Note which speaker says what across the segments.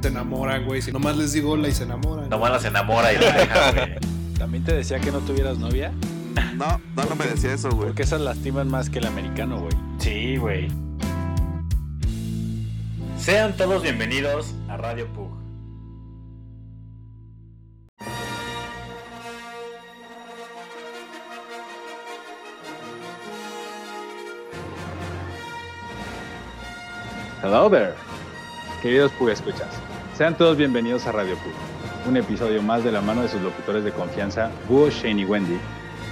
Speaker 1: Se enamoran, güey. Si nomás les digo hola y se enamoran.
Speaker 2: Nomás las enamora y las deja, güey.
Speaker 3: También te decía que no tuvieras novia,
Speaker 4: No, no, no me decía eso, güey.
Speaker 3: porque esas lastiman más que el americano, güey.
Speaker 2: Sí, güey. Sean todos bienvenidos a Radio Pug.
Speaker 5: Hello there, queridos escuchas. Sean todos bienvenidos a Radio Pug, un episodio más de la mano de sus locutores de confianza, Búho, Shane y Wendy,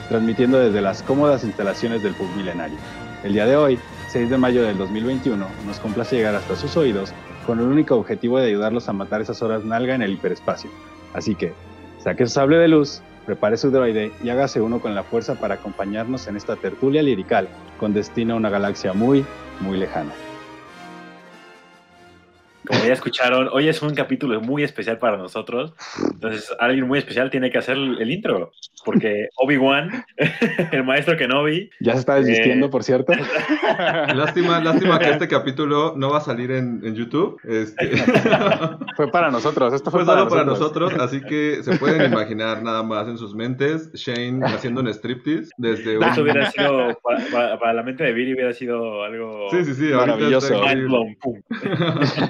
Speaker 5: transmitiendo desde las cómodas instalaciones del Pug Milenario. El día de hoy, 6 de mayo del 2021, nos complace llegar hasta sus oídos con el único objetivo de ayudarlos a matar esas horas nalga en el hiperespacio. Así que, saque su sable de luz, prepare su droide y hágase uno con la fuerza para acompañarnos en esta tertulia lirical con destino a una galaxia muy, muy lejana.
Speaker 2: Como ya escucharon, hoy es un capítulo muy especial para nosotros. Entonces, alguien muy especial tiene que hacer el el intro, porque Obi-Wan, el maestro Kenobi,
Speaker 5: Ya se está desvistiendo,
Speaker 2: Eh.
Speaker 5: por cierto.
Speaker 6: Lástima, lástima que este capítulo no va a salir en, en YouTube. Este,
Speaker 5: Fue para nosotros, esto fue
Speaker 6: fue
Speaker 5: para,
Speaker 6: solo para
Speaker 5: nosotros.
Speaker 6: nosotros, así que se pueden imaginar nada más en sus mentes Shane haciendo un striptease desde un...
Speaker 2: eso hubiera sido, pa- pa- para, la mente de Billy, hubiera sido algo
Speaker 6: Sí, sí, sí, ahorita
Speaker 5: Maravilloso.
Speaker 6: está
Speaker 2: mind
Speaker 6: increíble.
Speaker 2: blown, pum.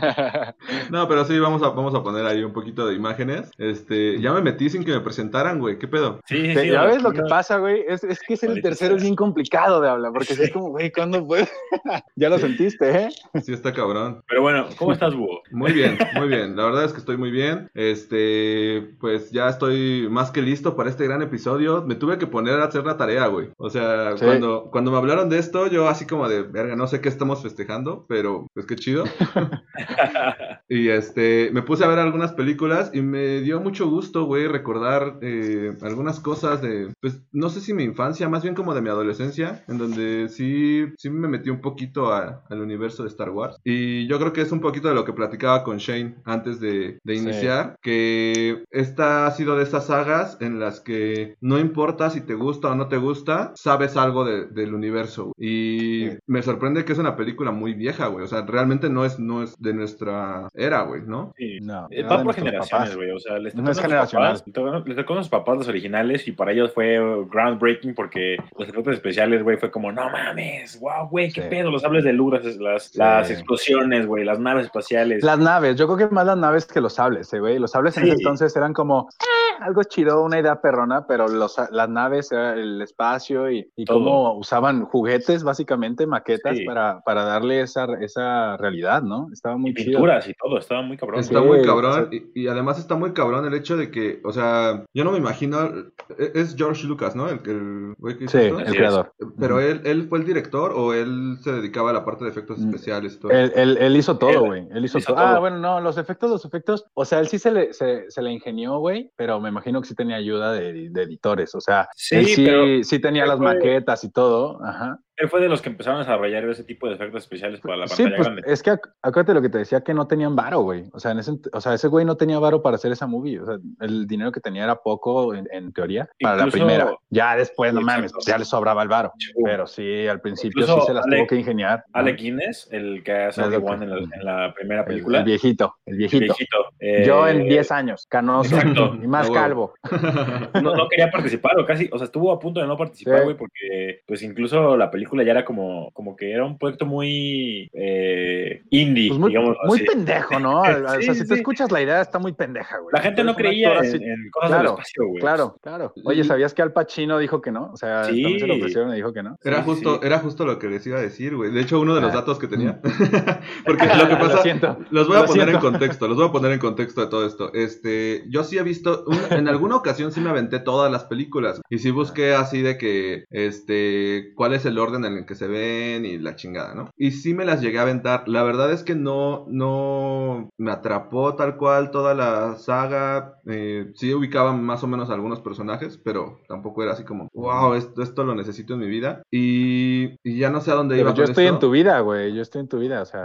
Speaker 6: No, pero sí, vamos a, vamos a poner ahí un poquito de imágenes. Este, ya me metí sin que me presentaran, güey, ¿qué pedo?
Speaker 2: Sí, sí,
Speaker 5: Te-
Speaker 2: sí,
Speaker 5: ya ves lo que
Speaker 2: no,
Speaker 5: pasa, güey. Es, es que es el
Speaker 2: Maldita
Speaker 5: tercero, es
Speaker 2: sea.
Speaker 5: bien complicado de hablar, porque sí es como, güey, ¿cuándo fue? ya lo sentiste, ¿eh?
Speaker 6: Sí está cabrón.
Speaker 2: Pero bueno, ¿cómo estás, Búho?
Speaker 6: Muy bien, muy bien. La verdad es que estoy muy bien. Este, pues ya estoy más que listo para este gran episodio. Me tuve que poner a hacer la tarea, güey. O sea,
Speaker 5: Sí.
Speaker 6: cuando, cuando me hablaron de esto, yo así como de, verga, no sé qué estamos festejando, pero pues qué chido. y este, me puse a ver algunas películas y me dio mucho gusto, güey, recordar eh, algunas cosas de, pues no sé si mi infancia, más bien como de mi adolescencia, en donde sí, sí me metí un poquito a- al universo de Star Wars. Y yo creo que es un poquito de lo que platicaba con Shane antes de, de
Speaker 5: Sí.
Speaker 6: iniciar, que esta ha sido de esas sagas en las que no importa si te gusta o no te gusta, sabes algo de- del universo. güey. Y
Speaker 5: Sí.
Speaker 6: me sorprende que es una película muy vieja, güey. O sea, realmente no es, no es de nuestra era, güey, ¿no?
Speaker 2: Sí.
Speaker 5: No.
Speaker 2: Eh, Va por generaciones, güey. O sea, les
Speaker 5: No
Speaker 2: tocó
Speaker 5: es
Speaker 2: a sus
Speaker 5: generacional.
Speaker 2: papás, le tocó- Les tocó a sus papás los originales y para ellos fue groundbreaking porque los efectos especiales, güey, fue como, no mames, wow, güey, qué
Speaker 5: Sí.
Speaker 2: pedo, los sables de luz, las, las,
Speaker 5: Sí.
Speaker 2: las explosiones, güey, las naves espaciales.
Speaker 5: Las naves, yo creo que más las naves que los sables, eh, güey. los sables en
Speaker 2: Sí.
Speaker 5: ese entonces eran como "Ah, algo chido, una idea perrona, pero los, las naves, era el espacio y, y
Speaker 2: Todo.
Speaker 5: cómo usaban juguetes, básicamente, maquetas
Speaker 2: Sí.
Speaker 5: para, para darle esa, esa realidad, ¿no? Estaba muy
Speaker 2: y
Speaker 5: chido.
Speaker 2: pinturas y todo, estaba muy cabrón.
Speaker 6: Está
Speaker 5: Sí,
Speaker 6: muy
Speaker 5: o
Speaker 6: cabrón. Y, y además está muy cabrón el hecho de que, o sea, yo no me imagino. e- Es George Lucas, ¿no? El, que- el güey que hizo
Speaker 5: Sí,
Speaker 6: esto.
Speaker 5: el
Speaker 2: Así es.
Speaker 5: creador.
Speaker 6: Pero él, él fue el director o él se dedicaba a la parte de efectos
Speaker 5: Mm.
Speaker 6: especiales y todo.
Speaker 5: Él, él- él hizo
Speaker 2: Él
Speaker 5: todo, güey. Él hizo,
Speaker 2: hizo
Speaker 5: todo. Ah,
Speaker 2: todo.
Speaker 5: bueno, no, los efectos, los efectos. O sea, él sí se le, se, se le ingenió, güey, pero me imagino que sí tenía ayuda de, de editores. O sea,
Speaker 2: Sí,
Speaker 5: él sí,
Speaker 2: pero-
Speaker 5: sí tenía las
Speaker 2: Fue-
Speaker 5: maquetas y todo. Ajá.
Speaker 2: Él fue de los que empezaron a desarrollar ese tipo de efectos especiales para la
Speaker 5: Sí,
Speaker 2: pantalla
Speaker 5: pues
Speaker 2: grande.
Speaker 5: es que ac- acuérdate lo que te decía que no tenían varo, güey. O sea, en ese, ent- o sea, ese güey no tenía varo para hacer esa movie. O sea, el dinero que tenía era poco, en, en teoría, para la
Speaker 2: Incluso-
Speaker 5: primera. Ya después, no
Speaker 2: Sí,
Speaker 5: mames,
Speaker 2: exacto.
Speaker 5: ya le sobraba el varo.
Speaker 2: Chu.
Speaker 5: Pero sí, al principio
Speaker 2: Incluso
Speaker 5: sí se las
Speaker 2: Alec-
Speaker 5: tuvo que ingeniar. ¿no?
Speaker 2: Alec Guinness, el que hace
Speaker 5: Es lo
Speaker 2: Obi-Wan
Speaker 5: que-
Speaker 2: en, la- en la primera
Speaker 5: El-
Speaker 2: película.
Speaker 5: el viejito, el
Speaker 2: el
Speaker 5: viejito.
Speaker 2: viejito, eh,
Speaker 5: Yo en 10 años, canoso
Speaker 2: Exacto.
Speaker 5: y más
Speaker 6: Ah, bueno.
Speaker 5: calvo.
Speaker 2: no, no quería participar o casi, o sea, estuvo a punto de no participar,
Speaker 5: Sí.
Speaker 2: güey, porque pues incluso la película ya era como, como que era un proyecto muy eh, indie,
Speaker 5: Pues muy,
Speaker 2: digamos
Speaker 5: muy
Speaker 2: así.
Speaker 5: pendejo, ¿no?
Speaker 2: Sí,
Speaker 5: o sea, si
Speaker 2: sí,
Speaker 5: te
Speaker 2: sí.
Speaker 5: escuchas la idea, está muy pendeja, güey.
Speaker 2: La gente
Speaker 5: Entonces,
Speaker 2: no
Speaker 5: un
Speaker 2: creía
Speaker 5: actor
Speaker 2: en,
Speaker 5: así-
Speaker 2: en cosas
Speaker 5: Claro,
Speaker 2: del espacio, güey.
Speaker 5: Claro, claro. Oye, ¿sabías que Al Pacino dijo que no? O sea,
Speaker 2: Sí.
Speaker 5: también se lo ofrecieron y dijo que no.
Speaker 6: Era
Speaker 2: Sí,
Speaker 6: justo,
Speaker 2: sí. Mm.
Speaker 6: era justo lo que les iba a decir, güey. De hecho, uno de los
Speaker 5: Ah.
Speaker 6: datos que tenía. Porque lo que pasa,
Speaker 5: Lo siento.
Speaker 6: Los voy a
Speaker 5: Lo
Speaker 6: poner
Speaker 5: siento.
Speaker 6: en contexto, los voy a poner en contexto de todo esto. Este, yo sí he visto, un- en alguna ocasión sí me aventé todas las películas y sí busqué así de que, este, cuál es el orden en el que se ven y la chingada, ¿no? Y sí me las llegué a aventar. La verdad es que no, no me atrapó tal cual toda la saga. Eh, sí ubicaba más o menos algunos personajes, pero tampoco era así como, wow, esto, esto lo necesito en mi vida. Y, y ya no sé a dónde
Speaker 5: Pero
Speaker 6: iba.
Speaker 5: yo
Speaker 6: con
Speaker 5: estoy en
Speaker 6: esto.
Speaker 5: tu vida, güey. Yo estoy en tu vida, o sea.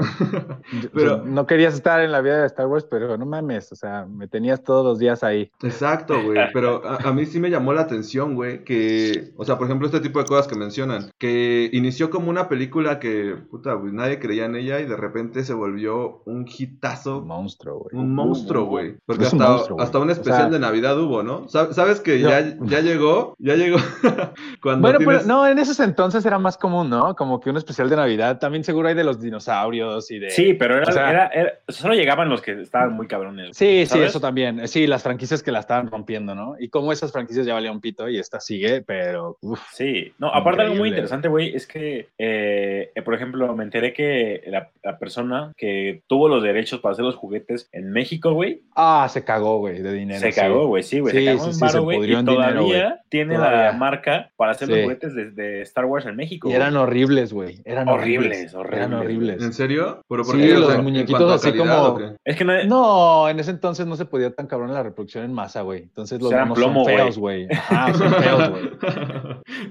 Speaker 5: yo-
Speaker 6: Pero-
Speaker 5: o sea, no querías estar en la vida de Star Wars, pero no mames, o sea, me tenías todos los días ahí.
Speaker 6: Exacto, güey. Pero a, a mí sí me llamó la atención, güey, que, o sea, por ejemplo, este tipo de cosas que mencionan, que inició como una película que, puta, güey, nadie creía en ella y de repente se volvió un
Speaker 5: Un
Speaker 6: hitazo.
Speaker 5: monstruo, güey.
Speaker 6: Un monstruo, güey. Porque
Speaker 5: Es un
Speaker 6: hasta,
Speaker 5: monstruo, güey.
Speaker 6: hasta un
Speaker 5: O
Speaker 6: especial
Speaker 5: sea-
Speaker 6: de Navidad hubo, ¿no? Sa- Sabes que
Speaker 5: Yo-
Speaker 6: ya, ya llegó, ya llegó. cuando
Speaker 5: Bueno, pero
Speaker 6: tienes-
Speaker 5: no, en esos entonces era más común, ¿no? Como que un especial de Navidad. También seguro hay de los dinosaurios y de.
Speaker 2: Sí, pero era,
Speaker 5: O sea-
Speaker 2: era- era- solo llegaban los que estaban muy cabrones.
Speaker 5: Sí, sí,
Speaker 2: ¿Sabes?
Speaker 5: eso también. Sí, las franquicias que la estaban rompiendo, ¿no? Y como esas franquicias ya valían pito y esta sigue, pero uf,
Speaker 2: Sí, no, aparte algo muy
Speaker 5: Increíble.
Speaker 2: interesante, güey, es que, eh, eh, por ejemplo, me enteré que la, la persona que tuvo los derechos para hacer los juguetes en México, güey,
Speaker 5: ah, se cagó, güey, de dinero.
Speaker 2: se
Speaker 5: sí.
Speaker 2: cagó, güey, sí, güey,
Speaker 5: Sí,
Speaker 2: se cagó
Speaker 5: sí,
Speaker 2: en
Speaker 5: sí,
Speaker 2: varo,
Speaker 5: se
Speaker 2: güey,
Speaker 5: pudrió
Speaker 2: y
Speaker 5: en
Speaker 2: todavía
Speaker 5: dinero, güey.
Speaker 2: tiene
Speaker 5: Todavía.
Speaker 2: la marca para hacer los
Speaker 5: Sí.
Speaker 2: juguetes de, de Star Wars en México.
Speaker 5: Y eran
Speaker 2: güey.
Speaker 5: horribles, güey. Eran
Speaker 2: Horribles,
Speaker 5: Eran
Speaker 2: horribles,
Speaker 5: horribles.
Speaker 6: ¿En serio? ¿Pero por
Speaker 5: Sí,
Speaker 6: qué?
Speaker 5: los
Speaker 6: ¿en
Speaker 5: muñequitos
Speaker 6: cuanto a
Speaker 5: así
Speaker 6: calidad
Speaker 5: como-
Speaker 6: o qué?
Speaker 2: Es que no,
Speaker 5: No, en ese entonces no se podía tan cabrón la reproducción en masa, güey. Entonces los
Speaker 2: Eran
Speaker 5: monos
Speaker 2: Pues plomo,
Speaker 5: son
Speaker 2: güey.
Speaker 5: feos, güey. Ah, son feos, güey.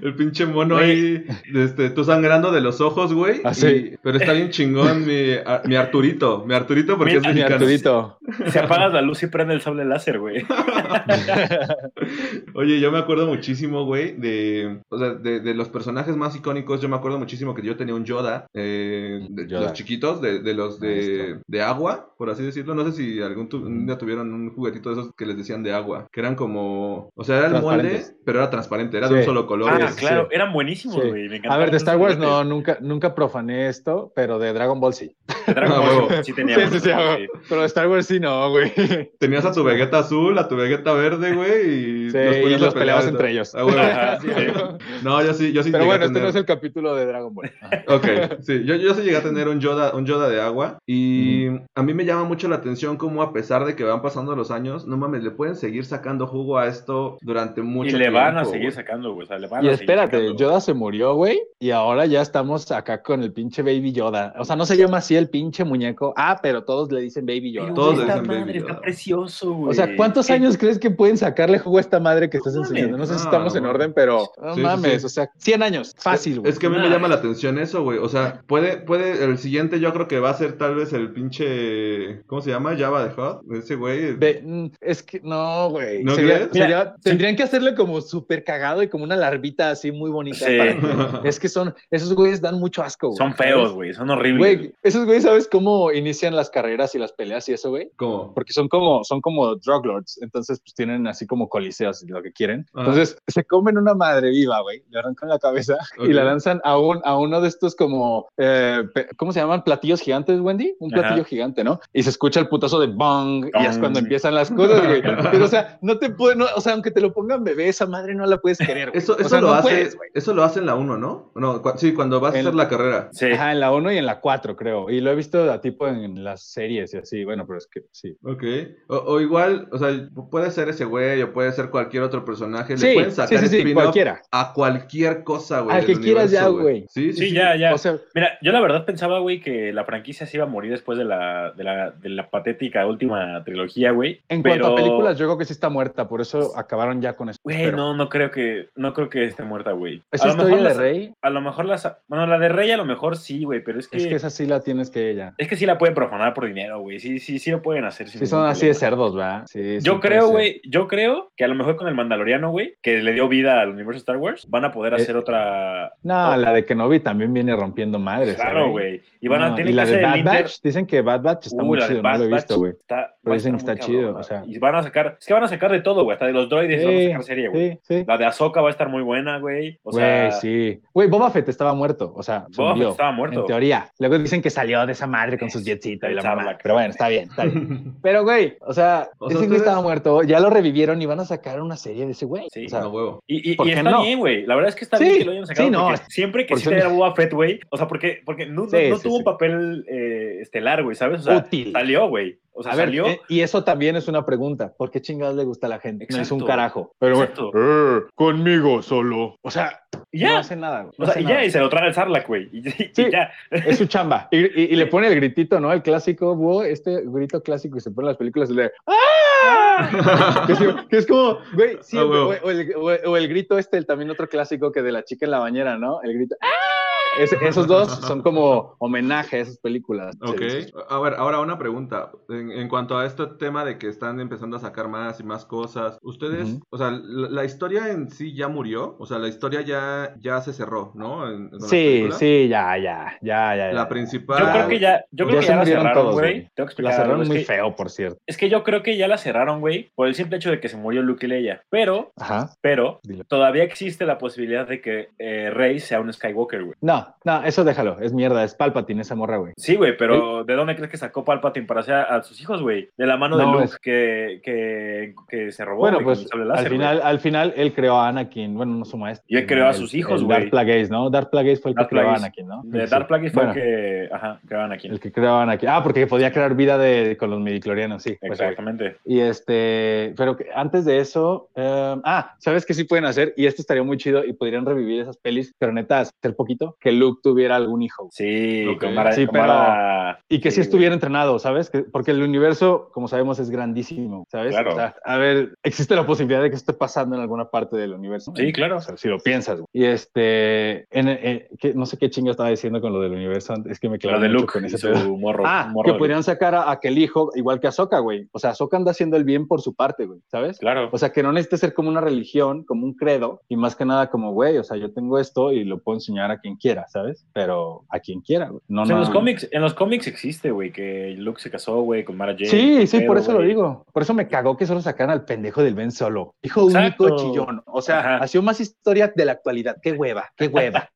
Speaker 6: El pinche mono
Speaker 2: Güey.
Speaker 6: ahí, este, tú sangrando de los ojos, güey.
Speaker 5: Ah, sí.
Speaker 6: y- pero está bien chingón mi, a- mi Arturito. Mi Arturito porque
Speaker 2: Mi-
Speaker 6: es
Speaker 5: Mi
Speaker 6: mexicano.
Speaker 5: Arturito.
Speaker 2: si apagas la luz y prende el sable láser, güey.
Speaker 6: Oye, yo me acuerdo muchísimo, güey, de, o sea, de, de los personajes más icónicos. Yo me acuerdo muchísimo que yo tenía un Yoda, eh, de
Speaker 5: Yoda.
Speaker 6: los chiquitos, de, de los de,
Speaker 5: Maestro.
Speaker 6: de agua, por así decirlo. No sé si algún tu- un día tuvieron un juguetito de esos que les decían de agua, que eran como, o sea, era el molde,
Speaker 5: Transparentes.
Speaker 6: pero era transparente, era de
Speaker 5: Sí.
Speaker 6: un solo color.
Speaker 2: Ah,
Speaker 6: güey.
Speaker 5: sí.
Speaker 2: claro, eran buenísimos,
Speaker 5: Sí.
Speaker 2: güey. me
Speaker 5: A
Speaker 2: encantaban
Speaker 5: ver, de
Speaker 2: esos
Speaker 5: Star Wars
Speaker 2: juguetes.
Speaker 5: no, nunca, nunca profané esto, pero de Dragon Ball sí.
Speaker 2: De Dragon
Speaker 6: Ah,
Speaker 2: Ball
Speaker 6: huevo.
Speaker 2: sí tenía
Speaker 5: Sí,
Speaker 2: buenos,
Speaker 5: sí, sí,
Speaker 2: güey.
Speaker 5: Pero de Star Wars sí no, güey.
Speaker 6: Tenías a tu
Speaker 2: Este,
Speaker 6: Vegeta azul, a tu Vegeta verde, güey, y
Speaker 5: Sí,
Speaker 6: ponías
Speaker 5: y
Speaker 6: a pelear,
Speaker 5: los peleabas
Speaker 6: ¿no?
Speaker 5: entre ellos.
Speaker 6: Ah, güey.
Speaker 2: Ajá, sí.
Speaker 6: No, yo sí, yo sí
Speaker 5: Pero
Speaker 6: llegué a
Speaker 5: bueno, este no
Speaker 6: tener-
Speaker 5: es el capítulo de Dragon Ball. Ajá.
Speaker 6: Ok, sí, yo, yo sí llegué a tener un Yoda, un Yoda de agua y a mí me llama mucho la atención cómo a pesar de que van pasando los años, no mames, le pueden seguir sacando jugo a esto durante
Speaker 2: Y
Speaker 6: mucho tiempo.
Speaker 2: le van a
Speaker 6: güey.
Speaker 2: seguir sacando, güey. O sea, le van
Speaker 5: Y
Speaker 2: a seguir
Speaker 5: espérate,
Speaker 2: sacando.
Speaker 5: Yoda se murió, güey, y ahora ya estamos acá con el pinche Baby Yoda. O sea, no se llama así el pinche muñeco. Ah, pero todos le dicen Baby
Speaker 2: Pero
Speaker 5: Yoda.
Speaker 6: Todos
Speaker 2: esta
Speaker 6: dicen Baby
Speaker 2: madre
Speaker 6: Yoda.
Speaker 2: está precioso, güey.
Speaker 5: O sea, ¿cuántos
Speaker 2: ¿Qué?
Speaker 5: años crees que pueden sacarle jugo a esta madre que estás
Speaker 2: No mames.
Speaker 5: enseñando? No sé si
Speaker 6: Ah,
Speaker 5: estamos en
Speaker 6: bueno.
Speaker 5: orden, pero no
Speaker 6: Sí, sí,
Speaker 5: mames,
Speaker 6: sí.
Speaker 5: o sea, 100 años, fácil, güey.
Speaker 6: Es que a mí me
Speaker 2: Nah.
Speaker 6: llama la atención eso, güey. O sea, puede, puede, el siguiente yo creo que va a ser tal vez el pinche, ¿cómo se llama? Java de Hot, ese güey.
Speaker 5: Ve- mm, es que no, güey.
Speaker 6: ¿No
Speaker 5: Sería-
Speaker 6: crees?
Speaker 5: sería-
Speaker 2: Mira,
Speaker 5: tendrían que hacerle como súper cagado y como una larvita así muy bonita.
Speaker 2: Sí.
Speaker 5: para- Es que son, esos güeyes dan mucho asco, güey.
Speaker 2: Son feos, güey. Son horribles.
Speaker 5: Güey, esos güeyes, ¿sabes cómo inician las carreras y las peleas y eso, güey?
Speaker 6: ¿Cómo?
Speaker 5: porque son como, son como drug lords, entonces pues tienen así como coliseos y lo que quieren.
Speaker 6: Ah.
Speaker 5: Entonces se comen una madre viva, güey, le arrancan la cabeza
Speaker 6: Ok.
Speaker 5: y la lanzan a, un, a uno de estos como, eh, pe- ¿cómo se llaman? Platillos gigantes, Wendy. Un
Speaker 2: Ajá.
Speaker 5: platillo gigante, ¿no? Y se escucha el putazo de bong y es
Speaker 2: Bong.
Speaker 5: cuando empiezan las cosas, güey. Pero o sea, no te puede, no, o sea, aunque te lo pongan bebé, esa madre no la puedes querer. güey.
Speaker 6: Eso,
Speaker 5: O
Speaker 6: eso
Speaker 5: sea,
Speaker 6: lo
Speaker 5: no
Speaker 6: hace,
Speaker 5: puedes, güey.
Speaker 6: eso lo hace en la 1, ¿no? No, cua- sí, cuando vas a
Speaker 5: En-
Speaker 6: hacer la carrera.
Speaker 2: Sí.
Speaker 5: Ajá, en la 1 y en la 4, creo. Y lo he visto a tipo en las series y así. Bueno, pero es que sí.
Speaker 6: Ok, o, o igual, o sea, puede ser ese güey o puede ser cualquier otro personaje. Le
Speaker 5: Sí,
Speaker 6: pueden
Speaker 5: sí,
Speaker 6: sacar
Speaker 5: sí, sí,
Speaker 6: spin-off
Speaker 5: cualquiera.
Speaker 6: a cualquier cosa, güey.
Speaker 5: Al
Speaker 6: del
Speaker 5: que quieras ya,
Speaker 6: universo,
Speaker 5: güey.
Speaker 6: Sí, sí,
Speaker 2: Sí,
Speaker 6: sí.
Speaker 2: ya, ya.
Speaker 5: O sea,
Speaker 2: Mira, yo la verdad pensaba, güey, que la franquicia se iba a morir después de la, de la, de la patética última trilogía, güey.
Speaker 5: En
Speaker 2: pero-
Speaker 5: cuanto a películas, yo creo que sí está muerta, por eso acabaron ya con eso.
Speaker 2: Güey,
Speaker 5: pero
Speaker 2: no, no creo que, no creo que esté muerta, güey.
Speaker 5: Esa
Speaker 2: A lo mejor
Speaker 5: historia de
Speaker 2: las-
Speaker 5: Rey,
Speaker 2: A lo mejor las. Bueno, la de Rey a lo mejor sí, güey, pero es que.
Speaker 5: es que esa sí la tienes que ella.
Speaker 2: sí la pueden profanar por dinero, güey. Sí, sí, sí lo pueden hacer. sin
Speaker 5: Sí, son
Speaker 2: ningún
Speaker 5: así de
Speaker 2: problema.
Speaker 5: cerdos, ¿verdad? Sí, sí
Speaker 2: Yo
Speaker 5: puede
Speaker 2: creo,
Speaker 5: ser.
Speaker 2: güey, yo creo que a lo mejor con el Mandaloriano, güey, que le dio vida al universo Star Wars, van a poder
Speaker 5: Eh,
Speaker 2: hacer otra.
Speaker 5: No, la de Kenobi también viene rompiendo madres.
Speaker 2: Claro,
Speaker 5: ¿eh?
Speaker 2: güey. Y van a
Speaker 5: No,
Speaker 2: tener que
Speaker 5: la de
Speaker 2: hacer
Speaker 5: Bad
Speaker 2: el Inter-
Speaker 5: Batch, dicen que Bad Batch está
Speaker 2: Uh,
Speaker 5: muy
Speaker 2: la de
Speaker 5: chido, no
Speaker 2: Bad
Speaker 5: lo he
Speaker 2: Batch
Speaker 5: visto, güey.
Speaker 2: Está, va
Speaker 5: Pero
Speaker 2: a
Speaker 5: dicen
Speaker 2: estar
Speaker 5: que está
Speaker 2: muy
Speaker 5: chido,
Speaker 2: cabrona,
Speaker 5: o sea.
Speaker 2: Y van a sacar, es que van a sacar de todo, güey, hasta de los droides van a sacar serie, güey.
Speaker 5: Sí, sí.
Speaker 2: La de Ahsoka va a estar muy buena, güey. O sea,
Speaker 5: Güey, sí. Güey, Boba Fett estaba muerto, o sea, se
Speaker 2: Boba Fett
Speaker 5: murió,
Speaker 2: estaba muerto.
Speaker 5: En teoría. Luego dicen que salió de esa madre con sus jetsitos y la
Speaker 2: Sarlacc.
Speaker 5: mamá. Pero bueno, está bien, está bien. Pero, güey, o sea,
Speaker 6: O sea,
Speaker 5: ese güey
Speaker 6: ustedes-
Speaker 5: estaba muerto, ya lo revivieron y van a sacar una serie de ese güey.
Speaker 2: Sí,
Speaker 5: o sea,
Speaker 6: No, huevo.
Speaker 2: Y, y-
Speaker 5: ¿Por
Speaker 2: y
Speaker 5: qué
Speaker 2: está
Speaker 5: no?
Speaker 2: bien, güey. La verdad es que está
Speaker 5: Sí,
Speaker 2: bien que lo hayan sacado.
Speaker 5: sí, no.
Speaker 2: porque siempre que
Speaker 5: Por
Speaker 2: sí
Speaker 5: eso-
Speaker 2: te era Boba Fett, güey. O sea, porque, porque no, no-
Speaker 5: Sí,
Speaker 2: no
Speaker 5: sí,
Speaker 2: tuvo
Speaker 5: sí.
Speaker 2: un papel eh, estelar, güey, ¿sabes? O sea,
Speaker 5: útil.
Speaker 2: salió, güey. O sea,
Speaker 5: a ver,
Speaker 2: salió.
Speaker 5: eh, y eso también es una pregunta. ¿Por qué chingados le gusta a la gente? No es un
Speaker 2: Exacto.
Speaker 5: carajo. Pero bueno,
Speaker 2: Exacto.
Speaker 5: eh, conmigo solo. O sea,
Speaker 2: y ya.
Speaker 5: no hace nada. güey, no
Speaker 2: o sea,
Speaker 5: hace
Speaker 2: y
Speaker 5: nada.
Speaker 2: ya, y se lo traga el Sarlac, güey. Y, y- y
Speaker 5: Sí.
Speaker 2: ya.
Speaker 5: Es su chamba. Y, y- y le pone el gritito, ¿no? El clásico, búho, este grito clásico que se pone en las películas, el de ¡Ah! que, es, que es como, güey, sí,
Speaker 6: Ah,
Speaker 5: o,
Speaker 6: huevo.
Speaker 5: o el, o- o el grito este, el también otro clásico que de la chica en la bañera, ¿no? El grito ¡Ah! Es- esos dos son como homenaje a esas películas.
Speaker 6: Ok.
Speaker 5: Sí, sí.
Speaker 6: A ver, ahora una pregunta. En, en cuanto a este tema de que están empezando a sacar más y más cosas, ustedes,
Speaker 5: Ujú.
Speaker 6: o sea, la, la historia en sí ya murió, o sea, la historia ya, ya se cerró, ¿no? En- con las
Speaker 5: Sí,
Speaker 6: películas.
Speaker 5: sí, ya, ya, ya, ya.
Speaker 6: La
Speaker 5: ya.
Speaker 6: principal.
Speaker 2: Yo creo que ya, yo creo
Speaker 5: Ah, Ya
Speaker 2: que
Speaker 5: se
Speaker 2: ya la
Speaker 5: murieron
Speaker 2: cerraron,
Speaker 5: todos,
Speaker 2: güey.
Speaker 5: güey.
Speaker 2: Te voy a explicar
Speaker 5: La
Speaker 2: algo.
Speaker 5: cerraron
Speaker 2: Es
Speaker 5: muy
Speaker 2: que-
Speaker 5: feo, por cierto.
Speaker 2: Es que yo creo que ya la cerraron, güey, por el simple hecho de que se murió Luke y Leia. Pero,
Speaker 5: Ajá.
Speaker 2: pero,
Speaker 5: Dilo.
Speaker 2: todavía existe la posibilidad de que eh, Rey sea un Skywalker, güey.
Speaker 5: No, no, eso déjalo. Es mierda, es Palpatine esa morra, güey.
Speaker 2: Sí, güey, pero ¿de dónde crees que sacó Palpatine para hacer a, a sus hijos, güey? De la mano de
Speaker 5: No,
Speaker 2: Luke
Speaker 5: es-
Speaker 2: que, que, que se robó,
Speaker 5: Bueno,
Speaker 2: güey, con
Speaker 5: pues
Speaker 2: el sable
Speaker 5: al,
Speaker 2: láser, güey.
Speaker 5: final, al final él creó a Anakin, bueno, no su maestro.
Speaker 2: Y él creó a sus hijos,
Speaker 5: el
Speaker 2: güey.
Speaker 5: Darth Plagueis, ¿no? Darth Plagueis fue el
Speaker 2: Darth
Speaker 5: que creó a
Speaker 2: Plagueis.
Speaker 5: Anakin, ¿no?
Speaker 2: De
Speaker 5: Sí.
Speaker 2: Darth Plagueis fue
Speaker 5: pues, Bueno,
Speaker 2: el que. Ajá, que van aquí.
Speaker 5: el que creó a Anakin. Ah, porque podía crear vida de, con los midichlorianos, sí. pues, güey.
Speaker 2: Exactamente.
Speaker 5: y este, pero que antes de eso, eh, ah, ¿sabes qué sí pueden hacer? Y esto estaría muy chido y podrían revivir esas pelis, pero neta, hacer poquito, que Luke tuviera algún hijo. güey.
Speaker 2: Sí,
Speaker 6: Ok.
Speaker 2: con Mara.
Speaker 5: Sí,
Speaker 2: con
Speaker 5: pero-
Speaker 2: Mara-
Speaker 5: Y que sí,
Speaker 2: Sí, güey.
Speaker 5: estuviera entrenado, ¿sabes? Que- porque el universo, como sabemos, es grandísimo, ¿sabes?
Speaker 2: Claro.
Speaker 5: O sea, a ver, existe la posibilidad de que esté pasando en alguna parte del universo.
Speaker 2: Sí, claro.
Speaker 5: O sea, si lo piensas. güey. Y este, en, en- que, no sé qué chingo estaba diciendo con lo del universo, antes, es que me clavé
Speaker 2: Lo de
Speaker 5: mucho
Speaker 2: Luke
Speaker 5: con
Speaker 2: y
Speaker 5: ese
Speaker 2: su
Speaker 5: pedo.
Speaker 2: morro.
Speaker 5: Ah,
Speaker 2: morro
Speaker 5: que
Speaker 2: de-
Speaker 5: podrían sacar a aquel hijo igual que a Soka, güey. O sea, Soka anda haciendo el bien por su parte, güey, ¿sabes?
Speaker 2: Claro.
Speaker 5: O sea, que no necesite ser como una religión, como un credo, y más que nada como, güey, o sea, yo tengo esto y lo puedo enseñar a quien quiera, ¿sabes? Pero a quien quiera, güey. No,
Speaker 2: O sea,
Speaker 5: no.
Speaker 2: en los cómics, en los cómics existe, güey, que Luke se casó, güey, con Mara Jane.
Speaker 5: Sí, sí,
Speaker 2: pero,
Speaker 5: por eso lo
Speaker 2: güey.
Speaker 5: digo. Por eso me cagó que solo sacaran al pendejo del Ben Solo. Hijo
Speaker 2: Exacto.
Speaker 5: único chillón. O sea,
Speaker 2: Ajá.
Speaker 5: ha sido más historia de la actualidad. Qué hueva, qué hueva.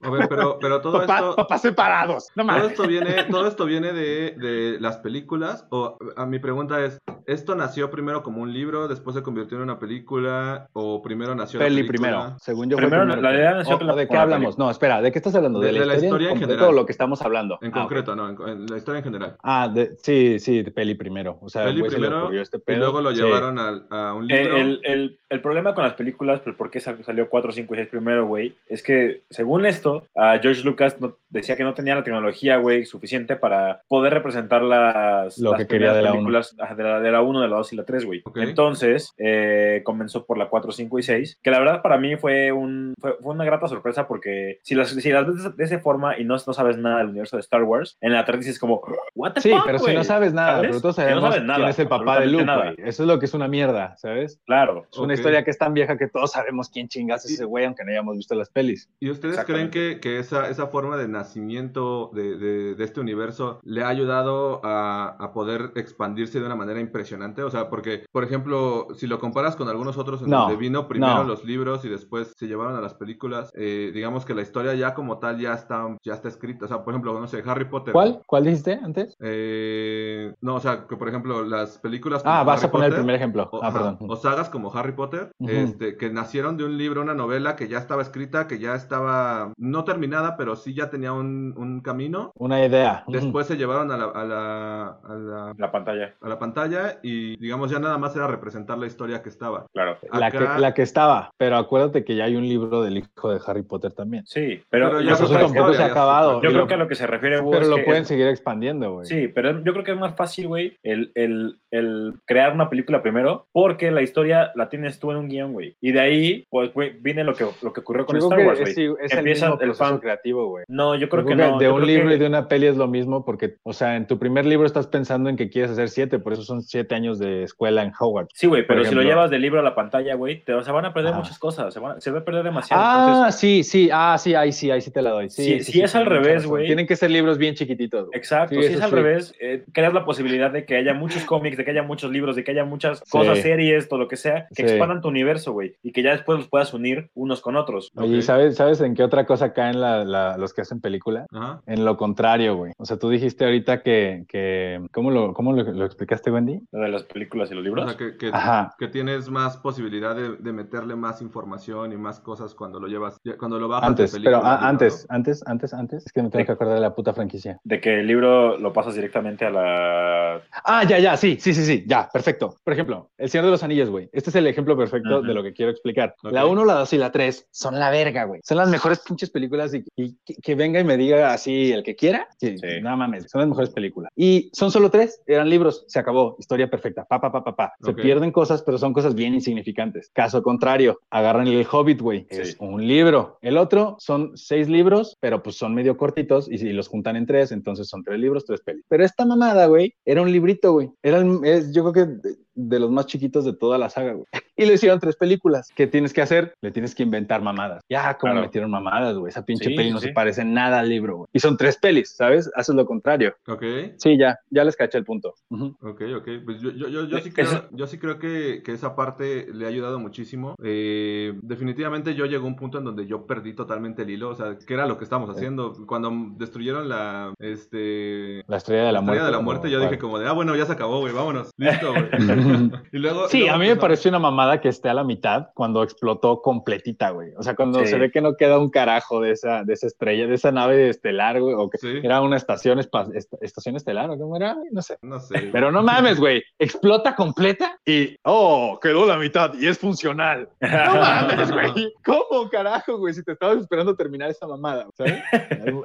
Speaker 6: A ver, pero, pero todo
Speaker 5: Papá-
Speaker 6: esto.
Speaker 5: Papás separados. No
Speaker 6: Todo
Speaker 5: mames.
Speaker 6: esto viene, todo esto viene de, de las películas. O a mi pregunta es, ¿esto nació primero como un libro, después se convirtió en una película o primero nació la
Speaker 5: Peli
Speaker 6: película?
Speaker 5: primero, según yo. fue
Speaker 2: Primero, la idea nació
Speaker 5: ¿O-
Speaker 2: con la-
Speaker 5: o ¿De
Speaker 2: con
Speaker 5: qué
Speaker 2: la
Speaker 5: hablamos? No, espera, ¿de qué estás hablando? ¿De, la historia en general? lo que estamos hablando.
Speaker 6: En
Speaker 5: Ah, ok.
Speaker 6: concreto, no, en, co- en la historia en general.
Speaker 5: Ah, de- sí, sí, de peli primero. O sea,
Speaker 6: Peli
Speaker 5: güey, se le
Speaker 6: primero,
Speaker 5: ocurrió este
Speaker 6: Y
Speaker 5: pedo.
Speaker 6: luego lo
Speaker 5: Sí.
Speaker 6: llevaron al- a, un
Speaker 2: Eh,
Speaker 6: libro.
Speaker 2: el, el- el problema con las películas, pues, ¿por qué sa- salió 4, 5 y 6 primero, güey? Es que, según esto, a George Lucas no- decía que no tenía la tecnología, güey, suficiente para poder representar las,
Speaker 5: Lo
Speaker 2: las
Speaker 5: que quería de la
Speaker 2: películas ah, de la, de la 1, de la 2 y la 3, güey.
Speaker 6: Ok.
Speaker 2: Entonces, eh, comenzó por la 4, 5 y 6, que la verdad para mí fue, un, fue, fue una grata sorpresa porque si las, si las ves de esa forma y no, no sabes nada del universo de Star Wars, en la 3 dices como, ¿What the
Speaker 5: Sí,
Speaker 2: fuck,
Speaker 5: pero si
Speaker 2: güey?"
Speaker 5: no sabes nada,
Speaker 2: ¿Sabes?
Speaker 5: pero todos
Speaker 2: Si no
Speaker 5: sabemos
Speaker 2: sabes nada,
Speaker 5: quién es el papá de Luke,
Speaker 2: absolutamente
Speaker 5: güey. Eso es lo que es una mierda, ¿sabes?
Speaker 2: Claro.
Speaker 5: Es una
Speaker 6: Ok.
Speaker 5: historia que es tan vieja que todos sabemos quién chingas es ese güey, aunque no hayamos visto las pelis.
Speaker 6: ¿Y ustedes creen
Speaker 2: Exactamente.
Speaker 6: que, que esa, esa forma de nacimiento de, de- de este universo le ha ayudado a, a poder expandirse de una manera impresionante? O sea, porque, por ejemplo, si lo comparas con algunos otros en
Speaker 5: No,
Speaker 6: donde vino primero
Speaker 5: no.
Speaker 6: los libros y después se llevaron a las películas, eh, digamos que la historia ya como tal ya está, ya está escrita. O sea, por ejemplo, no sé, Harry Potter.
Speaker 5: ¿Cuál? ¿Cuál dijiste antes?
Speaker 6: Eh, no, o sea, que por ejemplo, las películas como
Speaker 5: Ah, vas
Speaker 6: Harry
Speaker 5: a poner el
Speaker 6: Potter,
Speaker 5: primer ejemplo.
Speaker 6: o,
Speaker 5: Ah,
Speaker 6: ajá,
Speaker 5: perdón.
Speaker 6: o sagas como Harry Potter,
Speaker 5: Ujú.
Speaker 6: este, que nacieron de un libro, una novela que ya estaba escrita, que ya estaba no terminada, pero sí ya tenía un, un camino.
Speaker 5: Una idea. Ujú.
Speaker 6: Después se llevaron a la, a, la, a, la,
Speaker 2: La pantalla,
Speaker 6: a la pantalla y digamos ya nada más era representar la historia que estaba.
Speaker 2: claro.
Speaker 5: La,
Speaker 6: Acá-
Speaker 5: que, la que estaba, pero acuérdate que ya hay un libro del hijo de Harry Potter también.
Speaker 2: Sí, pero,
Speaker 6: Pero ya
Speaker 2: yo,
Speaker 5: Eso
Speaker 6: es otra
Speaker 2: creo, que-
Speaker 5: tampoco
Speaker 6: historia,
Speaker 5: se
Speaker 6: ya
Speaker 5: ha
Speaker 6: es
Speaker 5: acabado.
Speaker 6: otra
Speaker 2: yo
Speaker 5: Y
Speaker 2: creo
Speaker 5: lo-
Speaker 2: que a lo que se refiere Hugo,
Speaker 5: Pero
Speaker 2: es
Speaker 5: lo
Speaker 2: que-
Speaker 5: pueden seguir expandiendo, güey.
Speaker 2: Sí, pero yo creo que es más fácil, güey, el, el- el crear una película primero, porque la historia la tienes tú en un guión, güey. Y de ahí, pues, güey, viene lo que, lo que ocurrió con
Speaker 5: Yo
Speaker 2: Star
Speaker 5: creo
Speaker 2: Wars,
Speaker 5: que
Speaker 2: güey.
Speaker 5: sí, es el
Speaker 2: Empieza
Speaker 5: mismo
Speaker 2: el
Speaker 5: proceso
Speaker 2: fan-
Speaker 5: creativo, güey.
Speaker 2: No, yo
Speaker 5: Yo
Speaker 2: creo que
Speaker 5: creo
Speaker 2: no.
Speaker 5: que de
Speaker 2: yo
Speaker 5: un
Speaker 2: creo
Speaker 5: libro
Speaker 2: que-
Speaker 5: y de una peli es lo mismo porque, o sea, en tu primer libro estás pensando en que quieres hacer siete, por eso son siete años de escuela en Howard.
Speaker 2: Sí, güey, pero
Speaker 5: por
Speaker 2: si lo
Speaker 5: ejemplo.
Speaker 2: llevas del libro a la pantalla, güey, te se van a perder
Speaker 5: Ajá.
Speaker 2: muchas cosas, se, van a- se va a perder demasiado.
Speaker 5: Ah,
Speaker 2: entonces-
Speaker 5: sí, sí, ah, sí, ahí sí, ahí sí te la doy. Sí,
Speaker 2: Si-
Speaker 5: sí,
Speaker 2: si
Speaker 5: sí,
Speaker 2: es al
Speaker 5: tienes mucha
Speaker 2: revés,
Speaker 5: razón.
Speaker 2: güey.
Speaker 5: Tienen que ser libros bien chiquititos. güey.
Speaker 2: Exacto,
Speaker 5: Sí,
Speaker 2: si
Speaker 5: eso
Speaker 2: es al
Speaker 5: sí.
Speaker 2: revés, eh, creas la posibilidad de que haya muchos cómics, de que haya muchos libros, de que haya muchas cosas,
Speaker 5: Sí.
Speaker 2: series, todo lo que sea, que
Speaker 5: Sí.
Speaker 2: expandan tu universo, güey, y que ya después los puedas unir unos con otros.
Speaker 5: Oye, ¿y ¿sabes, ¿sabes en qué otra otra cosa acá en la- la- los que hacen película.
Speaker 6: Ajá.
Speaker 5: En lo contrario, güey. O sea, tú dijiste ahorita que, que ¿cómo, lo, cómo lo, lo explicaste, Wendy?
Speaker 2: Lo de las películas y los
Speaker 6: O
Speaker 2: libros.
Speaker 6: sea, que, que-
Speaker 5: Ajá.
Speaker 6: que tienes más posibilidad de, de meterle más información y más cosas cuando lo llevas, ya- cuando lo bajas. de
Speaker 5: Antes,
Speaker 6: película,
Speaker 5: pero ah,
Speaker 6: ¿no?
Speaker 5: antes, antes, antes, antes. Es que me tengo que acordar de la puta franquicia.
Speaker 2: De que el libro lo pasas directamente a la.
Speaker 5: Ah, ya, ya, sí, sí, sí, sí, ya, perfecto. Por ejemplo, El Señor de los Anillos, güey. Este es el ejemplo perfecto
Speaker 2: Ajá.
Speaker 5: de lo que quiero explicar.
Speaker 6: Ok.
Speaker 5: La 1, la 2 y la 3 son la verga, güey. Son las mejores pinches películas y, y que, que venga y me diga así el que quiera. Sí,
Speaker 2: Sí.
Speaker 5: No mames, son las mejores películas. Y son solo tres, eran libros, se acabó, historia perfecta, pa, pa, pa, pa, pa. Se
Speaker 6: Ok.
Speaker 5: pierden cosas, pero son cosas bien insignificantes. Caso contrario, agarran el Hobbit, güey.
Speaker 2: Sí.
Speaker 5: Es un libro. El otro son seis libros, pero pues son medio cortitos y, si los juntan en tres, entonces son tres libros, tres pelis. Pero esta mamada, güey, era un librito, güey. Era el- es, yo creo que de, de los más chiquitos de toda la saga, güey. Y le hicieron tres películas. ¿Qué tienes que hacer? Le tienes que inventar mamadas. Ya, como
Speaker 2: Claro.
Speaker 5: metieron mamadas, güey. Esa pinche
Speaker 2: Sí,
Speaker 5: peli
Speaker 2: sí,
Speaker 5: no se
Speaker 2: sí.
Speaker 5: parece en nada al libro, güey. Y son tres pelis, ¿sabes? Haces lo contrario.
Speaker 6: Ok,
Speaker 5: Sí, ya, ya les caché el punto. Ujú.
Speaker 6: ok, ok. Pues yo, yo,
Speaker 5: Eh,
Speaker 6: yo, yo sí
Speaker 2: Es-
Speaker 6: creo, yo sí creo que, que esa parte le ha ayudado muchísimo. Eh, definitivamente yo llegó a un punto en donde yo perdí totalmente el hilo, o sea, que era lo que estábamos haciendo. Cuando destruyeron la, este,
Speaker 5: La estrella de la
Speaker 6: la
Speaker 5: muerte.
Speaker 6: de la
Speaker 5: como-
Speaker 6: muerte, yo dije como de, ah, bueno, ya se acabó, güey, vámonos, listo, güey. Y luego- y
Speaker 5: Sí,
Speaker 6: luego
Speaker 5: a mí me
Speaker 6: empezamos-
Speaker 5: pareció una mamada que esté a la mitad cuando explotó completita, güey. O sea, cuando
Speaker 2: Sí.
Speaker 5: se ve que no queda un carajo de esa, de esa estrella, de esa nave estelar, güey, o que
Speaker 6: Sí.
Speaker 5: era una estación, espa- est- estación estelar, o cómo era, no sé.
Speaker 6: No sé.
Speaker 5: Pero no mames, güey, explota completa y, oh, quedó la mitad y es funcional. No mames, güey. ¿Cómo carajo, güey? Si te estabas esperando terminar esa mamada, ¿sabes?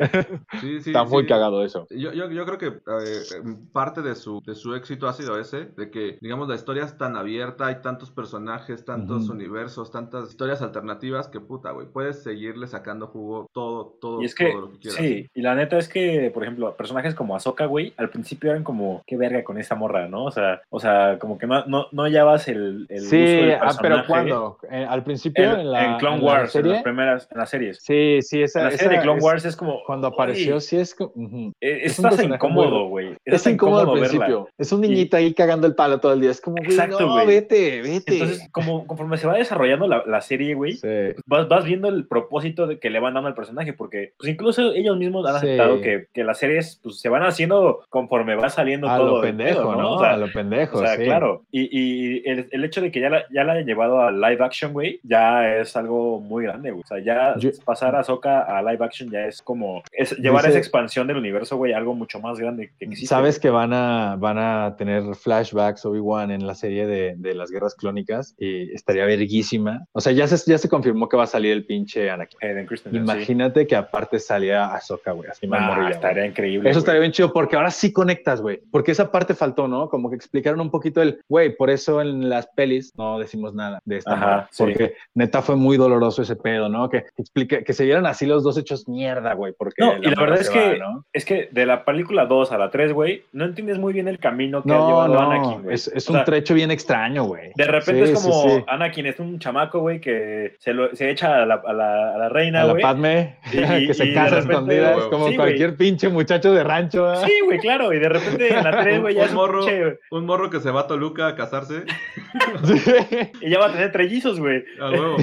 Speaker 6: Sí, sí,
Speaker 5: Está muy
Speaker 6: sí.
Speaker 5: cagado eso.
Speaker 6: Yo, yo, yo creo que eh, parte de su, de su éxito ha sido ese, de que, digamos, la historia es tan abierta, hay tantos personajes, tantos
Speaker 5: Ujú.
Speaker 6: universos, tantas historias alternativas que puta, güey, puedes seguirle sacando jugo todo, todo,
Speaker 2: Y es que,
Speaker 6: todo lo que quieras.
Speaker 2: sí, y la neta es que, por ejemplo, personajes como Ahsoka, güey, al principio eran como, qué verga con esa morra, ¿no? O sea, o sea como que no, no, no hallabas el, el
Speaker 5: sí,
Speaker 2: gusto del
Speaker 5: ah, pero
Speaker 2: personaje.
Speaker 5: ¿cuándo? Eh, ¿Al principio?
Speaker 2: En,
Speaker 5: ¿En, la,
Speaker 2: en Clone
Speaker 5: en la
Speaker 2: Wars, en
Speaker 5: serie?
Speaker 2: las primeras, en las series.
Speaker 5: Sí, sí, esa,
Speaker 2: en la serie
Speaker 5: esa
Speaker 2: de Clone
Speaker 5: es-
Speaker 2: Cuando Wars es como...
Speaker 5: Cuando
Speaker 2: "Uy,
Speaker 5: apareció, sí es como. ujú.
Speaker 2: eh,
Speaker 5: es
Speaker 2: Es,
Speaker 5: un
Speaker 2: hasta
Speaker 5: personaje
Speaker 2: incómodo,
Speaker 5: nuevo.
Speaker 2: güey.
Speaker 5: Es
Speaker 2: hasta
Speaker 5: incómodo al
Speaker 2: verla.
Speaker 5: principio. Es un niñito ahí cagando el palo todo el día. Es como, güey,
Speaker 2: Exacto,
Speaker 5: no,
Speaker 2: güey.
Speaker 5: vete, vete.
Speaker 2: Entonces, como conforme se va desarrollando la, la serie, güey,
Speaker 5: Sí.
Speaker 2: vas, vas viendo el propósito de que le van dando al personaje, porque pues incluso ellos mismos han
Speaker 5: Sí.
Speaker 2: aceptado que, que las series pues, se van haciendo conforme va saliendo
Speaker 5: A
Speaker 2: todo.
Speaker 5: lo
Speaker 2: el
Speaker 5: pendejo,
Speaker 2: pedo,
Speaker 5: ¿no?
Speaker 2: O sea,
Speaker 5: a lo pendejo,
Speaker 2: o sea,
Speaker 5: sí.
Speaker 2: claro. Y, y el, el hecho de que ya la, ya la hayan llevado a live action, güey, ya es algo muy grande, güey. O sea, ya
Speaker 5: Yo-
Speaker 2: pasar a Soca a live action ya es como es llevar
Speaker 5: Dice-
Speaker 2: esa expansión del universo, güey, a algo mucho más grande que existe.
Speaker 5: Sabes que van a, van a tener flashbacks Obi-Wan en la serie de, de las guerras clónicas y estaría verguísima. O sea, ya se, ya se confirmó que va a salir el pinche Anakin.
Speaker 2: Hayden Christensen, sí.
Speaker 5: Imagínate que aparte salía Ahsoka, güey, así
Speaker 2: Ah,
Speaker 5: más morrilla, güey.
Speaker 2: estaría increíble.
Speaker 5: Eso
Speaker 2: güey.
Speaker 5: estaría bien chido porque ahora sí conectas, güey. Porque esa parte faltó, ¿no? Como que explicaron un poquito el, güey, por eso en las pelis no decimos nada de esta.
Speaker 2: Ajá,
Speaker 5: morra,
Speaker 2: sí.
Speaker 5: Porque neta fue muy doloroso ese pedo, ¿no? Que explique, que se vieran así los dos hechos mierda, güey. Porque
Speaker 2: No, y la
Speaker 5: morra
Speaker 2: verdad es
Speaker 5: se va,
Speaker 2: que-
Speaker 5: ¿no?
Speaker 2: Es que de la película 2 a la 3, güey, no entiendes muy bien el camino que ha
Speaker 5: No,
Speaker 2: llevado
Speaker 5: no,
Speaker 2: Anakin, güey.
Speaker 5: es, es
Speaker 2: O
Speaker 5: un
Speaker 2: sea,
Speaker 5: trecho bien extraño, güey.
Speaker 2: De repente
Speaker 5: Sí,
Speaker 2: es como
Speaker 5: sí, sí.
Speaker 2: Anakin es un chamaco, güey, que se, lo- se echa a la, a la- a la reina,
Speaker 5: A la
Speaker 2: güey.
Speaker 5: Padme,
Speaker 2: Y- y-
Speaker 5: que
Speaker 2: y
Speaker 5: se
Speaker 2: de
Speaker 5: casa
Speaker 2: repente-
Speaker 5: escondida, es como
Speaker 2: Sí, güey.
Speaker 5: cualquier pinche muchacho de rancho. ¿verdad?
Speaker 2: Sí, güey, claro. Y de repente en la 3, güey, ya
Speaker 6: Un
Speaker 2: es un
Speaker 6: morro.
Speaker 2: pinche-
Speaker 6: Un morro que se va a Toluca a casarse,
Speaker 5: Sí.
Speaker 2: Y ya va a tener trellizos, güey.
Speaker 6: a huevo.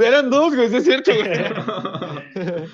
Speaker 5: Eran dos, güey, sí es cierto, güey.
Speaker 6: a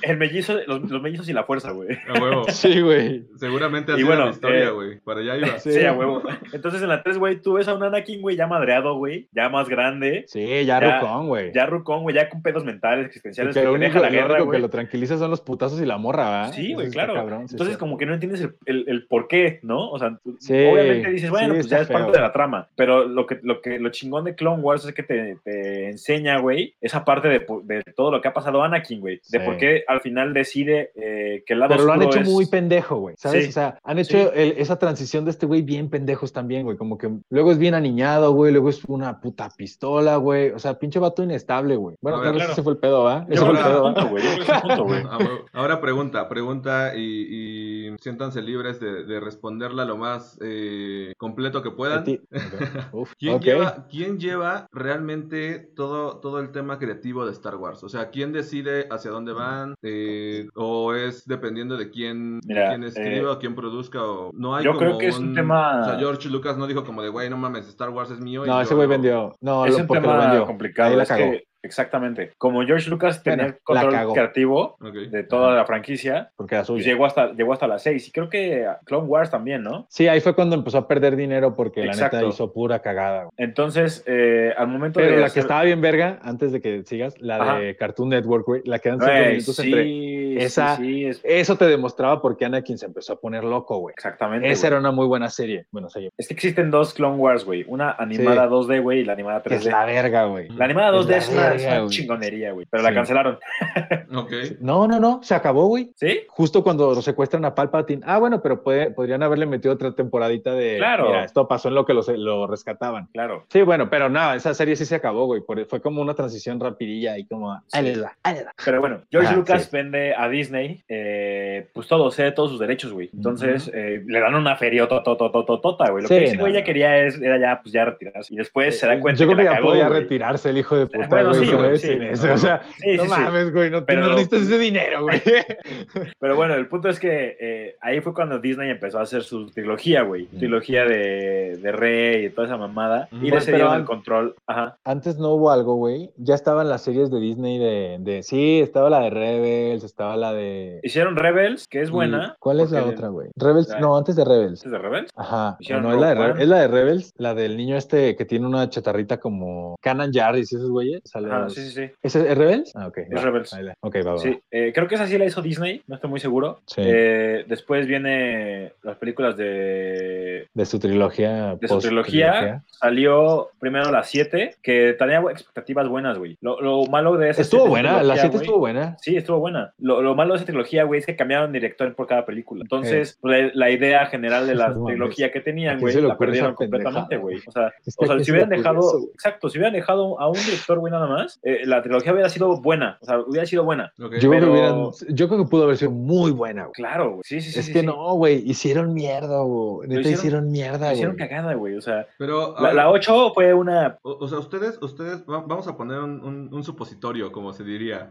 Speaker 2: El mellizo, los, los mellizos y la fuerza, güey.
Speaker 6: huevo.
Speaker 5: Sí, güey.
Speaker 6: Seguramente
Speaker 2: Y
Speaker 6: así
Speaker 2: bueno,
Speaker 6: era la historia,
Speaker 2: eh,
Speaker 6: güey. Para allá iba.
Speaker 5: Sí.
Speaker 2: Sí, a huevo. Entonces en la 3, güey, tú ves a un Anakin, güey, ya madreado, güey, ya más grande,
Speaker 5: Sí, ya,
Speaker 2: Ya-
Speaker 5: rucón, güey.
Speaker 2: ya rucón, güey, ya con pedos mentales, existenciales,
Speaker 5: que
Speaker 2: que
Speaker 5: lo
Speaker 2: te
Speaker 5: único,
Speaker 2: deja la
Speaker 5: lo
Speaker 2: guerra,
Speaker 5: único que
Speaker 2: güey.
Speaker 5: lo tranquiliza son los putazos y la morra, ¿verdad?
Speaker 2: Sí, güey,
Speaker 5: Eso está
Speaker 2: claro.
Speaker 5: cabrón, sí,
Speaker 2: Entonces,
Speaker 5: sí.
Speaker 2: como que no entiendes el, el- el por qué, ¿no? O sea, tú-
Speaker 5: Sí,
Speaker 2: obviamente dices, bueno,
Speaker 5: sí,
Speaker 2: pues ya es
Speaker 5: está
Speaker 2: parte
Speaker 5: feo.
Speaker 2: de la trama. Pero lo que, lo que, lo chingón de Clone Wars es que te, te enseña, güey, esa parte de, po- de todo lo que ha pasado a Anakin, güey. De
Speaker 5: Sí.
Speaker 2: por qué al final decide eh, que el lado
Speaker 5: Pero lo han
Speaker 2: oscuro
Speaker 5: hecho
Speaker 2: es-
Speaker 5: muy pendejo, güey. ¿Sabes?
Speaker 2: Sí,
Speaker 5: o sea, han hecho el- esa transición de este güey bien pendejos también, güey. Como que luego es bien aniñado, güey. Luego es una puta pistola, güey. O sea, pinche vato inestable, güey. Bueno,
Speaker 6: A ver,
Speaker 5: tal vez
Speaker 2: claro.
Speaker 5: ese fue el pedo, ¿va?
Speaker 2: Yo
Speaker 5: Ese
Speaker 2: creo
Speaker 5: fue
Speaker 2: que
Speaker 5: el
Speaker 6: Ahora-
Speaker 2: es
Speaker 5: pedo,
Speaker 2: un
Speaker 5: ¿va?
Speaker 2: punto, güey. Yo creo que es un punto, güey.
Speaker 6: Ah, huevo. Ahora pregunta, pregunta y, y siéntanse libres de, de responderla lo más eh, completo que puedan.
Speaker 5: Sí. Ok. Uf,
Speaker 6: ¿Quién,
Speaker 5: ok.
Speaker 6: lleva, ¿Quién lleva realmente todo, todo el tema creativo de Star Wars? O sea, ¿quién decide hacia dónde van? Eh, ¿O es dependiendo de quién,
Speaker 2: Mira,
Speaker 6: quién escriba
Speaker 2: eh,
Speaker 6: o quién produzca? O... No hay
Speaker 2: yo
Speaker 6: como
Speaker 2: creo que es un tema-
Speaker 6: O sea, George Lucas no dijo como de, güey, no mames, Star Wars es mío. y
Speaker 5: No,
Speaker 6: yo
Speaker 5: ese güey
Speaker 6: lo-
Speaker 5: vendió. No,
Speaker 2: Es
Speaker 5: lo-
Speaker 2: un
Speaker 5: porque lo
Speaker 2: tema
Speaker 5: vendió. Ahí
Speaker 2: complicado.
Speaker 5: la
Speaker 2: Es que
Speaker 5: cagó.
Speaker 2: Exactamente. Como George Lucas tenía
Speaker 5: Bueno,
Speaker 2: el
Speaker 5: la
Speaker 2: control
Speaker 5: cagó.
Speaker 2: creativo
Speaker 6: Ok.
Speaker 2: de toda la franquicia,
Speaker 5: porque era
Speaker 2: pues
Speaker 5: suya.
Speaker 2: llegó hasta, llegó hasta las 6. Y creo que Clone Wars también, ¿no?
Speaker 5: Sí, ahí fue cuando empezó a perder dinero porque la
Speaker 2: Exacto.
Speaker 5: neta hizo pura cagada. güey.
Speaker 2: Entonces, eh, al momento de.
Speaker 5: Pero la que
Speaker 2: hacer-
Speaker 5: estaba bien verga, antes de que sigas, la de Cartoon Network, güey, la que dan cinco
Speaker 2: Güey,
Speaker 5: minutos
Speaker 2: sí,
Speaker 5: entre...
Speaker 2: sí,
Speaker 5: esa-
Speaker 2: sí, es-
Speaker 5: Eso te demostraba por qué Anakin se empezó a poner loco, güey.
Speaker 2: Exactamente.
Speaker 5: Esa
Speaker 2: güey.
Speaker 5: era una muy buena serie. Bueno, serie.
Speaker 2: Es que existen dos Clone Wars, güey. Una animada 2D, güey, y la animada
Speaker 5: Que es
Speaker 2: 3D.
Speaker 5: la verga, güey.
Speaker 2: La animada
Speaker 5: Es
Speaker 2: 2D es,
Speaker 5: la
Speaker 2: una,
Speaker 5: verga,
Speaker 2: es una
Speaker 5: güey.
Speaker 2: chingonería, güey. Pero
Speaker 5: Sí.
Speaker 2: la cancelaron.
Speaker 6: Ok.
Speaker 5: No, no, no, se acabó, güey.
Speaker 2: ¿Sí?
Speaker 5: Justo cuando secuestran a Palpatine. Ah, bueno, pero puede- podrían haberle metido otra temporadita de.
Speaker 2: Claro.
Speaker 5: Mira, esto pasó en lo que los- lo rescataban.
Speaker 2: Claro.
Speaker 5: Sí, bueno, pero nada, esa serie sí se acabó, güey. por- fue como una transición rapidilla y como. a- "Ahí les va, ahí les va".
Speaker 2: Pero bueno, George
Speaker 5: Ah,
Speaker 2: Lucas
Speaker 5: sí.
Speaker 2: vende a Disney, eh, pues todo, cede todos sus derechos, güey. Entonces eh, le dan una feria tota, güey. Lo
Speaker 5: Sí,
Speaker 2: que ese güey
Speaker 5: no.
Speaker 2: ya quería es, era ya, pues ya retirarse. Y después se da cuenta
Speaker 5: Eh, Yo creo que
Speaker 2: que la
Speaker 5: ya
Speaker 2: cagó,
Speaker 5: podía
Speaker 2: güey.
Speaker 5: retirarse el hijo de puta,
Speaker 2: Bueno,
Speaker 5: güey,
Speaker 2: sí,
Speaker 5: se
Speaker 2: güey,
Speaker 5: ve
Speaker 2: sí,
Speaker 5: sin
Speaker 2: no,
Speaker 5: eso.
Speaker 2: no.
Speaker 5: O sea,
Speaker 2: Sí,
Speaker 5: no
Speaker 2: sí, sí.
Speaker 5: mames, güey, no,
Speaker 2: Pero-
Speaker 5: no necesitas ese dinero, güey.
Speaker 2: Pero bueno, el punto es que eh, ahí fue cuando Disney empezó a hacer su trilogía, güey. Trilogía de, de Rey y toda esa mamada. Y
Speaker 5: Ujú.
Speaker 2: le cedieron
Speaker 5: Pero-
Speaker 2: el control. Ajá.
Speaker 5: Antes no hubo algo, güey. Ya estaban las series de Disney de, de- Sí, estaba la de Rebels, estaba la de.
Speaker 2: Hicieron Rebels, que es buena.
Speaker 5: ¿Y ¿Cuál es la
Speaker 2: porque-
Speaker 5: otra, güey? Rebels,
Speaker 2: la-
Speaker 5: no, antes de Rebels.
Speaker 2: ¿Es de Rebels?
Speaker 5: Ajá, o
Speaker 2: Hicieron
Speaker 5: no, es la, de
Speaker 2: Rogue
Speaker 5: Re-
Speaker 2: One.
Speaker 5: es la de Rebels, la del niño este que tiene una chatarrita como Canan Jarris y esos güeyes. o sea,
Speaker 2: Ajá,
Speaker 5: los-
Speaker 2: Ah, sí, sí, sí.
Speaker 5: ¿Ese ¿Es, Rebels? Ah, ok.
Speaker 2: Es Rebels.
Speaker 5: ahí la- Ok, va, va, va.
Speaker 2: Sí, eh, creo que esa sí la hizo Disney, no estoy muy seguro.
Speaker 5: Sí.
Speaker 2: Eh, después viene las películas de,
Speaker 5: De su trilogía.
Speaker 2: de su
Speaker 5: post-
Speaker 2: trilogía. Salió primero las 7, que tenía bu- expectativas buenas, güey. Lo, lo malo de esa
Speaker 5: Estuvo buena, la 7
Speaker 2: 7
Speaker 5: estuvo buena.
Speaker 2: Sí, estuvo buena. Lo, lo malo de esa trilogía, güey, es que cambiaron de director por cada película. Entonces, la, la idea general de la
Speaker 5: No mames.
Speaker 2: trilogía que
Speaker 5: ¿A
Speaker 2: tenían,
Speaker 5: quién
Speaker 2: güey,
Speaker 5: se le
Speaker 2: la
Speaker 5: ocurre esa
Speaker 2: perdieron completamente,
Speaker 5: pendejada,
Speaker 2: güey. O sea,
Speaker 5: Es
Speaker 2: o
Speaker 5: que ¿a
Speaker 2: sea, si
Speaker 5: quién se le
Speaker 2: hubieran
Speaker 5: ocurre
Speaker 2: dejado,
Speaker 5: eso, güey?
Speaker 2: exacto, si hubieran dejado a un director, güey, nada más, eh, la trilogía hubiera sido buena. O sea, hubiera sido buena.
Speaker 6: Ok.
Speaker 5: Yo, creo
Speaker 2: pero-
Speaker 5: que hubieran- yo creo que pudo haber sido muy buena, güey.
Speaker 2: Claro, güey. Sí, sí, sí.
Speaker 5: es
Speaker 2: sí,
Speaker 5: que
Speaker 2: sí.
Speaker 5: no, güey, hicieron mierda, güey. Neta,
Speaker 2: hicieron-
Speaker 5: hicieron mierda,
Speaker 2: Me
Speaker 5: güey.
Speaker 2: hicieron cagada, güey. O sea,
Speaker 6: Pero. a
Speaker 2: la,
Speaker 6: ver,
Speaker 2: la 8 fue una.
Speaker 6: o, o sea, ustedes, ustedes, va- vamos a poner un, un- un supositorio, como se diría.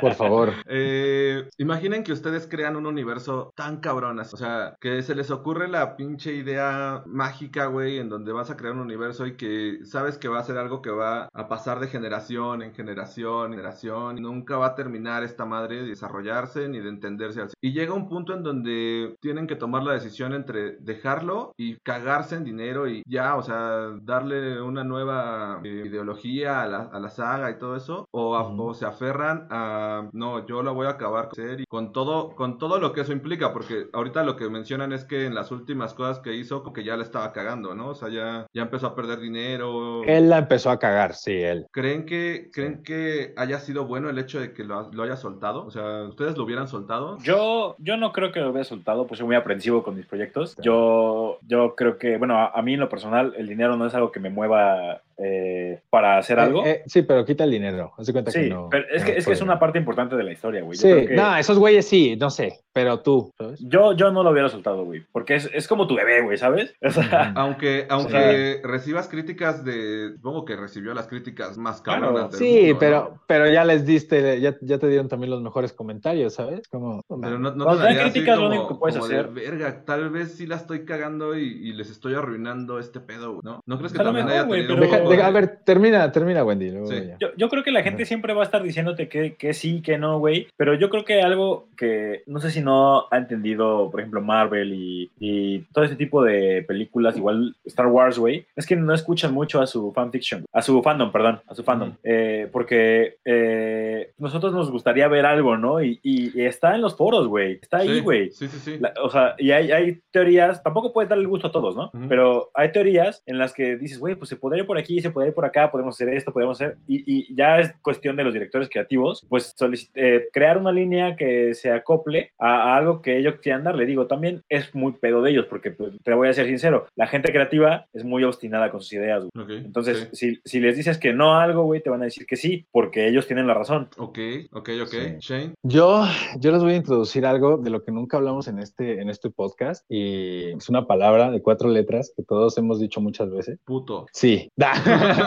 Speaker 5: Por favor.
Speaker 6: Eh, imaginen que ustedes crean un universo tan cabronas. O sea, que se les ocurre la pinche idea mágica, güey, en donde vas a crear un universo y que sabes que va a ser algo que va a pasar de generación en generación, en generación. y nunca va a terminar esta madre de desarrollarse ni de entenderse. al cien. Y llega un punto en donde tienen que tomar la decisión entre dejarlo y cagarse en dinero y ya, o sea, darle una nueva eh, ideología a la, a la saga y todo eso. O, a-
Speaker 5: Ujú.
Speaker 6: o se aferran a no, yo la voy a acabar con hacer", y con todo, con todo lo que eso implica, porque ahorita lo que mencionan es que en las últimas cosas que hizo, como que ya la estaba cagando, ¿no? O sea, ya, ya empezó a perder dinero.
Speaker 5: Él la empezó a cagar, sí, él.
Speaker 6: ¿Creen que, ¿Creen que haya sido bueno el hecho de que lo, lo haya soltado? O sea, ¿ustedes lo hubieran soltado?
Speaker 2: Yo, yo no creo que lo hubiera soltado, pues soy muy aprensivo con mis proyectos. Yo, yo creo que, bueno, a, a mí en lo personal, el dinero no es algo que me mueva eh, para hacer algo.
Speaker 5: Eh, eh, sí, pero quita el dinero. Haz de cuenta
Speaker 2: sí,
Speaker 5: que no.
Speaker 2: pero es que,
Speaker 5: no
Speaker 2: es, que es
Speaker 5: puede.
Speaker 2: una parte importante de la historia, güey. Yo
Speaker 5: Sí,
Speaker 2: creo que-
Speaker 5: no, esos güeyes sí, no sé, pero tú, ¿sabes?
Speaker 2: Yo, yo no lo hubiera soltado, güey. Porque es, es como tu bebé, güey, ¿sabes? O sea,
Speaker 5: Ujú.
Speaker 6: Aunque, aunque recibas críticas de. Supongo que recibió las críticas más
Speaker 2: Claro.
Speaker 6: cabronas. del
Speaker 5: Sí,
Speaker 6: mundo, ¿no?
Speaker 5: pero, pero ya les diste, ya, ya te dieron también los mejores comentarios, ¿sabes? Como, no,
Speaker 6: Pero
Speaker 5: man.
Speaker 6: no, no
Speaker 2: Cuando
Speaker 6: te
Speaker 2: te dan
Speaker 6: daría así
Speaker 2: críticas, lo
Speaker 6: como-
Speaker 2: único que puedes
Speaker 6: como de,
Speaker 2: hacer-
Speaker 6: Verga, tal vez sí la estoy cagando y, y les estoy arruinando este pedo, güey", ¿no? ¿No crees que
Speaker 2: A lo
Speaker 6: también
Speaker 2: mejor,
Speaker 6: haya
Speaker 2: güey,
Speaker 6: tenido un
Speaker 2: pero-
Speaker 5: Deja-
Speaker 6: poco
Speaker 5: deja-
Speaker 6: de-
Speaker 5: a ver, termina, termina, Wendy. luego
Speaker 6: Sí.
Speaker 5: ya.
Speaker 2: Yo, yo creo que la gente
Speaker 5: Ajá.
Speaker 2: siempre va a estar diciéndote que, que sí, que no, güey. Pero yo creo que algo que no sé si no ha entendido, por ejemplo, Marvel y, y todo ese tipo de películas, igual Star Wars, güey, es que no escuchan mucho a su fanfiction, a su fandom, perdón, a su fandom. Eh, porque eh, nosotros nos gustaría ver algo, ¿no? Y, y- y está en los foros, güey. Está ahí,
Speaker 6: Sí,
Speaker 2: güey.
Speaker 6: Sí, sí, sí.
Speaker 2: La- o sea, y hay, hay teorías, tampoco puedes darle el gusto a todos, ¿no?
Speaker 6: Ujú.
Speaker 2: Pero hay teorías en las que dices, güey, pues se podría ir por aquí, se podría ir por acá, podemos hacer esto, podemos hacer. Y, y ya es cuestión de los directores creativos, pues solici- eh, crear una línea que se acople a, a algo que ellos quieran darle. Digo, también es muy pedo de ellos, porque pues, te voy a ser sincero, la gente creativa es muy obstinada con sus ideas, güey.
Speaker 6: Ok,
Speaker 2: Entonces,
Speaker 6: sí.
Speaker 2: si, si les dices que no a algo, güey, te van a decir que sí, porque ellos tienen la razón.
Speaker 6: Ok, ok, ok.
Speaker 5: Sí.
Speaker 6: Shane.
Speaker 5: Yo, yo les voy a introducir algo de lo que nunca hablamos en este, en este podcast y es una palabra de cuatro letras que todos hemos dicho muchas veces.
Speaker 6: Puto.
Speaker 5: Sí,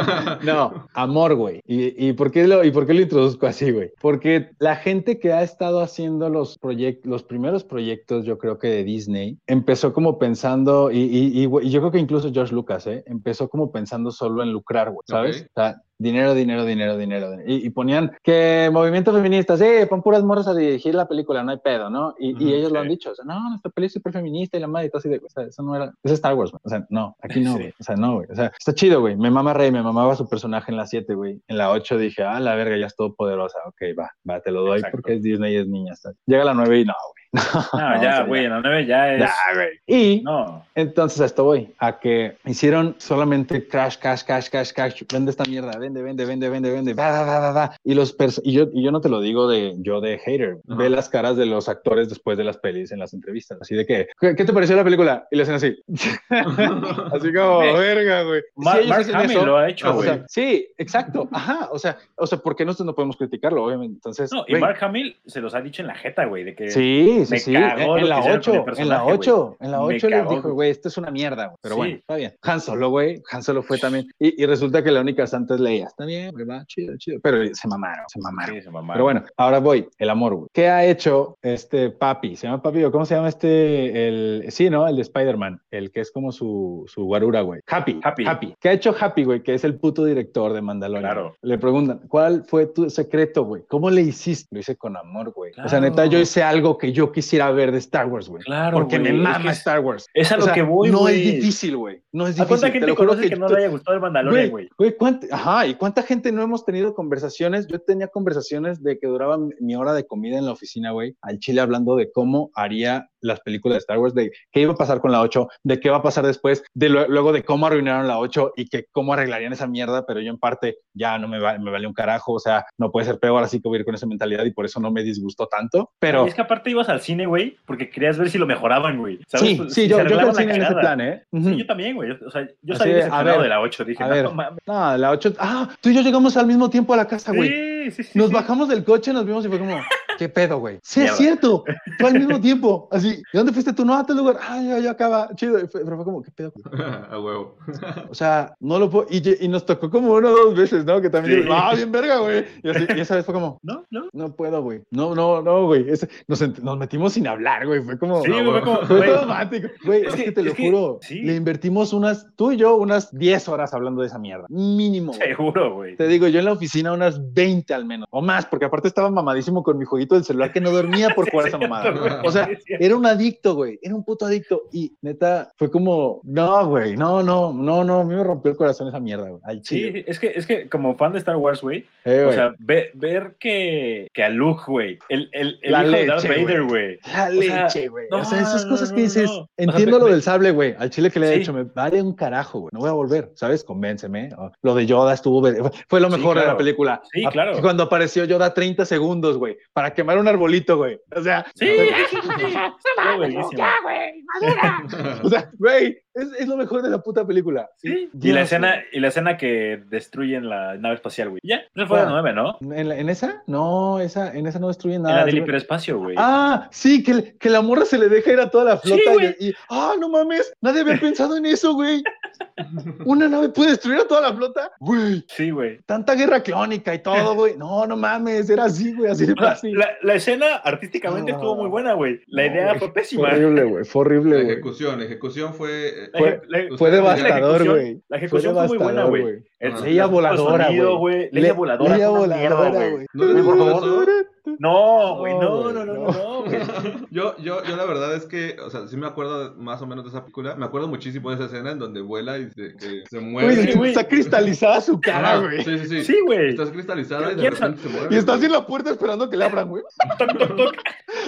Speaker 5: no, amor, güey. ¿Y, y, por qué lo, ¿Y por qué lo introduzco así, güey? Porque la gente que ha estado haciendo los, proyec- los primeros proyectos, yo creo que de Disney, empezó como pensando, y, y- y, güey, yo creo que incluso George Lucas, ¿eh? Empezó como pensando solo en lucrar, güey, ¿sabes?
Speaker 6: Ok.
Speaker 5: O sea, Dinero, dinero, dinero, dinero. dinero. Y, y ponían que movimiento feminista, sí, pon puras morras a dirigir la película, no hay pedo, ¿no? Y, y
Speaker 7: Ujú,
Speaker 5: ellos lo
Speaker 7: sí.
Speaker 5: han dicho, o sea, no, nuestra película es súper feminista y la madre y todo así de, o sea, eso no era, es Star Wars, man. o sea, no, aquí no,
Speaker 7: Sí.
Speaker 5: güey, o sea, no, güey, o sea, está chido, güey, me mama Rey, me mamaba su personaje en la 7, güey, en la 8 dije, ah, la verga, ya es todopoderosa, ok, va, va, te lo doy
Speaker 2: Exacto.
Speaker 5: porque es Disney y es niña, está. llega la 9 y no, güey.
Speaker 2: Ah,
Speaker 5: o
Speaker 2: ya,
Speaker 5: sea,
Speaker 2: güey, en la 9 ya es.
Speaker 5: Ya, güey. Y
Speaker 2: No.
Speaker 5: entonces a esto voy, a que hicieron solamente crash, cash, cash, cash, cash, vende esta mierda, vende, vende, vende, vende, vende, va, va, va, va, va. Y los pers- y yo, y yo no te lo digo de yo de hater, ve las caras de los actores después de las pelis en las entrevistas, así de que, ¿qué, qué te pareció la película? Y le hacen así, así como,
Speaker 2: Güey.
Speaker 5: verga, güey.
Speaker 2: Ma-
Speaker 5: Si ellos
Speaker 2: Mark
Speaker 5: hacen
Speaker 2: Hamill
Speaker 5: eso,
Speaker 2: lo ha hecho,
Speaker 5: o
Speaker 2: Ah, güey.
Speaker 5: sea, sí, exacto, ajá, o sea, o sea, porque nosotros no podemos criticarlo, obviamente, entonces,
Speaker 2: No, y
Speaker 5: güey.
Speaker 2: Mark Hamill se los ha dicho en la jeta, güey, de que.
Speaker 5: Sí, sí,
Speaker 2: me
Speaker 5: sí.
Speaker 2: cagó
Speaker 5: En-
Speaker 2: lo
Speaker 5: en,
Speaker 2: que
Speaker 5: la
Speaker 2: hicieron con
Speaker 5: 8,
Speaker 2: el
Speaker 5: en la
Speaker 2: personaje,
Speaker 5: 8, en la
Speaker 2: Me
Speaker 5: 8 les
Speaker 2: cagó,
Speaker 5: dijo,
Speaker 2: güey.
Speaker 5: güey, esto es una mierda, güey. Pero
Speaker 2: Sí.
Speaker 5: bueno, está bien. Han Solo, güey, Han Solo fue también. Y, y resulta que la única santa es Leia. Está bien, güey, va, chido, chido. Pero se mamaron, se mamaron.
Speaker 2: Sí, se mamaron.
Speaker 5: Pero bueno, ahora voy, el amor, güey. ¿Qué ha hecho este papi? ¿Se llama papi o cómo se llama este? El, sí, ¿no? El de Spider-Man, el que es como su, su guarura, güey. Happy,
Speaker 2: Happy.
Speaker 5: ¿Qué ha hecho Happy, güey? Que es el puto director de Mandalorian.
Speaker 2: Claro.
Speaker 5: Le preguntan, ¿cuál fue tu secreto, güey? ¿Cómo le hiciste? Lo hice con amor, güey. O sea,
Speaker 2: Claro.
Speaker 5: neta, yo hice algo que yo quisiera ver de Star Wars, güey.
Speaker 2: Claro,
Speaker 5: Porque
Speaker 2: güey,
Speaker 5: me
Speaker 2: es
Speaker 5: mama
Speaker 2: que es-
Speaker 5: Star Wars.
Speaker 2: Es a lo
Speaker 5: O sea,
Speaker 2: que voy,
Speaker 5: No
Speaker 2: güey.
Speaker 5: es difícil, güey. No es
Speaker 2: ¿A cuánta
Speaker 5: difícil. te
Speaker 2: gente
Speaker 5: lo juro
Speaker 2: conoce que, no
Speaker 5: tú-
Speaker 2: le haya gustado el Mandalorian,
Speaker 5: Güey,
Speaker 2: güey?
Speaker 5: güey, ¿cuánta- ajá, ¿y cuánta gente no hemos tenido conversaciones? Yo tenía conversaciones de que duraban mi hora de comida en la oficina, güey, al chile hablando de cómo haría las películas de Star Wars, de qué iba a pasar con la 8, de qué va a pasar después, de lue- luego de cómo arruinaron la 8 y que cómo arreglarían esa mierda, pero yo en parte ya no me, va- me vale un carajo, o sea, no puede ser peor, así que voy a ir con esa mentalidad y por eso no me disgustó tanto, pero...
Speaker 2: Y Es que aparte ibas al cine, güey, porque querías ver si lo mejoraban, güey. ¿Sabes?
Speaker 5: Sí,
Speaker 2: Pues,
Speaker 5: sí,
Speaker 2: si
Speaker 5: yo,
Speaker 2: se
Speaker 5: yo fui
Speaker 2: arreglaban
Speaker 5: al
Speaker 2: la
Speaker 5: cine en ese
Speaker 2: cagada.
Speaker 5: plan, ¿eh? Ujú.
Speaker 2: Sí, yo también, güey. O sea, yo
Speaker 5: Así
Speaker 2: salí
Speaker 5: de, a
Speaker 2: decepcionado
Speaker 5: ver,
Speaker 2: de la 8. Dije,
Speaker 5: a
Speaker 2: no,
Speaker 5: ver,
Speaker 2: mames.
Speaker 5: No, la 8... Ah, tú y yo llegamos al mismo tiempo a la casa, ah, güey.
Speaker 2: Sí, sí, sí.
Speaker 5: Nos
Speaker 2: sí.
Speaker 5: bajamos del coche, nos vimos y fue como, ¿qué pedo, güey? Sí,
Speaker 2: Mierda.
Speaker 5: es cierto. Tú al mismo tiempo, así, ¿de dónde fuiste tú? No, a tal lugar. Ah, yo, yo acaba, chido. Y fue- pero fue como, ¿qué pedo? güey?
Speaker 6: A huevo.
Speaker 5: O sea, no lo puedo. Y, lle- y nos tocó como una o dos veces, ¿no? Que también,
Speaker 2: Sí.
Speaker 5: ah, bien verga, güey. Y, así, y esa vez fue como,
Speaker 2: ¿No? ¿No?
Speaker 5: no puedo, güey. No, no, no, güey. Ese- Nos, ent- nos metimos sin hablar, güey. Fue como,
Speaker 2: Sí, güey, fue como,
Speaker 5: fue
Speaker 2: güey.
Speaker 5: traumático. Güey,
Speaker 2: Es
Speaker 5: es,
Speaker 2: que-
Speaker 5: que, te
Speaker 2: es
Speaker 5: lo
Speaker 2: que-
Speaker 5: juro.
Speaker 2: sí.
Speaker 5: Le invertimos unas, tú y yo, unas 10 horas hablando de esa mierda. Mínimo. güey.
Speaker 2: Seguro, güey.
Speaker 5: Te digo, yo en la oficina unas 20 al menos, o más, porque aparte estaba mamadísimo con mi jueguito del celular que no dormía por jugar esa mamada.
Speaker 2: Güey,
Speaker 5: O sea,
Speaker 2: sí, sí.
Speaker 5: Era un adicto, güey, era un puto adicto. Y neta, fue como, no, güey, no, no, no, no, a mí me rompió el corazón esa mierda, güey. Al
Speaker 2: Sí,
Speaker 5: chile.
Speaker 2: sí, es que, es que como fan de Star Wars, güey,
Speaker 5: Eh,
Speaker 2: o
Speaker 5: güey.
Speaker 2: sea, ve- ver que, que a Luke, güey, el, el, el
Speaker 5: La
Speaker 2: hijo de Darth
Speaker 5: leche, güey.
Speaker 2: Vader, güey,
Speaker 5: la
Speaker 2: sea,
Speaker 5: Ah, leche, güey. O, sea,
Speaker 2: no,
Speaker 5: esas
Speaker 2: no,
Speaker 5: cosas
Speaker 2: no,
Speaker 5: que dices,
Speaker 2: no. O sea,
Speaker 5: entiendo
Speaker 2: me-
Speaker 5: lo
Speaker 2: me-
Speaker 5: del sable, güey. Al chile que le he
Speaker 2: Sí.
Speaker 5: dicho, me vale un carajo, güey. No voy a volver, ¿sabes? Convénceme. O- Lo de Yoda estuvo, ver- fue- fue lo
Speaker 2: Sí,
Speaker 5: mejor de
Speaker 2: claro.
Speaker 5: la película.
Speaker 2: Sí,
Speaker 5: A-
Speaker 2: claro.
Speaker 5: Cuando apareció Yoda 30 segundos, güey, para quemar un arbolito, güey. O sea,
Speaker 2: Sí, sí, sí, sí. Estuvo buenísimo.
Speaker 5: O sea, güey, es, es lo mejor de la puta película.
Speaker 2: Sí. Y
Speaker 5: Dios,
Speaker 2: la escena, y la escena que destruyen la nave espacial, güey. Ya, esa fue la
Speaker 5: Ah.
Speaker 2: nueve, ¿no?
Speaker 5: güey. ¿En, la- en esa? No, esa, en esa no destruyen
Speaker 2: En
Speaker 5: nada.
Speaker 2: la del hiperespacio, güey.
Speaker 5: Ah, sí, que, le- que la morra se le deja ir a toda la flota y-
Speaker 2: güey.
Speaker 5: y, ah, no mames, nadie había pensado en eso, güey. Una nave puede destruir a toda la flota, güey.
Speaker 2: Sí, güey.
Speaker 5: Tanta guerra clónica y todo, güey. No, no mames, era así, güey, así de
Speaker 2: O sea,
Speaker 5: fácil.
Speaker 2: La, la escena artísticamente
Speaker 5: No.
Speaker 2: estuvo muy buena, güey. La
Speaker 5: No,
Speaker 2: idea
Speaker 5: güey.
Speaker 2: fue
Speaker 5: Fue
Speaker 2: pésima.
Speaker 5: horrible, güey,
Speaker 6: La
Speaker 5: fue horrible, güey.
Speaker 6: ejecución, la ejecución fue. eh,
Speaker 2: La
Speaker 5: Fue-
Speaker 2: eje- la-
Speaker 5: Fue
Speaker 6: la
Speaker 5: devastador,
Speaker 2: ejecución-
Speaker 5: güey.
Speaker 2: la ecuación fue muy buena,
Speaker 5: devastador,
Speaker 2: güey.
Speaker 6: Ah.
Speaker 2: el-
Speaker 5: Leia
Speaker 2: el
Speaker 5: voladora,
Speaker 2: sonido,
Speaker 5: güey.
Speaker 2: güey. Leia
Speaker 5: Le-
Speaker 2: voladora.
Speaker 5: Leia
Speaker 2: fue una
Speaker 5: voladora,
Speaker 2: mierda, güey.
Speaker 6: ¿No les
Speaker 5: Por
Speaker 6: gustó
Speaker 5: favor.
Speaker 6: eso?
Speaker 2: No, güey, no,
Speaker 5: No,
Speaker 2: no, no, no,
Speaker 5: güey,
Speaker 2: no, güey.
Speaker 6: Yo, yo, yo la verdad es que, o sea, sí me acuerdo más o menos de esa película. Me acuerdo muchísimo de esa escena en donde vuela y se, que se mueve.
Speaker 5: Güey,
Speaker 2: güey.
Speaker 5: está cristalizada su cara,
Speaker 6: Ajá,
Speaker 5: güey.
Speaker 6: Sí, sí, sí.
Speaker 2: Sí, güey.
Speaker 6: Estás cristalizada y
Speaker 2: Y
Speaker 6: de
Speaker 2: esa-
Speaker 6: repente se mueve.
Speaker 5: Y está así
Speaker 6: güey.
Speaker 5: en la puerta esperando que le abran, güey.
Speaker 2: Toc, toc, toc.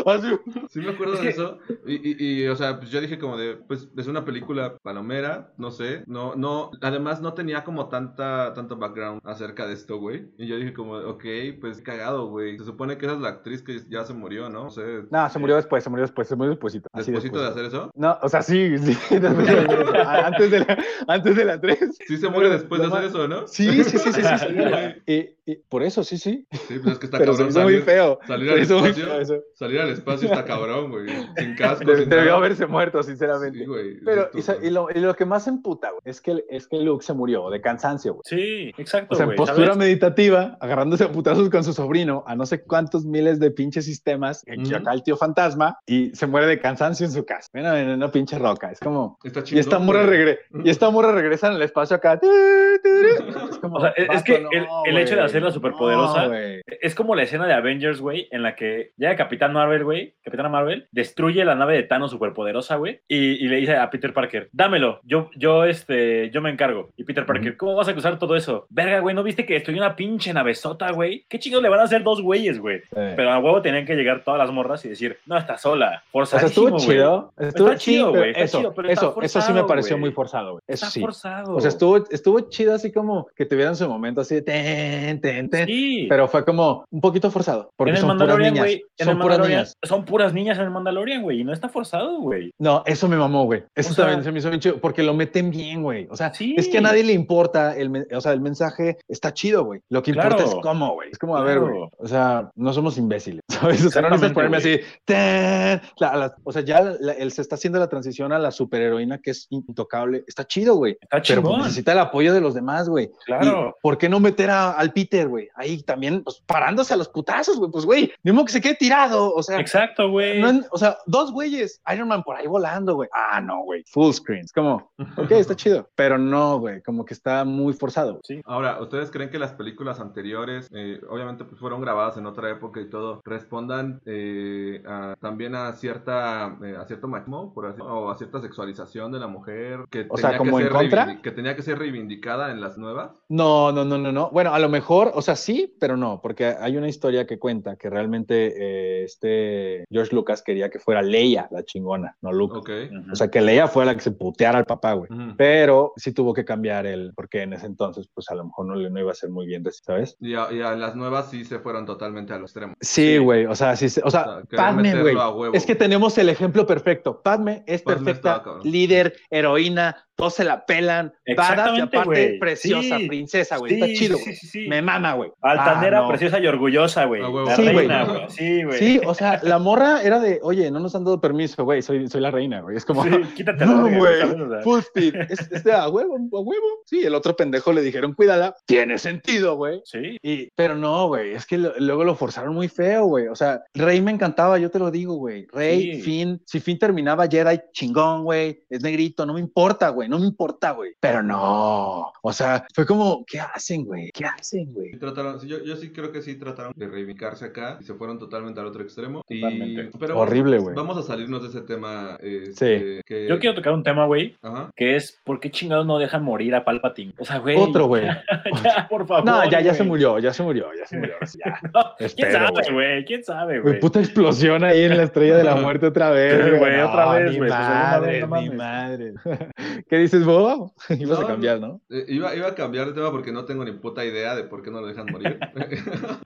Speaker 5: Así.
Speaker 6: Sí me acuerdo de eso. Y, y, y, o sea, pues yo dije como de, pues es una película palomera, no sé. No, no, además no tenía como tanta, tanto background acerca de esto, güey. Y yo dije como, ok, pues cagado, güey. Se supone que esa es la actriz que ya se murió, ¿no? No sé.
Speaker 5: No, se murió después, se murió después, se murió despuesito. Así
Speaker 6: Despuésito de
Speaker 5: despuesito.
Speaker 6: hacer eso.
Speaker 5: No, o sea, sí, sí. después de hacer- a- antes, de la, antes de la 3.
Speaker 6: Sí se muere
Speaker 5: Pero
Speaker 6: después de
Speaker 5: lo
Speaker 6: hacer
Speaker 5: más-
Speaker 6: eso, ¿no?
Speaker 5: Sí, sí, sí, sí, sí. sí, güey. Y y- por eso, sí, sí.
Speaker 6: Sí, pues es que está
Speaker 5: Pero se
Speaker 6: cabrón
Speaker 5: me hizo muy
Speaker 6: salir,
Speaker 5: feo.
Speaker 6: salir
Speaker 5: Se me
Speaker 6: al
Speaker 5: hizo muy
Speaker 6: espacio.
Speaker 5: feo eso.
Speaker 6: Salir al espacio está cabrón, güey. Sin casco,
Speaker 5: De-
Speaker 6: sin
Speaker 5: Debió
Speaker 6: nada.
Speaker 5: haberse muerto,
Speaker 6: Sí,
Speaker 5: sinceramente.
Speaker 6: güey.
Speaker 5: Pero,
Speaker 6: exacto,
Speaker 5: y, sa- y
Speaker 6: güey.
Speaker 5: lo, y lo que más emputa, güey, es que, es que Luke se murió de cansancio, güey.
Speaker 2: Sí, exacto.
Speaker 5: O sea, en
Speaker 2: güey,
Speaker 5: postura
Speaker 2: ¿sabes?
Speaker 5: meditativa, agarrándose a putazos con su sobrino, a no sé cuántos miles de pinches sistemas, y
Speaker 6: Ujú.
Speaker 5: acá el tío fantasma, y se muere de cansancio en su casa. Mira, en una pinche roca. Es como.
Speaker 6: Está
Speaker 5: Y esta,
Speaker 6: chingón,
Speaker 5: morra
Speaker 6: güey.
Speaker 5: regre y esta morra regresa en el espacio acá. Es, como,
Speaker 2: O sea, e, es- es que
Speaker 5: "Vato,
Speaker 2: el- el
Speaker 5: güey.
Speaker 2: hecho de hacerla superpoderosa-
Speaker 5: No, güey.
Speaker 2: Es como la escena de Avengers, güey, en la que llega Capitán Marvel, güey, Capitana Marvel, destruye la nave de Thanos superpoderosa, güey, y, y le dice a Peter Parker, dámelo, yo, yo, este, yo me encargo. Y Peter Parker, ¿cómo vas a cruzar todo eso? Verga, güey, ¿no viste que destruyó una pinche navezota, güey? ¿Qué chicos le van a hacer dos güeyes, güey?
Speaker 5: Sí.
Speaker 2: Pero a huevo tenían que llegar todas las morras y decir, no, está sola,
Speaker 5: O sea,
Speaker 2: forzadísimo,
Speaker 5: estuvo
Speaker 2: güey.
Speaker 5: chido. Estuvo
Speaker 2: Está chido,
Speaker 5: chido,
Speaker 2: güey,
Speaker 5: güey.
Speaker 2: está
Speaker 5: Eso,
Speaker 2: chido, pero está
Speaker 5: eso, eso sí me
Speaker 2: forzado,
Speaker 5: pareció
Speaker 2: güey.
Speaker 5: muy forzado, güey. Eso
Speaker 2: Está
Speaker 5: sí.
Speaker 2: forzado.
Speaker 5: O sea, estuvo, estuvo chido así como que tuvieran su momento así de ten, ten, ten.
Speaker 2: Sí.
Speaker 5: Pero fue como un poquito forzado. Porque
Speaker 2: en el
Speaker 5: son puras
Speaker 2: Mandalorian,
Speaker 5: niñas.
Speaker 2: güey. en el
Speaker 5: Son puras
Speaker 2: Mandalorian-
Speaker 5: niñas.
Speaker 2: Son puras niñas en el Mandalorian, güey. Y no está forzado, güey.
Speaker 5: No, eso me mamó, güey. Eso
Speaker 2: O sea-
Speaker 5: también se me hizo bien chido. Porque lo meten bien, güey. O sea,
Speaker 2: Sí.
Speaker 5: es que a nadie le importa. El, men- o sea, el mensaje está chido, güey. Lo que importa
Speaker 2: Claro.
Speaker 5: es cómo, güey. Es como, a ver,
Speaker 2: Claro.
Speaker 5: güey. O sea, no somos imbéciles. ¿Sabes? O sea, no necesitas
Speaker 2: Exactamente,
Speaker 5: ponerme
Speaker 2: güey.
Speaker 5: así. "Ten", la- la- o sea, ya la- él se está haciendo la transición a la superheroína que es intocable. Está chido, güey.
Speaker 2: Está
Speaker 5: Pero pues
Speaker 2: chingón.
Speaker 5: necesita el apoyo de los demás, güey.
Speaker 2: claro.
Speaker 5: ¿Y ¿Por qué no meter a- al Peter, güey? Ahí también, pues, parándose a los putazos, güey. Pues, güey, ni modo que se quede tirado. O sea,
Speaker 2: Exacto, güey.
Speaker 5: no en- o sea, dos güeyes. Iron Man por ahí volando, güey. Ah, no, güey. Full screen. Es como, ok, está chido. Pero no, güey. Como que está muy forzado.
Speaker 6: Ahora, ¿ustedes creen que las películas anteriores, eh, obviamente pues fueron grabadas en otra época y todo, respondan eh, a- también a cierta eh, a cierto machismo, por así o a cierta sexualización de la mujer que
Speaker 5: O sea, ¿como
Speaker 6: que
Speaker 5: en
Speaker 6: ser
Speaker 5: contra?
Speaker 6: reivindi- que tenía que ser reivindicada en las nuevas?
Speaker 5: No, no, no, no, no. Bueno, a lo mejor, o sea, sí, pero no, porque hay una historia que cuenta que realmente eh, este George Lucas quería que fuera Leia la chingona, no Lucas.
Speaker 6: Ok.
Speaker 2: Ujú.
Speaker 5: O sea, que Leia fuera la que se puteara al papá, güey.
Speaker 6: Ujú.
Speaker 5: Pero sí tuvo que cambiar el, porque en ese entonces, pues a lo mejor no le no iba a ser muy bien, ¿sabes?
Speaker 6: Y a, y a las nuevas sí se fueron totalmente al extremo.
Speaker 5: Sí, güey, o sea, sí, se- o
Speaker 6: O sea,
Speaker 5: sea,
Speaker 6: querer
Speaker 5: Padme,
Speaker 6: meterlo
Speaker 5: güey.
Speaker 6: a huevo.
Speaker 5: Es que tenemos el ejemplo perfecto. Padme es
Speaker 6: Padme
Speaker 5: perfecta,
Speaker 6: estaba cabrón.
Speaker 5: líder, heroína, todos se la pelan, badass y
Speaker 2: Exactamente,
Speaker 5: aparte
Speaker 2: güey.
Speaker 5: preciosa,
Speaker 2: Sí.
Speaker 5: princesa, güey.
Speaker 2: Sí,
Speaker 5: Está chido,
Speaker 2: sí,
Speaker 5: güey.
Speaker 2: sí, sí.
Speaker 5: Me mama, güey.
Speaker 2: Altanera,
Speaker 5: Ah, no.
Speaker 2: preciosa y orgullosa, güey.
Speaker 6: Ah, güey,
Speaker 2: La
Speaker 5: sí, güey.
Speaker 2: reina, güey. Sí, güey.
Speaker 5: Sí, o sea, la morra era de, oye, no nos han dado permiso, güey, soy, soy la reina, güey. Es como,
Speaker 2: Sí, quítate la
Speaker 5: no,
Speaker 2: verga,
Speaker 5: güey,
Speaker 2: ¿sabes? O sea,
Speaker 5: full speed. Es, es de a huevo, a huevo. Sí, el otro pendejo le dijeron, cuídala. Tiene sentido, güey.
Speaker 2: Sí.
Speaker 5: Y, pero no, güey, es que lo- luego lo forzaron muy feo, güey. O sea, Rey me encantaba, yo te lo digo, güey. Rey,
Speaker 2: Sí.
Speaker 5: Finn, si Finn terminaba Jedi, chingón, güey. Es negrito, no me importa, güey, no me importa, güey. Pero no, o sea, fue como, ¿qué hacen, güey? ¿Qué hacen, güey?
Speaker 6: Sí trataron- sí, yo, yo sí creo que sí trataron de reivindicarse acá y se fueron totalmente al otro extremo. Y-
Speaker 2: Totalmente.
Speaker 6: pero
Speaker 5: Horrible,
Speaker 2: pues,
Speaker 5: güey.
Speaker 6: Vamos a salirnos de ese tema. eh,
Speaker 5: Sí.
Speaker 6: este, que-
Speaker 2: Yo quiero tocar un tema, güey,
Speaker 6: Ajá.
Speaker 2: que es ¿por qué chingados no dejan morir a Palpatine? O sea, güey.
Speaker 5: Otro, güey.
Speaker 2: ya, por favor.
Speaker 5: No, ya, ya se
Speaker 2: güey.
Speaker 5: murió, ya se murió, ya se murió. ahora sí, ya.
Speaker 2: No, ¿Quién
Speaker 5: Espero,
Speaker 2: sabe,
Speaker 5: güey.
Speaker 2: güey? ¿Quién sabe,
Speaker 5: Güey,
Speaker 2: güey?
Speaker 5: puta explosión ahí en la estrella de la muerte otra vez.
Speaker 2: Sí, güey,
Speaker 5: No,
Speaker 2: otra vez,
Speaker 5: ni
Speaker 2: güey, pues, alguna vez,
Speaker 5: Madre,
Speaker 2: no mames.
Speaker 5: mi madre. ¿Qué dices, Bobo? Ibas
Speaker 6: No,
Speaker 5: a cambiar, ¿no?
Speaker 6: Eh, iba, iba a cambiar de tema porque no tengo ni puta idea de por qué no lo dejan morir.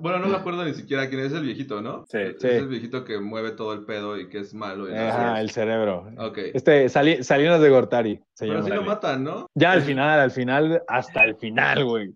Speaker 6: bueno, no me acuerdo ni siquiera quién es el viejito, ¿no? Eh,
Speaker 2: Sí,
Speaker 6: Es
Speaker 5: sí.
Speaker 6: el viejito que mueve todo el pedo y que es malo. Y no
Speaker 5: Ajá,
Speaker 6: sé.
Speaker 5: el cerebro.
Speaker 6: Ok.
Speaker 5: Este, Sali- Salinas de Gortari. se
Speaker 6: Pero
Speaker 5: llama.
Speaker 6: sí lo matan, ¿no?
Speaker 5: Ya al final, al final, hasta el final, güey.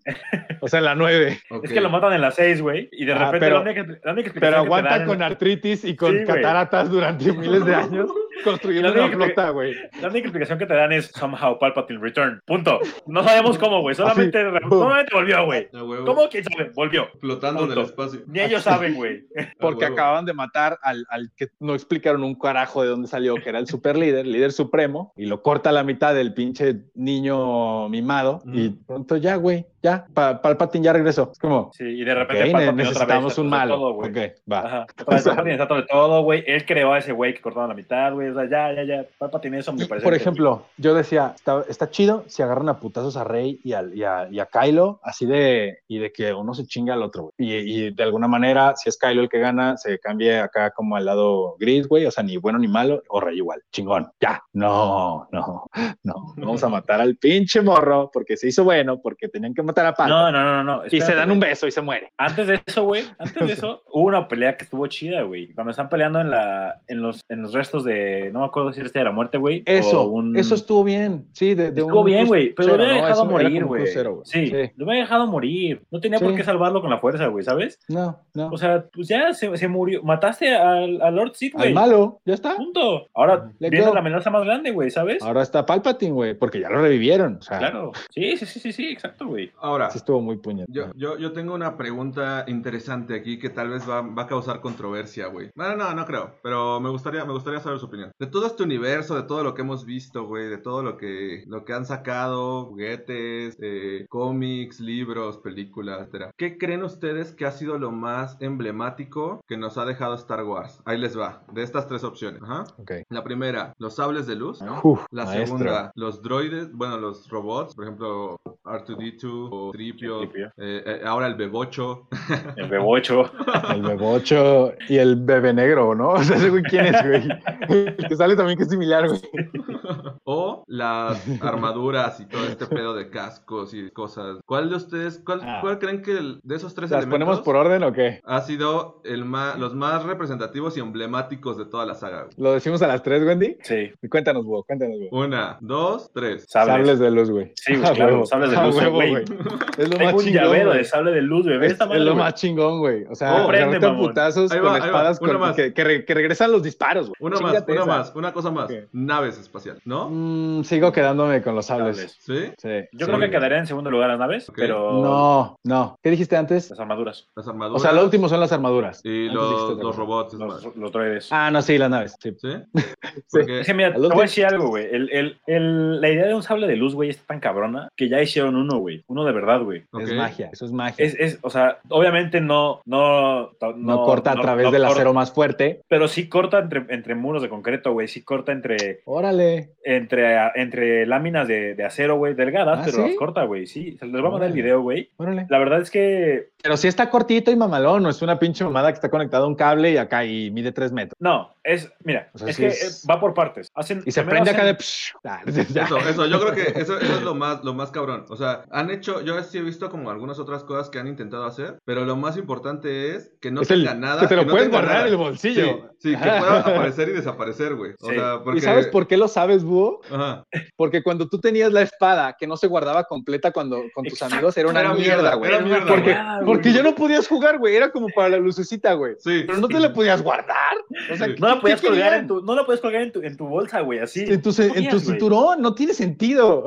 Speaker 5: O sea, en la 9.
Speaker 6: Ok.
Speaker 2: Es que lo matan en las seis, güey. Y de
Speaker 5: Ah,
Speaker 2: repente
Speaker 5: pero-
Speaker 2: la única, la única explicación
Speaker 5: Pero
Speaker 2: que te dan
Speaker 5: aguanta
Speaker 2: en-
Speaker 5: con artritis y con
Speaker 2: Sí, güey.
Speaker 5: cataratas durante miles de años construyendo
Speaker 2: Yo digo
Speaker 5: una
Speaker 2: que te-
Speaker 5: flota, güey.
Speaker 2: La única explicación que te dan es somehow Palpatine return. Punto. No sabemos cómo,
Speaker 5: Ah,
Speaker 2: güey. Solamente, solamente volvió, güey.
Speaker 6: A huevo,
Speaker 2: ¿Cómo? ¿Quién sabe? Volvió.
Speaker 6: Flotando en el
Speaker 2: Punto.
Speaker 6: espacio.
Speaker 2: Ni ellos
Speaker 5: Ah,
Speaker 2: saben, güey.
Speaker 6: A
Speaker 5: Porque
Speaker 6: huevo.
Speaker 5: acaban de matar al, al que no explicaron un carajo de dónde salió, que era el super líder, líder supremo, y lo corta a la mitad del pinche niño mimado.
Speaker 6: Mm.
Speaker 5: Y pronto ya, güey, ya, Pa- Palpatine ya regresó. Es como,
Speaker 2: Sí, y de
Speaker 5: ok,
Speaker 2: repente
Speaker 5: ne-
Speaker 2: Palpatine otra vez.
Speaker 5: necesitamos
Speaker 2: está
Speaker 5: un
Speaker 2: todo,
Speaker 5: malo.
Speaker 2: güey.
Speaker 5: ok, va.
Speaker 2: Ajá. Palpatine está todo de todo, güey. Él creó a ese güey que cortaba la mitad, güey. O sea, ya, ya, ya. Palpatine eso me
Speaker 5: Y,
Speaker 2: parece.
Speaker 5: por
Speaker 2: que-
Speaker 5: ejemplo, yo decía, está, está chido si agarran a putazos a Rey y, al- y a, y a Kylo, así de, y de que uno se chinga al otro, güey. Y, y de alguna manera, si es Kylo el que gana, se cambie acá como al lado gris, güey, o sea, ni bueno ni malo, o Rey igual, chingón, ya. No, no, no, vamos a matar al pinche morro porque se hizo bueno, porque tenían que matar a Palpa.
Speaker 2: No, no, no, no. no.
Speaker 5: y se
Speaker 2: espérate,
Speaker 5: dan un
Speaker 2: güey.
Speaker 5: beso y se muere.
Speaker 2: Antes de eso, güey, antes de eso, hubo una pelea que estuvo chida, güey. Cuando están peleando en la, en los, en los restos de, no me acuerdo si era este de la muerte, güey.
Speaker 5: Eso,
Speaker 2: o un-
Speaker 5: eso estuvo bien. Sí, de, de
Speaker 2: Estuvo
Speaker 5: un
Speaker 2: bien, güey, pero lo
Speaker 5: crucero,
Speaker 2: hubiera
Speaker 5: ¿no?
Speaker 2: dejado
Speaker 5: Eso era
Speaker 2: morir,
Speaker 5: como un
Speaker 2: güey.
Speaker 5: crucero, güey.
Speaker 2: Sí,
Speaker 5: Sí.
Speaker 2: lo hubiera dejado morir. No tenía por
Speaker 5: Sí.
Speaker 2: qué salvarlo con la fuerza, güey, ¿sabes?
Speaker 5: No, no.
Speaker 2: O sea, pues ya se, se murió. Mataste al, al Lord Sid,
Speaker 5: Al
Speaker 2: güey.
Speaker 5: malo, ya está.
Speaker 2: Punto. Ahora
Speaker 5: Let
Speaker 2: viene
Speaker 5: go.
Speaker 2: la amenaza más grande, güey, ¿sabes?
Speaker 5: Ahora está Palpatine, güey, porque ya lo revivieron. O sea,
Speaker 2: Claro. Sí, sí, sí, sí, sí, exacto, güey.
Speaker 6: Ahora,
Speaker 5: sí estuvo muy puñetado.
Speaker 6: yo, yo, yo tengo una pregunta interesante aquí que tal vez va, va a causar controversia, güey. Bueno, no, no creo, pero me gustaría, me gustaría saber su opinión. De todo este universo, de todo lo que hemos visto, güey, de todo lo que, lo que han sacado, juguetes, eh, cómics, libros, películas, etcétera. ¿Qué creen ustedes que ha sido lo más emblemático que nos ha dejado Star Wars? Ahí les va, de estas tres opciones. Ajá.
Speaker 5: Ok.
Speaker 6: La primera, los sables de luz.
Speaker 5: Uf,
Speaker 6: La
Speaker 5: maestro.
Speaker 6: segunda, los droides, bueno, los robots, por ejemplo, R2D2 o Tripio,
Speaker 2: Tripio.
Speaker 6: eh, eh, ahora el Bebocho.
Speaker 2: El bebocho.
Speaker 5: El bebocho y el bebé negro, ¿no? O sea, ese güey, ¿quién es, güey? El que sale también que es similar, güey.
Speaker 6: o las armaduras y todo este pedo de cascos y cosas. ¿Cuál de ustedes, cuál,
Speaker 5: Ah.
Speaker 6: cuál creen que el- de esos tres
Speaker 5: ¿Las ponemos
Speaker 6: elementos
Speaker 5: por orden o qué?
Speaker 6: ha sido el ma- los más representativos y emblemáticos de toda la saga? güey?
Speaker 5: ¿Lo decimos a las tres, Wendy?
Speaker 2: Sí,
Speaker 5: Cuéntanos, Bo, cuéntanos, Bo.
Speaker 6: Una, dos, tres.
Speaker 2: sables.
Speaker 5: Sables de luz, güey.
Speaker 2: Sí, güey, claro, sables de
Speaker 5: A
Speaker 2: luz,
Speaker 5: huevo,
Speaker 2: güey.
Speaker 5: Es lo
Speaker 2: Tengo
Speaker 5: más
Speaker 2: un
Speaker 5: chingón.
Speaker 2: llavero
Speaker 5: güey.
Speaker 2: de sable de luz, bebé.
Speaker 5: Es,
Speaker 2: Esta madre,
Speaker 5: es lo
Speaker 2: güey.
Speaker 5: más chingón, güey. O sea,
Speaker 6: Oh,
Speaker 5: agarrarte
Speaker 2: prende,
Speaker 5: a
Speaker 2: mamón.
Speaker 5: putazos
Speaker 6: Ahí
Speaker 5: con
Speaker 6: va, ahí va.
Speaker 5: espadas
Speaker 6: Uno
Speaker 5: con-
Speaker 6: más.
Speaker 5: que, que re- que regresan los disparos, güey.
Speaker 6: Una más,
Speaker 5: Chíngate
Speaker 6: una
Speaker 5: esa.
Speaker 6: más, una cosa más.
Speaker 5: ¿Qué?
Speaker 6: Naves espaciales, ¿no?
Speaker 5: Mm, sigo quedándome con los sables.
Speaker 2: Sables.
Speaker 6: ¿Sí?
Speaker 5: Sí.
Speaker 2: Yo
Speaker 6: Sí.
Speaker 2: creo que quedaría en segundo lugar las naves,
Speaker 6: Ok.
Speaker 2: pero
Speaker 5: No, no. ¿Qué dijiste antes?
Speaker 2: las armaduras,
Speaker 6: Las armaduras.
Speaker 5: O sea, lo último son las armaduras.
Speaker 6: Y
Speaker 5: Antes dijiste
Speaker 6: los,
Speaker 5: otra
Speaker 6: los
Speaker 5: cosa.
Speaker 6: robots. es más.
Speaker 2: los, los droides.
Speaker 5: Ah, no, sí, las naves. Sí.
Speaker 6: ¿Sí? Porque-
Speaker 2: Es que mira,
Speaker 5: Al
Speaker 2: te voy
Speaker 5: último-
Speaker 2: a decir algo, güey. El, el, el, la idea de un sable de luz, güey, es tan cabrona que ya hicieron uno, güey. Uno de verdad, güey.
Speaker 6: ok.
Speaker 5: Es magia, eso es magia.
Speaker 2: Es, es, o sea, obviamente no, no, no,
Speaker 5: no, corta a
Speaker 2: no-
Speaker 5: través
Speaker 2: no
Speaker 5: del
Speaker 2: corta,
Speaker 5: acero más fuerte.
Speaker 2: Pero sí corta entre, entre muros de concreto, güey. Sí corta entre,
Speaker 5: Órale.
Speaker 2: entre, entre láminas de, de acero, güey, delgadas,
Speaker 5: ¿Ah,
Speaker 2: pero
Speaker 5: sí?
Speaker 2: las corta, güey. Sí, se les va a mandar el
Speaker 5: Órale.
Speaker 2: video, güey.
Speaker 5: Órale.
Speaker 2: La verdad es que
Speaker 5: Pero si está cortito y mamalón, no es una pinche mamada que está conectada a un cable y acá y mide tres metros.
Speaker 2: no, es, mira,
Speaker 5: O sea,
Speaker 2: es
Speaker 5: sí
Speaker 2: que
Speaker 5: es-
Speaker 2: eh, va por partes. Hacen,
Speaker 5: Y se
Speaker 2: primero
Speaker 5: prende acá de...
Speaker 2: hacen-
Speaker 5: psh. Ah, ya.
Speaker 6: Eso, eso, yo creo que eso, eso es lo más, lo más cabrón. O sea, han hecho, yo sí he visto como algunas otras cosas que han intentado hacer, pero lo más importante es que no
Speaker 5: Es el-
Speaker 6: tenga nada.
Speaker 5: que te lo
Speaker 6: no
Speaker 5: puedes
Speaker 6: tenga
Speaker 5: guardar
Speaker 6: nada.
Speaker 5: en el
Speaker 6: Sí,
Speaker 5: bolsillo.
Speaker 6: sí, que
Speaker 5: Ajá.
Speaker 6: pueda aparecer y desaparecer, güey. O
Speaker 2: Sí.
Speaker 6: sea, porque...
Speaker 5: ¿Y sabes por qué lo sabes, Búho?
Speaker 6: Ajá.
Speaker 5: Porque cuando tú tenías la espada que no se guardaba completa cuando con tus
Speaker 2: Exacto,
Speaker 5: amigos era una
Speaker 6: era
Speaker 5: mierda,
Speaker 6: mierda,
Speaker 5: güey.
Speaker 6: era mierda,
Speaker 5: Porque,
Speaker 2: Ah, güey.
Speaker 5: porque ya no podías jugar, güey. Era como para la lucecita, güey.
Speaker 6: Sí.
Speaker 5: Pero no te la podías guardar. O sea,
Speaker 6: Sí.
Speaker 2: No la
Speaker 5: ¿qué
Speaker 2: podías colgar
Speaker 5: querían?
Speaker 2: en tu, no la puedes colgar en tu, en tu bolsa, güey, así.
Speaker 5: En tu, ce- en tu
Speaker 2: Podías, güey.
Speaker 5: cinturón, no tiene sentido.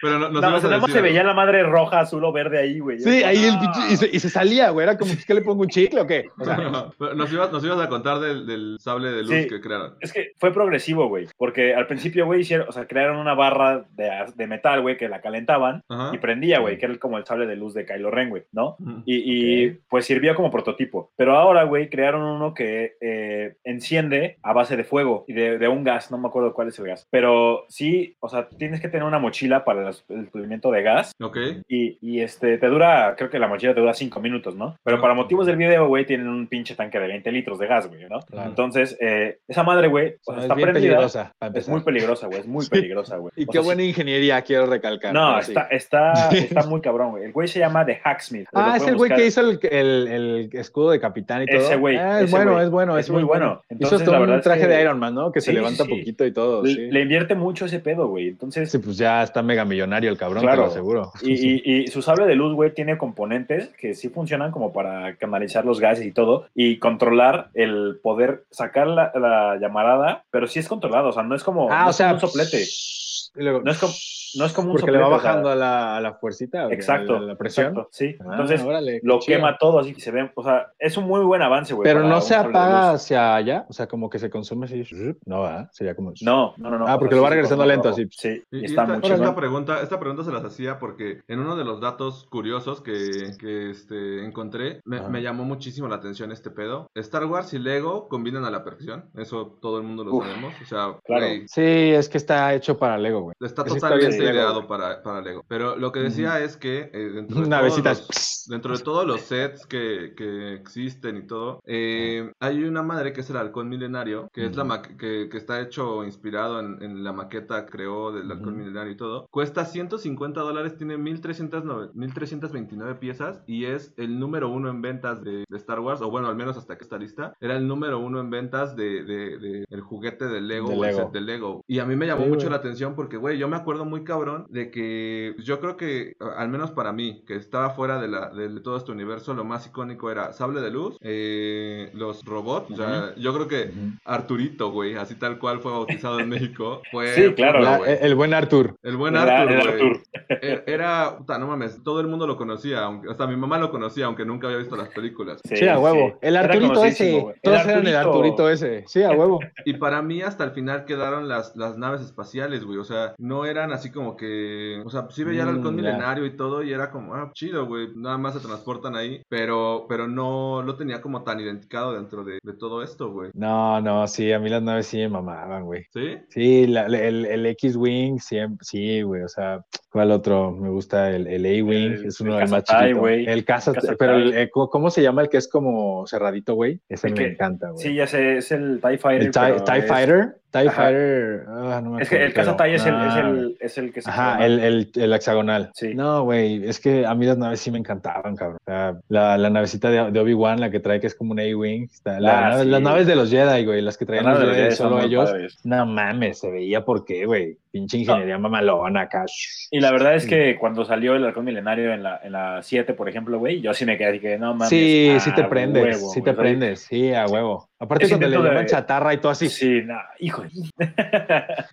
Speaker 6: Pero no, nos
Speaker 2: No,
Speaker 6: ibas
Speaker 2: o sea,
Speaker 6: a
Speaker 2: nada más
Speaker 6: decir
Speaker 2: se
Speaker 6: algo.
Speaker 2: veía la madre roja, azul o verde ahí, güey.
Speaker 5: Sí, ahí el
Speaker 2: Ah.
Speaker 5: pinche- y se, y se salía, güey. Era como, ¿qué le pongo un chicle o qué? O sea,
Speaker 6: Ajá. Pero nos, ibas, nos ibas a contar del, del sable de luz
Speaker 2: Sí.
Speaker 6: que crearon.
Speaker 2: Es que fue progresivo, güey. Porque al principio, güey, hicieron, o sea, crearon una barra de, a- de metal, güey, que la calentaban
Speaker 6: Ajá.
Speaker 2: y
Speaker 5: Ah.
Speaker 2: prendía, güey, que era como el sable de luz de Kylo Ren, güey, ¿no?
Speaker 6: Ujú.
Speaker 2: Y, y, pues sirvió como prototipo. Pero ahora, güey, crearon uno que eh, enciende a base de fuego y de, de un gas, no me acuerdo cuál es el gas. Pero sí, o sea, tienes que tener una mochila para las- el descubrimiento de gas
Speaker 6: Ok.
Speaker 2: Y, y, este, te dura, creo que la mochila te dura 5 minutos, ¿no? Pero para motivos del video, güey, tienen un pinche tanque de 20 litros de gas, güey, ¿no?
Speaker 5: Claro.
Speaker 2: Entonces, eh, esa madre, güey, o sea,
Speaker 5: es
Speaker 2: está
Speaker 5: bien
Speaker 2: prendida.
Speaker 5: peligrosa, para
Speaker 2: Es
Speaker 5: empezar.
Speaker 2: muy peligrosa, güey, es muy
Speaker 5: Sí.
Speaker 2: peligrosa, güey.
Speaker 5: Y
Speaker 2: O
Speaker 5: qué
Speaker 2: sea,
Speaker 5: buena
Speaker 2: sí-
Speaker 5: ingeniería, quiero recalcar.
Speaker 2: No,
Speaker 5: pero sí.
Speaker 2: está, está, está muy cabrón, güey. El güey se llama The Hacksmith. lo
Speaker 5: Ah, es
Speaker 2: pueden
Speaker 5: el güey
Speaker 2: buscar.
Speaker 5: que hizo el, el- el escudo de capitán y todo.
Speaker 2: Ese güey,
Speaker 5: Ah, es
Speaker 2: ese
Speaker 5: bueno,
Speaker 2: güey.
Speaker 5: es bueno,
Speaker 2: Es
Speaker 5: es
Speaker 2: muy bueno.
Speaker 5: hizo
Speaker 2: Entonces,
Speaker 5: hasta
Speaker 2: la
Speaker 5: un
Speaker 2: verdad es
Speaker 5: traje
Speaker 2: que-
Speaker 5: de Iron Man, ¿no? Que se
Speaker 2: Sí,
Speaker 5: levanta
Speaker 2: sí.
Speaker 5: poquito y todo.
Speaker 2: Le,
Speaker 5: sí.
Speaker 2: le invierte mucho ese pedo, güey. Entonces,
Speaker 5: Sí, pues ya está mega millonario el cabrón,
Speaker 2: Claro.
Speaker 5: te lo aseguro.
Speaker 2: y, y- y su sable de luz, güey, tiene componentes que sí funcionan como para canalizar los gases y todo y controlar el poder sacar la, la llamarada, pero sí es controlado, o sea, no es como,
Speaker 5: ah,
Speaker 2: no
Speaker 5: o
Speaker 2: es
Speaker 5: sea.
Speaker 2: como un soplete.
Speaker 5: shh, y luego,
Speaker 2: No es como- no es como un
Speaker 5: Porque le va
Speaker 2: soplete, o sea-
Speaker 5: bajando a, la, a la fuercita. o
Speaker 2: Exacto.
Speaker 5: a la, a la presión.
Speaker 2: exacto, sí.
Speaker 5: Ah,
Speaker 2: Entonces,
Speaker 5: órale, qué
Speaker 2: lo
Speaker 5: chido.
Speaker 2: quema todo así que se ve, o sea, es un muy buen avance, güey.
Speaker 5: Pero
Speaker 2: para
Speaker 5: no
Speaker 2: un
Speaker 5: se
Speaker 2: sable de
Speaker 5: apaga
Speaker 2: luz.
Speaker 5: hacia allá, o sea, como que se consume así. shup, No, ¿verdad? Sería como.
Speaker 2: No, no, no, no.
Speaker 5: Ah, porque lo va regresando
Speaker 2: sí,
Speaker 5: lento,
Speaker 2: rojo.
Speaker 5: así.
Speaker 2: Sí,
Speaker 6: Y,
Speaker 2: y
Speaker 6: y
Speaker 2: está
Speaker 6: esta,
Speaker 2: muy
Speaker 6: esta
Speaker 2: chingón.
Speaker 6: pregunta, esta pregunta se las hacía porque en uno de los datos curiosos que, que, este, encontré me,
Speaker 5: Ajá.
Speaker 6: me llamó muchísimo la atención este pedo. Star Wars y Lego combinan a la perfección, eso todo el mundo lo
Speaker 2: Uf,
Speaker 6: sabemos. O sea,
Speaker 2: claro.
Speaker 6: güey,
Speaker 5: Sí, es que está hecho para Lego, güey.
Speaker 6: está
Speaker 5: Esa historia
Speaker 6: totalmente
Speaker 5: está Lego,
Speaker 6: ideado
Speaker 5: güey.
Speaker 6: para, para Lego. Pero lo que decía es que eh, dentro, de todos
Speaker 5: Navecitas.
Speaker 6: los, dentro de todos los sets que, que existen y todo, eh, hay una madre que es el halcón milenario, que es la ma- que, que está hecho inspirado en, en la maqueta que creó del halcón milenario y todo. Cuesta 150 dólares, tiene 1309 1329 piezas y es el número uno en ventas de, de Star Wars, o bueno, al menos hasta que está lista, era el número uno en ventas de, de- de el juguete de Lego
Speaker 5: De
Speaker 6: o el
Speaker 5: Lego.
Speaker 6: set de Lego. Y a mí me llamó
Speaker 5: Sí,
Speaker 6: mucho
Speaker 5: güey.
Speaker 6: la atención porque, güey, yo me acuerdo muy cabrón de que pues, yo creo que, a- al menos para mí, que estaba fuera de, la, de todo este universo, lo más icónico era Sable de Luz, eh, los robots. O sea, yo creo que Arturito, güey, así tal cual fue bautizado en México. Fue,
Speaker 2: Sí, claro,
Speaker 6: fue,
Speaker 5: La-
Speaker 6: güey.
Speaker 5: el, el buen Arthur.
Speaker 6: El buen
Speaker 2: Era-
Speaker 6: Arthur,
Speaker 2: era
Speaker 6: güey. E- Era, puta, no mames, todo el mundo lo conocía, aunque- hasta mi mamá lo conocía, aunque nunca había visto las películas.
Speaker 5: Sí, a huevo. El
Speaker 2: Era
Speaker 5: Arturito
Speaker 2: conocidísimo,
Speaker 5: ese.
Speaker 2: güey. El
Speaker 5: Todos eran el Arturito ese. Sí, a huevo.
Speaker 6: Y para mí hasta el final quedaron las, las naves espaciales, güey. O sea, no eran así como que... O sea, sí veía el
Speaker 5: Mm,
Speaker 6: halcón
Speaker 5: ya.
Speaker 6: milenario y todo y era como, ah, chido, güey. Nada más se transportan ahí. Pero pero no lo tenía como tan identificado dentro de, de todo esto, güey.
Speaker 5: No, no, sí, a mí las naves sí me mamaban, güey.
Speaker 6: ¿Sí?
Speaker 5: Sí, la- el, el X-Wing, siempre, sí, güey, o sea, ¿cuál otro? Me gusta el, el A-Wing,
Speaker 2: El-
Speaker 5: es uno
Speaker 2: el
Speaker 5: de los más
Speaker 2: Cazatai,
Speaker 5: chiquitos.
Speaker 2: güey.
Speaker 5: El casa,
Speaker 2: Cazatai.
Speaker 5: pero el- eh, ¿cómo cómo se llama el que es como cerradito, güey? Ese
Speaker 2: El
Speaker 5: me
Speaker 2: que-
Speaker 5: encanta, güey.
Speaker 2: Sí, ya sé, es el TIE Fighter.
Speaker 5: el TIE,
Speaker 2: pero
Speaker 5: TIE
Speaker 2: es-
Speaker 5: Fighter, TIE
Speaker 2: Ajá.
Speaker 5: Fighter, ah, no me
Speaker 2: Es que el
Speaker 5: acuerdo,
Speaker 2: Casa TIE
Speaker 5: pero-
Speaker 2: es el, es,
Speaker 5: Ah,
Speaker 2: el, es el que se
Speaker 5: Ajá,
Speaker 2: forma.
Speaker 5: el, el, el hexagonal.
Speaker 2: Sí.
Speaker 5: No, güey, es que a mí las naves sí me encantaban, cabrón. O sea, la, la navecita de, de Obi-Wan, la que trae que es como un A-Wing. está- la
Speaker 2: Ah,
Speaker 5: nave-
Speaker 2: sí.
Speaker 5: Las naves de los Jedi, güey, las que traían
Speaker 2: Nada,
Speaker 5: los Jedi,
Speaker 2: debería de
Speaker 5: solo
Speaker 2: estar muy
Speaker 5: ellos.
Speaker 2: padre.
Speaker 5: No mames, se veía por qué, güey. Pinche ingeniería mamalona acá.
Speaker 2: Y la verdad es que cuando salió el halcón milenario en la, en la 7, por ejemplo, güey, yo sí me quedé así que no mames.
Speaker 5: sí,
Speaker 2: ah,
Speaker 5: sí te prendes,
Speaker 2: huevo,
Speaker 5: sí
Speaker 2: güey,
Speaker 5: te
Speaker 2: o sea,
Speaker 5: prendes, sí, a huevo. Aparte
Speaker 2: Ese
Speaker 5: cuando le
Speaker 2: intento de-
Speaker 5: llaman chatarra y todo así,
Speaker 2: Sí, sí, no, hijo.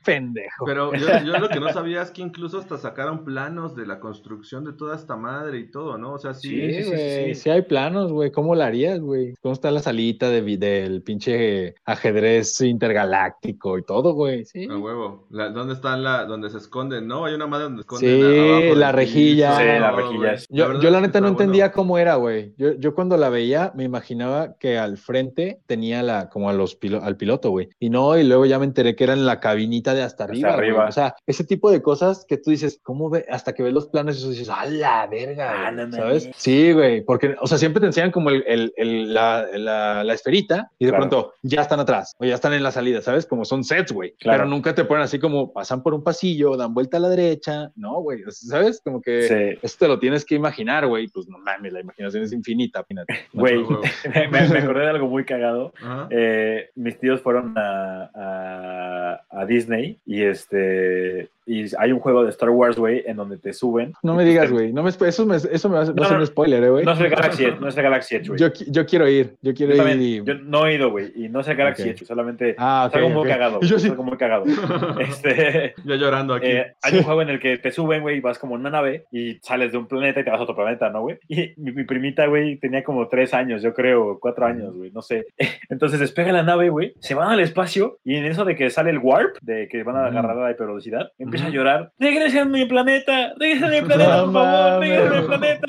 Speaker 5: pendejo.
Speaker 6: Pero yo, yo lo que no sabía es que incluso hasta sacaron planos de la construcción de toda esta madre y todo, ¿no? O sea, sí.
Speaker 5: Sí,
Speaker 2: Sí, sí,
Speaker 5: güey,
Speaker 2: sí.
Speaker 5: sí hay planos, güey. ¿Cómo la harías, güey? ¿Cómo está la salita de, vi- del pinche ajedrez intergaláctico y todo, güey?
Speaker 2: Ah,
Speaker 5: Sí,
Speaker 6: A huevo. La- ¿Dónde están la, donde se esconden? No, hay una madre donde se esconden.
Speaker 5: sí
Speaker 6: abajo
Speaker 5: la
Speaker 6: del
Speaker 5: rejilla.
Speaker 6: piso,
Speaker 2: Sí, la
Speaker 6: todo, güey.
Speaker 2: rejilla.
Speaker 5: Yo,
Speaker 6: verdad
Speaker 5: yo la
Speaker 6: es que
Speaker 5: neta no
Speaker 6: está bueno.
Speaker 5: entendía cómo era, güey. Yo, yo cuando la veía me imaginaba que al frente tenía la, como a los pilo- al piloto, güey. Y no, y luego ya me enteré que era en la cabinita de hasta arriba. güey.
Speaker 2: arriba.
Speaker 5: O sea, ese tipo de cosas que tú dices, ¿cómo ve? Hasta que ves los planos y eso dices, ¡a la verga!
Speaker 2: Ah,
Speaker 5: güey",
Speaker 2: no
Speaker 5: ¿Sabes?
Speaker 2: mames.
Speaker 5: Sí, güey. Porque, o sea, siempre te enseñan como el, el- el- la, la- la esferita y de
Speaker 2: Claro.
Speaker 5: pronto ya están atrás o ya están en la salida, ¿sabes? Como son sets, güey.
Speaker 2: Claro.
Speaker 5: Pero nunca te ponen así como pasan por un pasillo, dan vuelta a la derecha. No, güey. O sea, ¿Sabes? Como que.
Speaker 2: Sí.
Speaker 5: Eso te lo tienes que imaginar, güey. Pues no mames, la imaginación es infinita, fíjate.
Speaker 6: A
Speaker 2: Güey,
Speaker 6: huevo.
Speaker 2: me, me- me acordé de algo muy cagado.
Speaker 6: Ajá.
Speaker 2: Eh, mis tíos fueron a, a- a Disney y este y hay un juego de Star Wars, güey, en donde te suben.
Speaker 5: No me digas, güey. No me, spo- eso me, eso me va a va a
Speaker 2: No,
Speaker 5: ser
Speaker 2: no.
Speaker 5: un spoiler, eh, güey.
Speaker 2: No es el Galaxy Edge, no es el Galaxy Edge, güey.
Speaker 5: yo, qui- yo quiero ir, yo quiero
Speaker 2: Yo
Speaker 5: ir.
Speaker 2: también,
Speaker 5: y-
Speaker 2: yo no he ido, güey, y no es el Galaxy
Speaker 5: Ok.
Speaker 2: Edge, solamente
Speaker 5: Ah, ok.
Speaker 2: es algo muy
Speaker 5: ok.
Speaker 2: cagado.
Speaker 5: Y
Speaker 2: güey,
Speaker 5: yo
Speaker 2: es
Speaker 5: sí.
Speaker 2: algo muy cagado. Este,
Speaker 6: Ya llorando aquí.
Speaker 2: Eh, hay un juego en el que te suben, güey, y vas como en una nave y sales de un planeta y te vas a otro planeta, ¿no, güey? Y mi, mi primita, güey, tenía como tres años, yo creo, cuatro años, güey, no sé. Entonces despega la nave, güey, se van al espacio y en eso de que sale el warp, de que van a
Speaker 5: Ujú.
Speaker 2: agarrar la hipervelocidad, empieza a
Speaker 6: Ujú.
Speaker 2: llorar. ¡Regresen a mi planeta! ¡Regresen a mi planeta,
Speaker 5: No
Speaker 2: por favor!
Speaker 5: mames.
Speaker 2: ¡Regresen a mi planeta!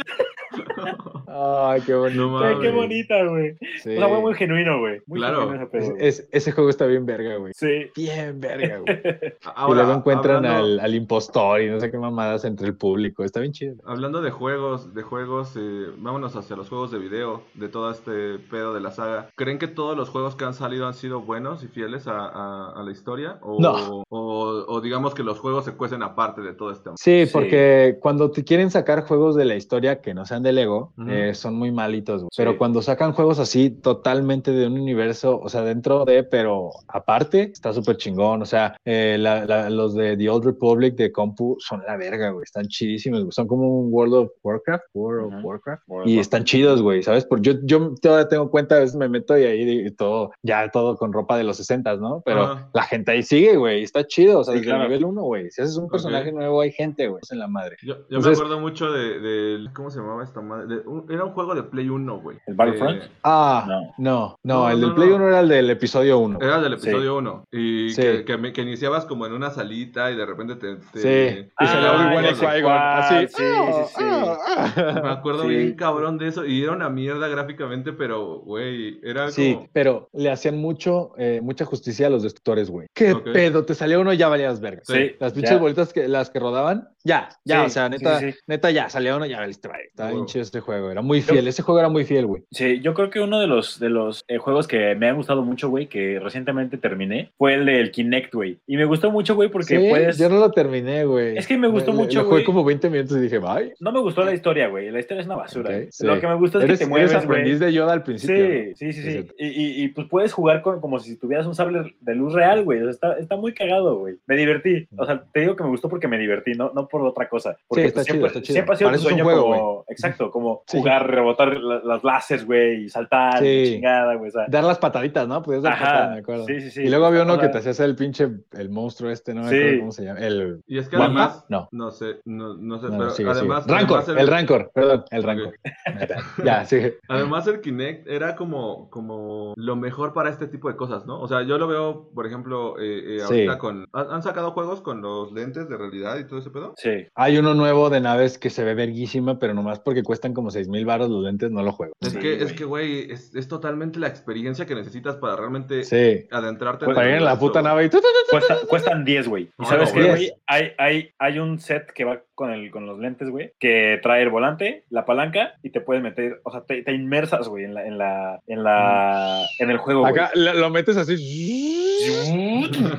Speaker 5: Ay, qué bonito.
Speaker 6: No
Speaker 2: Ay, ¡Qué
Speaker 6: mames.
Speaker 2: bonita, güey!
Speaker 5: Sí.
Speaker 2: O sea, fue muy genuino, güey. Muy
Speaker 6: Claro.
Speaker 2: genuino ese pedo, güey.
Speaker 5: Es- es- ese juego está bien verga, güey.
Speaker 2: Sí.
Speaker 5: Bien verga, güey. Y
Speaker 6: Ahora,
Speaker 5: luego encuentran
Speaker 6: hablando-
Speaker 5: al, al impostor y no sé qué mamadas entre el público. Está bien chido.
Speaker 6: Hablando de juegos, de juegos, eh, vámonos hacia los juegos de video, de todo este pedo de la saga. ¿Creen que todos los juegos que han salido han sido buenos y fieles a, a- a la historia? O,
Speaker 5: No.
Speaker 6: o- o digamos que los juegos se cuecen aparte de todo este...
Speaker 5: Sí,
Speaker 2: Sí.
Speaker 5: porque cuando te quieren sacar juegos de la historia que no sean de Lego,
Speaker 6: Ujú.
Speaker 5: eh, son muy malitos. güey.
Speaker 2: Sí.
Speaker 5: Pero cuando sacan juegos así totalmente de un universo, o sea, dentro de, pero aparte, está súper chingón. O sea, eh, la- la- los de The Old Republic de Compu son la verga, güey. Están chidísimos. güey. Son como un World of Warcraft, World of
Speaker 2: Ujú.
Speaker 5: Warcraft.
Speaker 2: World
Speaker 5: Y
Speaker 2: of
Speaker 5: están chidos, güey, ¿sabes? Porque yo, yo todavía tengo cuenta, a veces me meto y ahí digo, todo, ya todo con ropa de los 60, ¿no? Pero
Speaker 6: Ajá.
Speaker 5: la gente ahí sigue, güey, y está chido, o sea,
Speaker 2: Sí,
Speaker 5: desde
Speaker 2: claro.
Speaker 5: el nivel 1, güey. Si haces un personaje
Speaker 6: Ok.
Speaker 5: nuevo, hay gente, güey, es en la madre.
Speaker 6: Yo, yo me
Speaker 5: Entonces-
Speaker 6: acuerdo mucho de, de- ¿Cómo se llamaba esta madre? De un- era un juego de Play 1, güey.
Speaker 2: ¿El Battlefront?
Speaker 6: Eh,
Speaker 5: Ah, no, no,
Speaker 6: No,
Speaker 5: el
Speaker 6: no,
Speaker 5: del Play
Speaker 6: no.
Speaker 5: 1 era el del episodio 1.
Speaker 6: era del
Speaker 2: Sí.
Speaker 6: episodio 1. Y
Speaker 5: Sí.
Speaker 6: que, que me- que iniciabas como en una salita y de repente te... te-
Speaker 5: Sí, y se
Speaker 2: Ah,
Speaker 5: le
Speaker 2: ya
Speaker 5: Obi-Wan y
Speaker 2: sé
Speaker 5: Qui-Gon,
Speaker 2: cuál,
Speaker 5: así.
Speaker 2: sí, sí, sí.
Speaker 6: Me acuerdo
Speaker 2: Sí.
Speaker 6: bien cabrón de eso. Y era una mierda gráficamente, pero, güey, era
Speaker 5: Sí,
Speaker 6: como...
Speaker 5: pero le hacían mucho, eh, mucha justicia a los destructores, güey. ¿Qué
Speaker 6: Ok.
Speaker 5: pedo? Te salió uno y ya valía valías verga.
Speaker 2: Sí,
Speaker 5: Las
Speaker 2: ya.
Speaker 5: pinches bolitas que las que rodaban, ya, ya,
Speaker 2: Sí,
Speaker 5: o sea,
Speaker 2: sí,
Speaker 5: neta,
Speaker 2: sí, sí.
Speaker 5: neta ya salía una ya valiste verga. Estaba
Speaker 6: Huevo.
Speaker 5: pinche este juego, era muy fiel, ese juego era muy fiel, güey.
Speaker 2: Sí, yo creo que uno de los, de los eh, juegos que me ha gustado mucho, güey, que recientemente terminé, fue el del Kinect, güey. Y me gustó mucho, güey, porque
Speaker 5: Sí,
Speaker 2: puedes...
Speaker 5: yo no lo terminé, güey.
Speaker 2: Es que me gustó
Speaker 5: Le- le-
Speaker 2: mucho,
Speaker 5: lo jugué
Speaker 2: güey.
Speaker 5: como 20 minutos y dije, bye.
Speaker 2: No me gustó la historia, güey. La historia es una basura.
Speaker 5: Ok,
Speaker 2: güey.
Speaker 5: sí.
Speaker 2: Lo que me gusta es
Speaker 5: eres,
Speaker 2: que te
Speaker 5: eres
Speaker 2: mueves,
Speaker 5: aprendiz
Speaker 2: güey.
Speaker 5: de Yoda al principio.
Speaker 2: Sí, sí, sí,
Speaker 5: Es
Speaker 2: sí.
Speaker 5: cierto.
Speaker 2: Y, y- y, pues puedes jugar con, como si tuvieras un sable de luz real, güey. O sea, está, está muy cagado, güey. Me divertí. O sea, te digo que me gustó porque me divertí, no, no por otra cosa. Porque
Speaker 5: Sí, está
Speaker 2: pues,
Speaker 5: chido,
Speaker 2: siempre,
Speaker 5: está chido.
Speaker 2: siempre ha sido
Speaker 5: Para
Speaker 2: tu
Speaker 5: eso es
Speaker 2: sueño
Speaker 5: un juego,
Speaker 2: como, exacto, como
Speaker 5: Sí.
Speaker 2: jugar, rebotar la- las láseres, güey, y saltar,
Speaker 5: Sí.
Speaker 2: y la chingada, güey. O sea,
Speaker 5: Dar las pataditas, ¿no? Podías dar
Speaker 2: Ajá,
Speaker 5: patadas, me acuerdo.
Speaker 2: sí, sí, sí.
Speaker 5: Y luego había uno
Speaker 2: O sea,
Speaker 5: que te hacías el pinche, el monstruo este, no me
Speaker 2: Sí.
Speaker 5: acuerdo cómo se llama. El,
Speaker 6: Y es que
Speaker 5: ¿Wampa?
Speaker 6: además,
Speaker 5: No.
Speaker 6: no sé, no, no sé,
Speaker 5: no,
Speaker 6: pero
Speaker 5: sigue, sigue.
Speaker 6: además,
Speaker 5: Rancor,
Speaker 6: además
Speaker 5: el... Rancor, perdón, el Rancor. ya, sigue.
Speaker 6: Además el Kinect era como, como lo mejor para este tipo de cosas, ¿no? O sea, yo lo veo, por ejemplo, eh, eh, ahorita
Speaker 5: Sí.
Speaker 6: con... ¿han, han sacado juegos con los lentes de realidad y todo ese pedo?
Speaker 2: sí.
Speaker 5: Hay uno nuevo de naves que se ve verguísima, pero nomás porque cuestan como 6 mil baros los lentes, no lo juego.
Speaker 6: Es
Speaker 2: Sí,
Speaker 6: que, es
Speaker 2: güey.
Speaker 6: que, güey, es, es totalmente la experiencia que necesitas para realmente
Speaker 5: Sí.
Speaker 6: adentrarte
Speaker 5: Para ir Pues, en la
Speaker 6: universo,
Speaker 5: puta
Speaker 6: güey.
Speaker 5: nave y... tu, tu, tu,
Speaker 2: Cuesta- cuestan 10, güey. Y
Speaker 6: No,
Speaker 2: sabes
Speaker 6: no,
Speaker 2: qué,
Speaker 5: güey.
Speaker 2: güey, hay, hay, hay un set que va con, el, con los lentes, güey, que trae el volante, la palanca y te puedes meter, o sea, te, te inmersas, güey, en la, en la, en la, en el juego, güey.
Speaker 5: Mm. Acá lo, lo metes así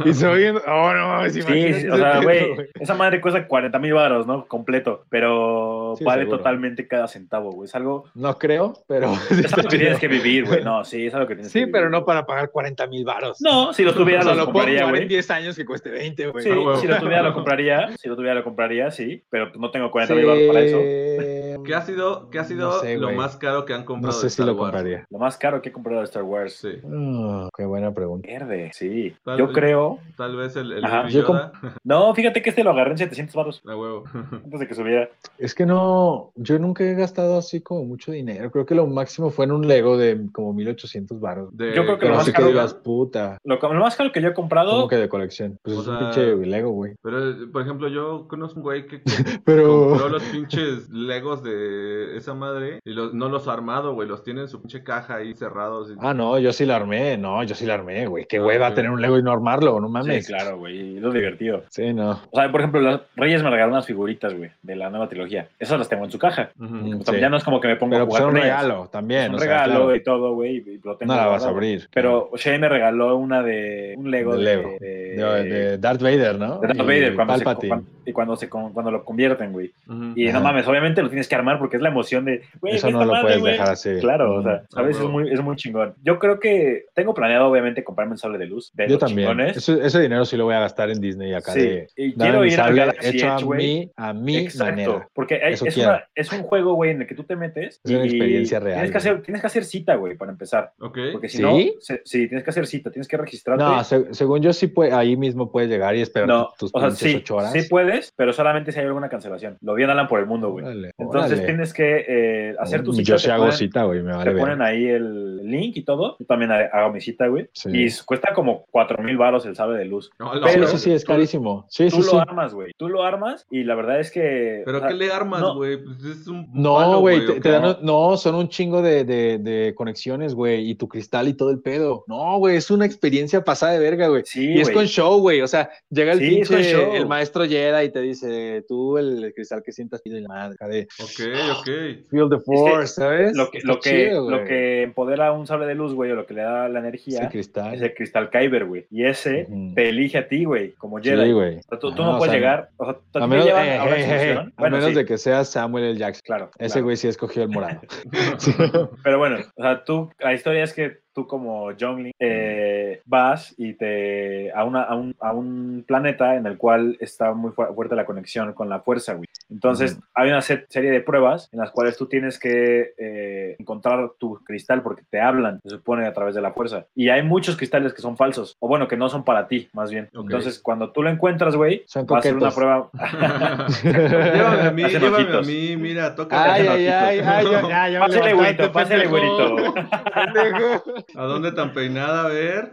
Speaker 5: y se oye. Oh, no mames,
Speaker 2: Sí,
Speaker 5: imagínate
Speaker 2: sí,
Speaker 5: ese
Speaker 2: o sea,
Speaker 5: pedo,
Speaker 2: güey, esa madre cuesta 40 mil baros, ¿no? Completo, pero
Speaker 5: Sí,
Speaker 2: vale
Speaker 5: seguro.
Speaker 2: totalmente cada centavo, güey. Es algo,
Speaker 5: No creo, pero.
Speaker 2: es algo que tienes que vivir, güey. No, sí, es algo que tienes que
Speaker 5: Sí,
Speaker 2: vivir.
Speaker 5: pero no para pagar 40 mil baros.
Speaker 2: No, si lo
Speaker 5: o
Speaker 2: tuviera,
Speaker 5: sea,
Speaker 2: lo,
Speaker 5: lo puedo
Speaker 2: compraría,
Speaker 5: jugar
Speaker 2: güey.
Speaker 5: en 10 años que cueste 20, güey.
Speaker 2: Sí,
Speaker 6: Ah, huevo.
Speaker 2: si lo tuviera lo compraría, si lo tuviera lo compraría, sí, pero no tengo 40 mil
Speaker 5: Sí.
Speaker 2: para eso.
Speaker 6: ¿Qué ha sido, qué ha sido
Speaker 5: No sé,
Speaker 6: lo
Speaker 5: güey.
Speaker 6: más caro que han
Speaker 5: No
Speaker 6: comprado?
Speaker 5: sé
Speaker 6: de
Speaker 5: si
Speaker 6: Star
Speaker 5: lo
Speaker 6: Wars?
Speaker 5: compraría.
Speaker 2: Lo más caro que he comprado de Star Wars.
Speaker 6: Sí,
Speaker 5: Ah, qué buena pregunta.
Speaker 2: Verde, sí.
Speaker 6: Tal
Speaker 2: Yo
Speaker 6: vez.
Speaker 2: creo.
Speaker 6: tal vez el, el
Speaker 2: Ajá.
Speaker 6: Baby
Speaker 5: Yo com-
Speaker 6: Yoda,
Speaker 2: No, fíjate que este lo agarré en 700 baros
Speaker 6: a huevo.
Speaker 2: antes de que subiera.
Speaker 5: Es que no, yo nunca he gastado así como mucho dinero. Creo que lo máximo fue en un Lego de como 1800 baros.
Speaker 6: De-
Speaker 2: Yo creo que lo
Speaker 5: Pero
Speaker 2: más
Speaker 5: así que
Speaker 2: caro-
Speaker 5: digas, puta,
Speaker 2: Lo, ca- lo más caro que yo he
Speaker 5: como
Speaker 2: comprado.
Speaker 5: que de colección. Pues
Speaker 6: O
Speaker 5: es un
Speaker 6: sea-
Speaker 5: pinche Lego, güey.
Speaker 6: Pero, eh, por ejemplo, yo conozco un güey que que compró
Speaker 5: Pero.
Speaker 6: los pinches Legos de esa madre y los, no los ha armado, güey. Los tiene en su pinche caja ahí cerrados. y-
Speaker 5: Ah, no, yo sí la armé, no, yo sí la armé, güey. Qué
Speaker 6: Ah,
Speaker 5: hueva
Speaker 6: ok.
Speaker 5: tener un Lego y no armarlo, no
Speaker 2: Sí,
Speaker 5: mames.
Speaker 2: claro, güey. Lo divertido.
Speaker 5: Sí, no.
Speaker 2: O sea, por ejemplo, los Reyes me regalaron unas figuritas, güey, de la nueva trilogía. Esas las tengo en su caja.
Speaker 5: Mm.
Speaker 6: Ujú.
Speaker 2: También Ya no es como que me pongo a
Speaker 5: Pero pues
Speaker 2: jugar
Speaker 5: era un
Speaker 2: con ellas.
Speaker 5: regalo
Speaker 2: Es
Speaker 5: también.
Speaker 2: un
Speaker 5: o sea,
Speaker 2: regalo
Speaker 5: claro,
Speaker 2: y todo, güey, y lo tengo.
Speaker 5: no la vas a
Speaker 2: guardado.
Speaker 5: abrir.
Speaker 2: Pero Shane me regaló una de un Lego
Speaker 5: De
Speaker 2: de,
Speaker 5: Lego.
Speaker 2: de-
Speaker 5: de, de Darth Vader, ¿no?
Speaker 2: de eh, Darth
Speaker 5: Y
Speaker 2: Vader cuando se,
Speaker 5: Eh, Palpatine.
Speaker 2: cuando- y cuando se con- cuando lo convierten, güey.
Speaker 6: Ujú.
Speaker 2: Y no
Speaker 5: Ajá.
Speaker 2: mames, obviamente lo tienes que armar porque es la emoción de, güey,
Speaker 5: Eso
Speaker 2: ve
Speaker 5: no
Speaker 2: esta
Speaker 5: lo
Speaker 2: madre,
Speaker 5: puedes
Speaker 2: güey.
Speaker 5: dejar así.
Speaker 2: Claro, o
Speaker 5: Mm.
Speaker 2: sea,
Speaker 6: Ah,
Speaker 2: sabes, es
Speaker 6: huevo.
Speaker 2: muy, es muy chingón. Yo creo que tengo planeado, obviamente, comprarme un sable de luz de
Speaker 5: Yo
Speaker 2: los
Speaker 5: también.
Speaker 2: chingones.
Speaker 5: Ese, ese dinero sí lo voy a gastar en Disney acá
Speaker 2: Sí,
Speaker 5: de.
Speaker 2: y
Speaker 5: dame
Speaker 2: quiero
Speaker 5: mi
Speaker 2: ir a
Speaker 5: sable
Speaker 2: Galaxy Edge,
Speaker 5: hecho a
Speaker 2: güey.
Speaker 5: mí, a mi manera.
Speaker 2: porque hay-
Speaker 5: Eso
Speaker 2: es,
Speaker 5: quiero.
Speaker 2: una- es un juego, güey, en el que tú te metes.
Speaker 5: Es una
Speaker 2: y
Speaker 5: experiencia real,
Speaker 2: Tienes que,
Speaker 5: güey.
Speaker 2: hacer, tienes que hacer cita, güey, para empezar.
Speaker 6: Ok.
Speaker 2: Porque si
Speaker 5: ¿Sí?
Speaker 2: no, se- sí, tienes que hacer cita, tienes que registrarte.
Speaker 5: No, se- según yo sí puede, ahí mismo puedes llegar y esperar
Speaker 2: No,
Speaker 5: tus
Speaker 2: o sea,
Speaker 5: pinches
Speaker 2: sí,
Speaker 5: ocho horas.
Speaker 2: sí puedes, pero solamente si hay alguna cancelación. Lo vi en Alan por el mundo, güey.
Speaker 5: Órale,
Speaker 2: Entonces
Speaker 5: órale.
Speaker 2: tienes que eh, hacer tu cita.
Speaker 5: Yo
Speaker 2: te
Speaker 5: sí hago
Speaker 2: ponen-
Speaker 5: cita, güey, me vale
Speaker 2: Te
Speaker 5: ver.
Speaker 2: ponen ahí el link y todo. Yo también ha- hago mi cita, güey.
Speaker 5: Sí.
Speaker 2: Y s- cuesta como cuatro mil baros el sable de luz.
Speaker 6: No, la
Speaker 5: Sí,
Speaker 2: pero-
Speaker 6: madre.
Speaker 5: sí, sí, es
Speaker 2: tú-
Speaker 5: carísimo. Sí,
Speaker 2: Tú
Speaker 5: sí,
Speaker 2: lo
Speaker 5: sí.
Speaker 2: armas, güey. Tú lo armas y la verdad es que. ah, o
Speaker 6: ¿Pero
Speaker 2: sea,
Speaker 6: qué le armas,
Speaker 2: no.
Speaker 6: güey? Pues es un palo,
Speaker 5: No, güey, te,
Speaker 6: ¿o
Speaker 5: te
Speaker 6: qué?
Speaker 5: dan- no, son un chingo de, de- de conexiones, güey, y tu cristal y todo el pedo. No, güey, es una experiencia pasada de verga, güey.
Speaker 2: Sí,
Speaker 5: Y es
Speaker 2: güey.
Speaker 5: con show, güey. O sea, llega el
Speaker 2: Sí, es con show.
Speaker 5: pinche, el maestro Jedi y te dice, tú el, cristal que sientas pide la madre, acá de
Speaker 6: Ok, ok.
Speaker 5: Feel the Force, ¿sabes?
Speaker 2: Lo que,
Speaker 5: Está
Speaker 2: lo, que,
Speaker 5: chido,
Speaker 2: lo
Speaker 5: güey.
Speaker 2: que empodera un sable de luz, güey, o lo que le da la
Speaker 5: Ese
Speaker 2: energía
Speaker 5: cristal.
Speaker 2: es el cristal Kyber, güey. Y ese
Speaker 5: Ujú.
Speaker 2: te elige a ti, güey, como Jedi.
Speaker 5: Sí, güey.
Speaker 2: O sea, tú, tú
Speaker 5: Ajá,
Speaker 2: no
Speaker 5: o
Speaker 2: puedes
Speaker 5: sea,
Speaker 2: llegar. O sea, tú
Speaker 5: A
Speaker 2: también
Speaker 5: menos,
Speaker 2: llevan
Speaker 5: eh,
Speaker 2: a una
Speaker 5: eh, eh,
Speaker 2: exclusión.
Speaker 5: a
Speaker 2: Bueno,
Speaker 5: menos
Speaker 2: sí,
Speaker 5: de que sea Samuel L. Jackson.
Speaker 2: claro.
Speaker 5: Ese
Speaker 2: claro.
Speaker 5: güey sí escogió el morado.
Speaker 2: Pero bueno, o sea, tú, la historia es que tú como Jongling eh, vas y te a, una, a, un, a un planeta en el cual está muy fu- fuerte la conexión con la fuerza, güey. Entonces hay una se- serie de pruebas en las cuales tú tienes que eh, encontrar tu cristal porque te hablan, se supone, a través de la fuerza. Y hay muchos cristales que son falsos, o bueno, que no son para ti, más bien.
Speaker 6: Ok.
Speaker 2: Entonces cuando tú lo encuentras, güey,
Speaker 5: Son
Speaker 2: va a ser una
Speaker 5: coquetos.
Speaker 2: prueba...
Speaker 6: llévame a mí,
Speaker 2: Hacen
Speaker 6: llévame a
Speaker 2: ojitos.
Speaker 6: mí, mira, toca.
Speaker 5: Ay,
Speaker 6: hacen
Speaker 5: ay, ay,
Speaker 6: ojitos.
Speaker 5: ay, ya- ya, ya me
Speaker 2: Pásale, güerito,
Speaker 5: levantaste,
Speaker 2: pásale,
Speaker 5: pendejo.
Speaker 2: güerito.
Speaker 5: Pendejo.
Speaker 6: ¿A dónde tan peinada? A ver.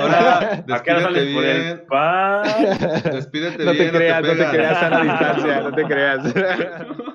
Speaker 2: Ahora, ¿a qué hora sales por el
Speaker 6: bien.
Speaker 2: pan?
Speaker 6: Despídete
Speaker 5: No
Speaker 6: bien.
Speaker 5: te creas, no te
Speaker 6: pegan.
Speaker 5: creas a la distancia, no te creas.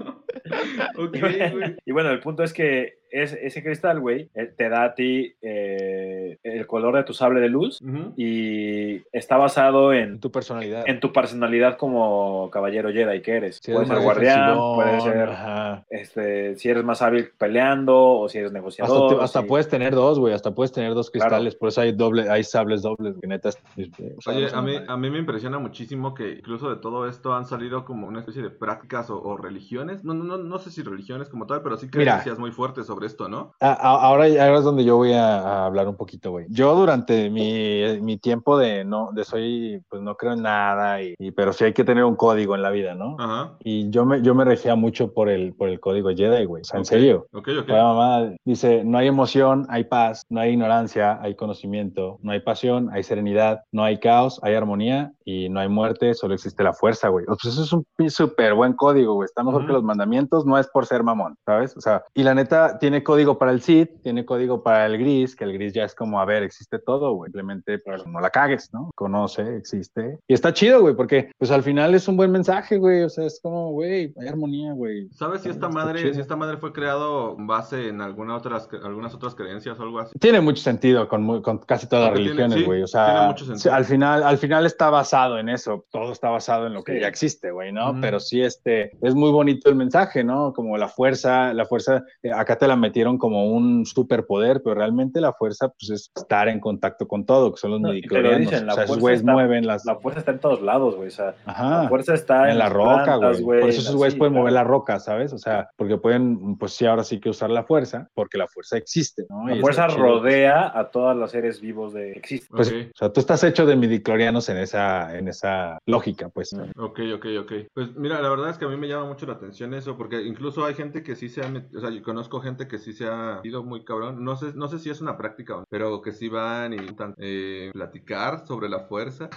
Speaker 6: ok, güey.
Speaker 2: y bueno, el punto es que es, ese cristal, güey, eh, te da a ti eh, el color de tu sable de luz
Speaker 6: Ujú.
Speaker 2: y está basado en,
Speaker 5: tu personalidad.
Speaker 2: en tu personalidad como caballero Jedi que eres.
Speaker 5: Si
Speaker 2: puede
Speaker 5: eres
Speaker 2: ser
Speaker 5: más
Speaker 2: guardián,
Speaker 5: reflexivón,
Speaker 2: puede ser
Speaker 5: ajá.
Speaker 2: este, si eres más hábil peleando o si eres negociador.
Speaker 5: Hasta,
Speaker 2: o
Speaker 5: te- hasta
Speaker 2: si-
Speaker 5: puedes tener dos, güey. Hasta puedes tener dos
Speaker 2: Claro.
Speaker 5: cristales. Por eso hay doble, hay sables dobles, güey. Neta, es- es- o sea, no
Speaker 6: Oye,
Speaker 5: son
Speaker 6: a mí,
Speaker 5: normales.
Speaker 6: a mí me impresiona muchísimo que incluso de todo esto han salido como una especie de prácticas o, o religiones. No, no, no, no sé si religiones como tal, pero sí
Speaker 5: Mira.
Speaker 6: creencias muy fuertes sobre esto, ¿no?
Speaker 5: Ah, A- a- Ahora, ahora es donde yo voy a, a hablar un poquito, güey. Yo durante mi, mi tiempo de no, de soy, pues no creo en nada, y, y- pero sí hay que tener un código en la vida, ¿no?
Speaker 6: Ajá.
Speaker 5: Y yo me, yo me regía mucho por el, por el código Jedi, güey. O sea, en serio.
Speaker 6: Ok, ok.
Speaker 5: La mamá dice, no hay emoción, hay paz, no hay ignorancia, hay conocimiento, no hay pasión, hay serenidad, no hay caos, hay armonía y no hay muerte, solo existe la fuerza, güey. O sea, eso es un pi- súper buen código, güey. Está mejor
Speaker 6: Ujú.
Speaker 5: que los mandamientos, no es por ser mamón, ¿sabes? O sea, y la neta tiene código para el Sith, tiene código para el gris, que el gris ya es como, a ver, existe todo, güey. Simplemente pues, no la cagues, ¿no? Conoce, existe. Y está chido, güey, porque pues al final es un buen mensaje, güey. O sea, es como, güey, hay armonía, güey.
Speaker 6: ¿Sabes si esta
Speaker 5: Está
Speaker 6: madre,
Speaker 5: chido.
Speaker 6: si esta madre fue creado en base en alguna otras, algunas otras creencias o algo así?
Speaker 5: Tiene mucho sentido con, mu- con casi todas las
Speaker 6: Porque tiene-
Speaker 5: religiones,
Speaker 6: sí,
Speaker 5: güey. o sea,
Speaker 6: tiene mucho sentido.
Speaker 5: sí, al final, al final está basado en eso. Todo está basado en lo que
Speaker 2: Sí.
Speaker 5: ya existe, güey, ¿no?
Speaker 6: Ujú.
Speaker 5: Pero sí, este, es muy bonito el mensaje, ¿no? Como la fuerza, la fuerza, eh, acá te la metieron como un superpoder, pero realmente la fuerza, pues, es estar en contacto con todo, que son los
Speaker 2: No, y te lo
Speaker 5: midichlorianos.
Speaker 2: dicen, la
Speaker 5: o sea, esos
Speaker 2: fuerza
Speaker 5: güeyes
Speaker 2: está-
Speaker 5: mueven las...
Speaker 2: La fuerza está en todos lados, güey. O sea,
Speaker 5: Ajá.
Speaker 2: la fuerza está en,
Speaker 5: Ah, En la
Speaker 2: las
Speaker 5: roca,
Speaker 2: plantas,
Speaker 5: güey. Por eso esos güeyes
Speaker 2: así,
Speaker 5: pueden
Speaker 2: claro.
Speaker 5: mover la roca, ¿sabes? O sea, porque pueden, pues sí, ahora sí que usar la fuerza, porque la fuerza existe, ¿no?
Speaker 2: La
Speaker 5: Y
Speaker 2: fuerza
Speaker 5: está chido.
Speaker 2: rodea a todos los seres vivos de que existen.
Speaker 5: Pues,
Speaker 6: Ok.
Speaker 5: O sea, tú estás hecho de midiclorianos en esa, en esa lógica, pues.
Speaker 6: Ok, ok, ok. Pues mira, la verdad es que a mí me llama mucho la atención eso, porque incluso hay gente que sí se ha metido, o sea, yo conozco gente que sí se ha ido muy cabrón, no sé, no sé si es una práctica o no, pero que sí van y intentan eh, platicar sobre la fuerza.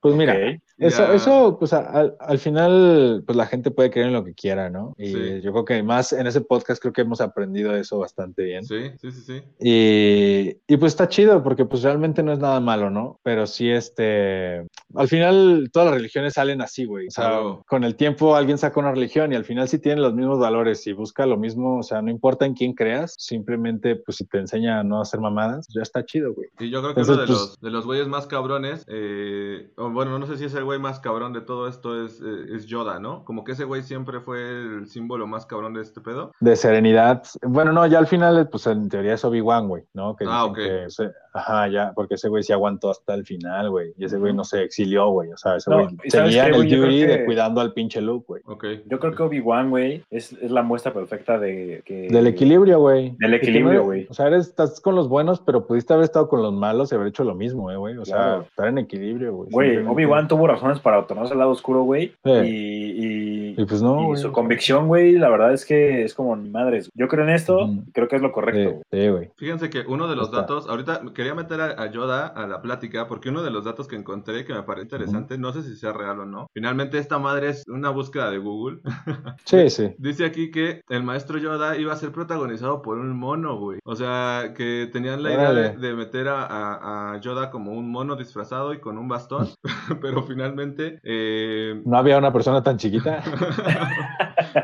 Speaker 5: Pues mira,
Speaker 2: Ok.
Speaker 5: eso,
Speaker 6: Ya.
Speaker 5: eso, pues a- al, al final, pues la gente puede creer en lo que quiera, ¿no? Y
Speaker 6: Sí.
Speaker 5: yo creo que más en ese podcast creo que hemos aprendido eso bastante bien.
Speaker 6: Sí, sí, sí, sí.
Speaker 5: Y, y, pues está chido porque pues realmente no es nada malo, ¿no? Pero sí, este, al final todas las religiones salen así, güey. O sea,
Speaker 6: Claro.
Speaker 5: con el tiempo alguien saca una religión y al final sí tienen los mismos valores y busca lo mismo, o sea, no importa en quién creas, simplemente pues si te enseña a no hacer mamadas, ya está chido, güey.
Speaker 6: Y yo creo que
Speaker 5: Entonces,
Speaker 6: uno de
Speaker 5: pues-
Speaker 6: los de los güeyes más cabrones, eh, o bueno, no sé si es el güey más cabrón de todo esto es, eh, es Yoda, ¿no? Como que ese güey siempre fue el símbolo más cabrón de este pedo.
Speaker 5: De serenidad. Bueno, no, ya al final, pues en teoría es Obi-Wan, güey, ¿no? Que
Speaker 6: Ah,
Speaker 5: dicen
Speaker 6: ok.
Speaker 5: que ese- ajá, ya, porque ese güey se aguantó hasta el final, güey. Y ese güey no se exilió, güey. O sea, ese
Speaker 2: No,
Speaker 5: güey
Speaker 2: ¿y sabes
Speaker 5: seguía
Speaker 2: qué,
Speaker 5: en el
Speaker 2: güey? Yo creo
Speaker 5: duty de
Speaker 2: que-
Speaker 5: cuidando al pinche Luke, güey.
Speaker 6: Ok.
Speaker 2: Yo creo que Obi-Wan, güey, es, es la muestra perfecta de que.
Speaker 5: Del equilibrio, güey.
Speaker 2: Del equilibrio, güey.
Speaker 5: O sea, eres, estás con los buenos, pero pudiste haber estado con los malos y haber hecho lo mismo, eh, güey. o
Speaker 2: Claro.
Speaker 5: sea, estar en equilibrio, güey.
Speaker 2: Güey,
Speaker 5: Simplemente-
Speaker 2: Obi-Wan tuvo razones para tornarse al lado oscuro, güey.
Speaker 5: Sí.
Speaker 2: Y, y-
Speaker 5: Y pues no,
Speaker 2: y
Speaker 5: güey.
Speaker 2: su convicción, güey, la verdad es que es como, mi madre, yo creo en esto,
Speaker 5: Ujú.
Speaker 2: creo que es lo
Speaker 5: Sí,
Speaker 2: correcto. güey.
Speaker 5: sí, güey.
Speaker 6: Fíjense que uno de los
Speaker 5: Está.
Speaker 6: datos, ahorita quería meter a, a Yoda a la plática porque uno de los datos que encontré que me parece interesante, no sé si sea real o no, finalmente esta madre es una búsqueda de Google,
Speaker 5: Sí, sí.
Speaker 6: dice aquí que el maestro Yoda iba a ser protagonizado por un mono, güey. O sea, que tenían la idea de,
Speaker 5: Órale.
Speaker 6: de meter a, a- a Yoda como un mono disfrazado y con un bastón, pero finalmente... eh,
Speaker 5: No había una persona tan chiquita.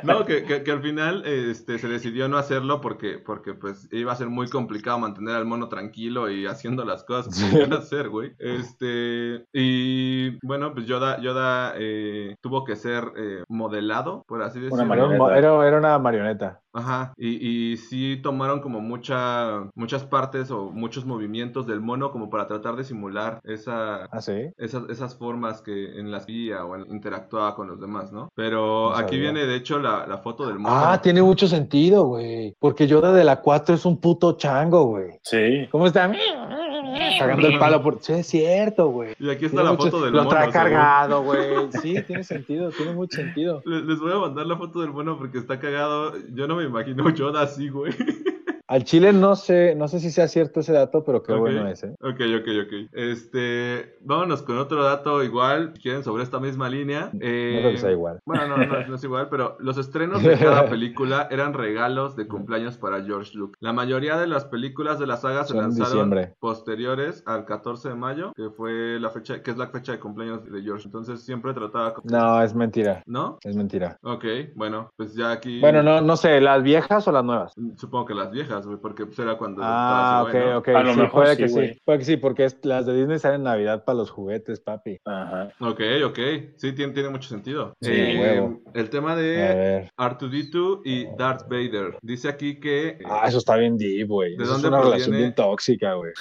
Speaker 6: no, que, que- que al final este, se decidió no hacerlo porque, porque pues iba a ser muy complicado mantener al mono tranquilo y haciendo las cosas que
Speaker 5: Sí.
Speaker 6: querían hacer, güey. Este, y bueno, pues Yoda, Yoda eh, tuvo que ser eh, modelado, por así decirlo.
Speaker 2: Una
Speaker 5: Era, un mo-
Speaker 2: marioneta.
Speaker 5: era- era una marioneta.
Speaker 6: Ajá, y, y sí tomaron como mucha, muchas partes o muchos movimientos del mono como para tratar de simular esa,
Speaker 5: Ah, sí.
Speaker 6: esas, esas formas que en las guía o en- interactuaba con los demás, ¿no? Pero
Speaker 5: No
Speaker 6: aquí
Speaker 5: sabía.
Speaker 6: viene de hecho la, la foto del mono.
Speaker 5: Ah, tiene mucho sentido, güey. Porque Yoda de la 4 es un puto chango, güey.
Speaker 2: Sí.
Speaker 5: ¿Cómo está? Cagando el palo por... Sí, es cierto, güey.
Speaker 6: Y aquí está
Speaker 5: Tiene
Speaker 6: la
Speaker 5: mucho-
Speaker 6: foto del
Speaker 5: Lo
Speaker 6: mono.
Speaker 5: trae
Speaker 6: o sea,
Speaker 5: cargado, güey. Sí, tiene sentido, tiene mucho sentido.
Speaker 6: le- Les voy a mandar la foto del mono porque está cagado. Yo no me imagino Yoda así, güey.
Speaker 5: Al Chile no sé, no sé si sea cierto ese dato, pero qué
Speaker 6: Ok.
Speaker 5: bueno ¿eh? ese.
Speaker 6: Ok, ok, ok. Este, vámonos con otro dato igual, si quieren, sobre esta misma línea.
Speaker 5: No
Speaker 6: Eh,
Speaker 5: creo que sea igual.
Speaker 6: Bueno, no, no, no es igual, pero los estrenos de cada película eran regalos de cumpleaños para George Lucas. La mayoría de las películas de la saga se
Speaker 5: Son en
Speaker 6: lanzaron
Speaker 5: diciembre.
Speaker 6: posteriores al 14 de mayo, que fue la fecha, que es la fecha de cumpleaños de George. Entonces siempre trataba con...
Speaker 5: No, es mentira,
Speaker 6: ¿No?
Speaker 5: es mentira.
Speaker 6: Ok, bueno, pues ya aquí...
Speaker 5: Bueno, no, no sé, ¿las viejas o las nuevas?
Speaker 6: Supongo que las viejas, muchas, güey, porque pues, era cuando.
Speaker 5: Ah,
Speaker 6: estaba
Speaker 5: ok,
Speaker 6: ese güey, ¿no?
Speaker 5: ok.
Speaker 2: A lo
Speaker 5: sí,
Speaker 2: mejor
Speaker 5: puede
Speaker 2: sí,
Speaker 5: que
Speaker 2: güey.
Speaker 5: sí. Puede que sí, porque es- las de Disney salen en Navidad para los juguetes, papi.
Speaker 2: Ajá.
Speaker 6: Ok, ok. Sí, tiene, tiene mucho sentido.
Speaker 5: Sí,
Speaker 6: Eh,
Speaker 5: huevo.
Speaker 6: el tema
Speaker 5: A
Speaker 6: de
Speaker 5: ver.
Speaker 6: R2D2 y Darth Vader. Dice aquí que eh,
Speaker 5: Ah, eso está bien deep, güey.
Speaker 6: ¿De
Speaker 5: Eso Es
Speaker 6: dónde
Speaker 5: una relación
Speaker 6: proviene?
Speaker 5: bien tóxica, güey.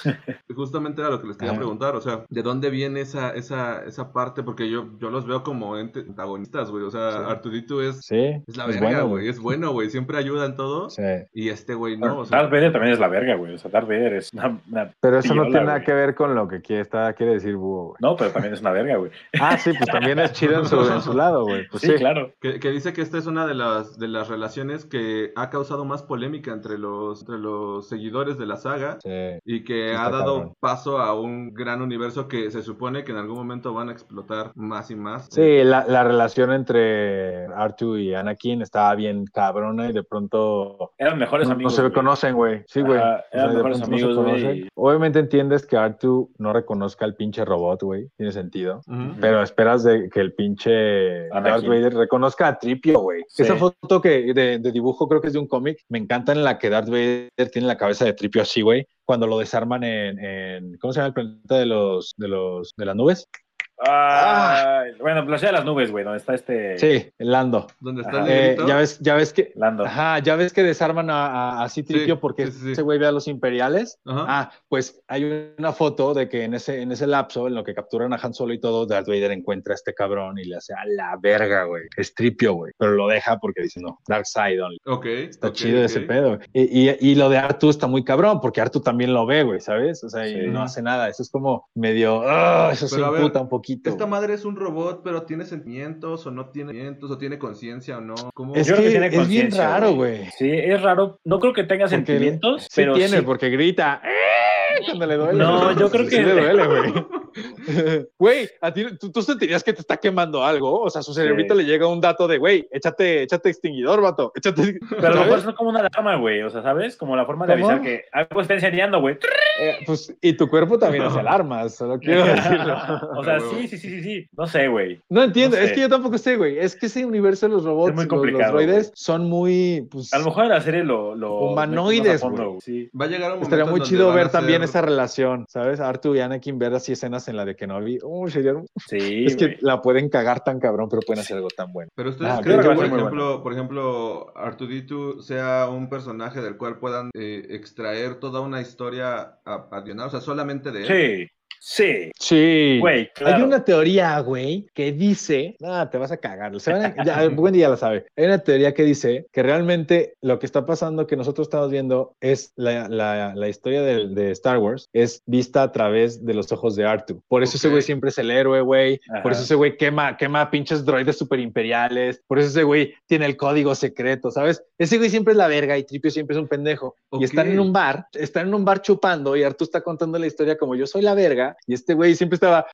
Speaker 6: justamente era lo que les quería
Speaker 5: Ajá.
Speaker 6: preguntar. O sea, ¿de dónde viene esa, esa, esa parte? Porque yo, yo los veo como ente- antagonistas, güey. O
Speaker 5: Sí.
Speaker 6: sea, Artudito es,
Speaker 5: Sí.
Speaker 6: es la
Speaker 5: es
Speaker 6: verga,
Speaker 5: bueno,
Speaker 6: güey. Es bueno, güey. Siempre ayuda en todo.
Speaker 5: Sí.
Speaker 6: Y este güey no. O sea,
Speaker 2: Darth Vader también es la verga, güey. O sea, Darth Vader es una. una-
Speaker 5: Pero eso no
Speaker 2: Piola,
Speaker 5: tiene nada
Speaker 2: güey.
Speaker 5: que ver con lo que quiere, está, quiere decir Búho, güey.
Speaker 2: No, pero también es una verga, güey.
Speaker 5: Ah, sí, pues también es chido en su, en su lado, güey. Pues
Speaker 2: sí, claro.
Speaker 6: Que, que dice que esta es una de las, de las relaciones que ha causado más polémica entre los, entre los seguidores de la saga
Speaker 5: Sí.
Speaker 6: y que
Speaker 5: Está
Speaker 6: ha dado
Speaker 5: cabrón.
Speaker 6: paso a un gran universo que se supone que en algún momento van a explotar más y más.
Speaker 5: Sí, la, la relación entre Artu y Anakin estaba bien cabrona y de pronto
Speaker 2: Eran mejores
Speaker 5: no, no
Speaker 2: amigos.
Speaker 5: se
Speaker 2: güey.
Speaker 5: conocen, güey. Sí, güey.
Speaker 2: Ajá,
Speaker 5: O sea,
Speaker 2: eran
Speaker 5: de
Speaker 2: mejores
Speaker 5: pronto no se
Speaker 2: amigos, güey,
Speaker 5: conocen.
Speaker 2: y-
Speaker 5: Obviamente entiendes que Artu no reconozca al pinche robot, güey. Tiene sentido.
Speaker 6: Ujú.
Speaker 5: Pero esperas de que el pinche
Speaker 2: Anakin.
Speaker 5: Darth Vader reconozca a Tripio, güey.
Speaker 2: Sí.
Speaker 5: Esa foto que de, de dibujo creo que es de un cómic. Me encanta en la que Darth Vader tiene la cabeza de Tripio así, güey. Cuando lo desarman en, en- ¿cómo se llama el planeta de los de los de las nubes?
Speaker 2: Ah, Bueno, la ciudad de las nubes, güey, donde está este.
Speaker 5: Sí, el Lando.
Speaker 6: Donde está
Speaker 2: Ajá.
Speaker 6: el
Speaker 5: Eh,
Speaker 6: negrito.
Speaker 5: ya ves, ya ves que.
Speaker 2: Lando.
Speaker 5: Ajá, ya ves que desarman a, a, a Citripio
Speaker 6: Sí,
Speaker 5: porque
Speaker 6: sí, sí, sí.
Speaker 5: ese güey ve a los imperiales.
Speaker 6: Ajá.
Speaker 5: Ah, pues hay una foto de que en ese, en ese lapso, en lo que capturan a Han Solo y todo, Darth Vader encuentra a este cabrón y le hace a la verga, güey. Es tripio, güey. Pero lo deja porque dice, no, Dark Side only.
Speaker 6: ok.
Speaker 5: Está
Speaker 6: ok,
Speaker 5: chido ese
Speaker 6: ok.
Speaker 5: pedo. Y, y, y lo de Artu está muy cabrón porque Artu también lo ve, güey, ¿sabes? O sea, y
Speaker 2: Sí.
Speaker 5: no hace nada. Eso es como medio, ah, eso se
Speaker 6: Pero a ver,
Speaker 5: imputa un poquito.
Speaker 6: Esta madre es un robot, pero tiene sentimientos o no tiene sentimientos o tiene conciencia o no. ¿Cómo?
Speaker 5: Es
Speaker 2: Yo creo
Speaker 5: que
Speaker 2: que tiene
Speaker 5: es bien
Speaker 2: conciencia,
Speaker 5: raro,
Speaker 2: güey.
Speaker 5: güey.
Speaker 2: Sí, es raro. No creo que tenga
Speaker 5: Porque-
Speaker 2: sentimientos,
Speaker 5: Sí
Speaker 2: pero
Speaker 5: tiene,
Speaker 2: sí.
Speaker 5: porque grita ¡eh! cuando le duele.
Speaker 2: No, yo creo
Speaker 5: Sí
Speaker 2: que-
Speaker 5: le duele, güey. Güey, a ti, tú, tú sentirías que te está quemando algo. O sea, a su cerebrito le llega un dato de, güey, échate, échate extinguidor, vato. Échate.
Speaker 2: Pero a lo
Speaker 5: ¿sabes?
Speaker 2: mejor es como una alarma, güey. O sea, ¿sabes? Como la forma de
Speaker 5: ¿Cómo?
Speaker 2: avisar que algo está enseñando, güey.
Speaker 5: Eh, pues, y tu cuerpo también hace alarmas, solo quiero decirlo.
Speaker 2: O sea, sí, sí, sí, sí, sí. No sé, güey.
Speaker 5: No entiendo,
Speaker 2: No sé.
Speaker 5: es que yo tampoco sé, güey. Es que ese universo de los robots,
Speaker 2: muy
Speaker 5: los-
Speaker 2: complicado,
Speaker 5: los droides, son muy. Pues,
Speaker 2: A lo mejor en la serie lo. lo
Speaker 5: Humanoides,
Speaker 2: lo fondo,
Speaker 5: güey.
Speaker 2: güey. Sí.
Speaker 6: Va a llegar un momento.
Speaker 5: Estaría
Speaker 6: en
Speaker 5: muy
Speaker 6: donde
Speaker 5: chido
Speaker 6: van a
Speaker 5: ver también
Speaker 6: ser-
Speaker 5: esa relación, ¿sabes? Artu y Anakin ver así escenas en la de Kenobi. Uy, sería un
Speaker 2: Sí,
Speaker 5: es que
Speaker 2: güey.
Speaker 5: la pueden cagar tan cabrón, pero pueden hacer algo tan bueno.
Speaker 6: Pero ustedes
Speaker 5: Ah,
Speaker 6: creen
Speaker 2: creo
Speaker 6: que,
Speaker 2: que va a
Speaker 6: por
Speaker 2: ser muy
Speaker 6: ejemplo, por ejemplo, Artuditu sea un personaje del cual puedan eh, extraer toda una historia a- adicional, o sea, solamente de él.
Speaker 2: Sí. Sí.
Speaker 5: Sí.
Speaker 2: Güey, claro.
Speaker 5: Hay una teoría, güey, que dice, ah, te vas a cagar. Se van a- ya, Wendy ya la sabe. Hay una teoría que dice que realmente lo que está pasando, que nosotros estamos viendo, es la, la- la historia del- de, Star Wars, es vista a través de los ojos de Artu. Por eso ese
Speaker 6: Ok.
Speaker 5: güey siempre es el héroe, güey.
Speaker 2: Ajá.
Speaker 5: Por eso ese güey quema, quema pinches droides superimperiales. Por eso ese güey tiene el código secreto, ¿sabes? Ese güey siempre es la verga y Tripio siempre es un pendejo.
Speaker 6: Ok.
Speaker 5: Y están en un bar, están en un bar chupando y Artu está contando la historia como yo soy la verga y este güey siempre estaba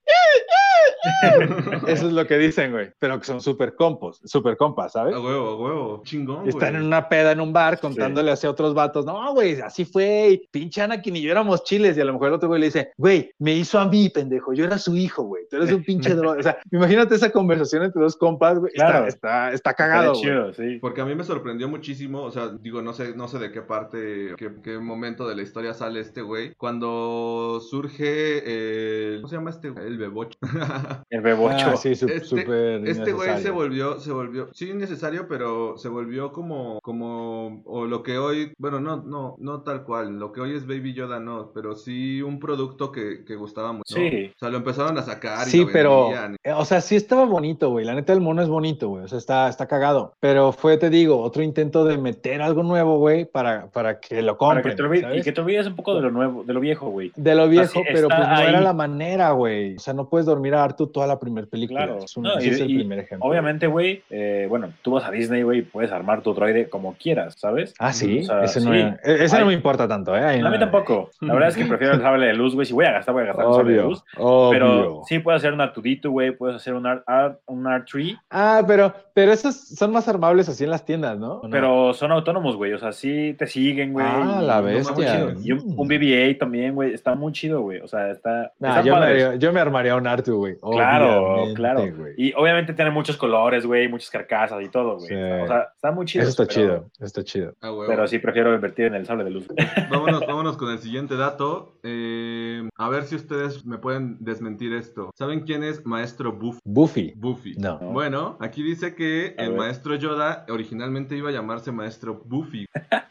Speaker 5: eso es lo que dicen, güey. Pero que son súper compos, súper compas, ¿sabes?
Speaker 6: A huevo, a huevo. Chingón.
Speaker 5: Están en
Speaker 6: Ah, güey.
Speaker 5: una peda en un bar contándole hacia otros vatos. No, güey, así fue. y Pinche Anakin y yo éramos chiles. Y a lo mejor el otro güey le dice, güey, me hizo a mí, pendejo. Yo era su hijo, güey. Tú eres un pinche droga. O sea, imagínate esa conversación entre dos compas, güey. Está-
Speaker 2: Claro.
Speaker 5: Está, está, cagado,
Speaker 2: Estaría
Speaker 5: güey.
Speaker 2: chido, sí.
Speaker 6: Porque a mí me sorprendió muchísimo, o sea, digo, no sé, no sé de qué parte, qué, qué momento de la historia sale este güey. Cuando surge el... ¿Cómo se llama este güey? El bebocho.
Speaker 2: El bebocho.
Speaker 5: Ah, sí, su-
Speaker 6: Este-
Speaker 5: súper
Speaker 6: Este güey se
Speaker 5: innecesario.
Speaker 6: volvió, se volvió, sí innecesario, pero se volvió como, como, o lo que hoy, bueno, no, no, no tal cual, lo que hoy es Baby Yoda, no, pero sí un producto que, que gustaba mucho.
Speaker 2: Sí.
Speaker 6: O sea, lo empezaron a sacar. y
Speaker 5: Sí,
Speaker 6: lo
Speaker 5: pero,
Speaker 6: vendían.
Speaker 5: eh, o sea, sí estaba bonito, güey. La neta, el mono es bonito, güey. O sea, está, está cagado. Pero fue, te digo, otro intento de meter algo nuevo, güey, para, para que lo
Speaker 2: Para que
Speaker 5: compren.
Speaker 2: te olvides, y
Speaker 5: ¿sabes?
Speaker 2: que te olvides un poco de lo nuevo, de lo viejo, güey.
Speaker 5: De lo viejo,
Speaker 2: Así
Speaker 5: pero
Speaker 2: está
Speaker 5: pues no era
Speaker 2: ahí.
Speaker 5: la manera, güey. O sea, no puedes dormir a Artu toda la primera película.
Speaker 2: Claro.
Speaker 5: Es un-
Speaker 2: No,
Speaker 5: ese
Speaker 2: y-
Speaker 5: es el
Speaker 2: y
Speaker 5: primer ejemplo.
Speaker 2: Obviamente, güey, eh, bueno, tú vas a Disney, güey, y puedes armar tu droide como quieras, ¿sabes?
Speaker 5: Ah, sí.
Speaker 2: O sea,
Speaker 5: ese no,
Speaker 2: sí.
Speaker 5: era- e- ese no
Speaker 2: Ay.
Speaker 5: me importa tanto, ¿eh? Ahí
Speaker 2: A
Speaker 5: no-
Speaker 2: mí tampoco. La verdad es que prefiero el sable de luz, güey. Si voy a gastar, voy a gastar el sable de
Speaker 5: Obvio.
Speaker 2: luz.
Speaker 5: obvio.
Speaker 2: Pero sí puedes hacer un Artudito, güey. Puedes hacer un, R, R- un R3.
Speaker 5: Ah, pero, pero esos son más armables así en las tiendas, ¿no? ¿O no?
Speaker 2: Pero son autónomos, güey. O sea, sí te siguen, güey.
Speaker 5: Ah, la bestia.
Speaker 2: Está muy chido. Y un, un BBA también, güey. Está muy chido, güey. O sea, está.
Speaker 5: Nah,
Speaker 2: están
Speaker 5: yo, me
Speaker 2: padres.
Speaker 5: haría- yo me armaría un Artu, güey.
Speaker 2: Claro,
Speaker 5: Obviamente,
Speaker 2: claro.
Speaker 5: güey.
Speaker 2: Y obviamente tiene muchos colores, güey, muchas carcasas y todo, güey.
Speaker 5: Sí.
Speaker 2: O sea, está muy chido.
Speaker 5: Eso está
Speaker 2: pero-
Speaker 5: chido, eso está chido.
Speaker 6: Ah, huevo.
Speaker 2: Pero sí, prefiero invertir en el sable de luz. güey.
Speaker 6: Vámonos, vámonos con el siguiente dato. Eh, a ver si ustedes me pueden desmentir esto. ¿Saben quién es Maestro Buff-
Speaker 5: Buffy.
Speaker 6: Buffy?
Speaker 5: No.
Speaker 6: Bueno, aquí dice que
Speaker 2: A
Speaker 6: el
Speaker 2: ver.
Speaker 6: maestro Yoda originalmente iba a llamarse maestro Buffy,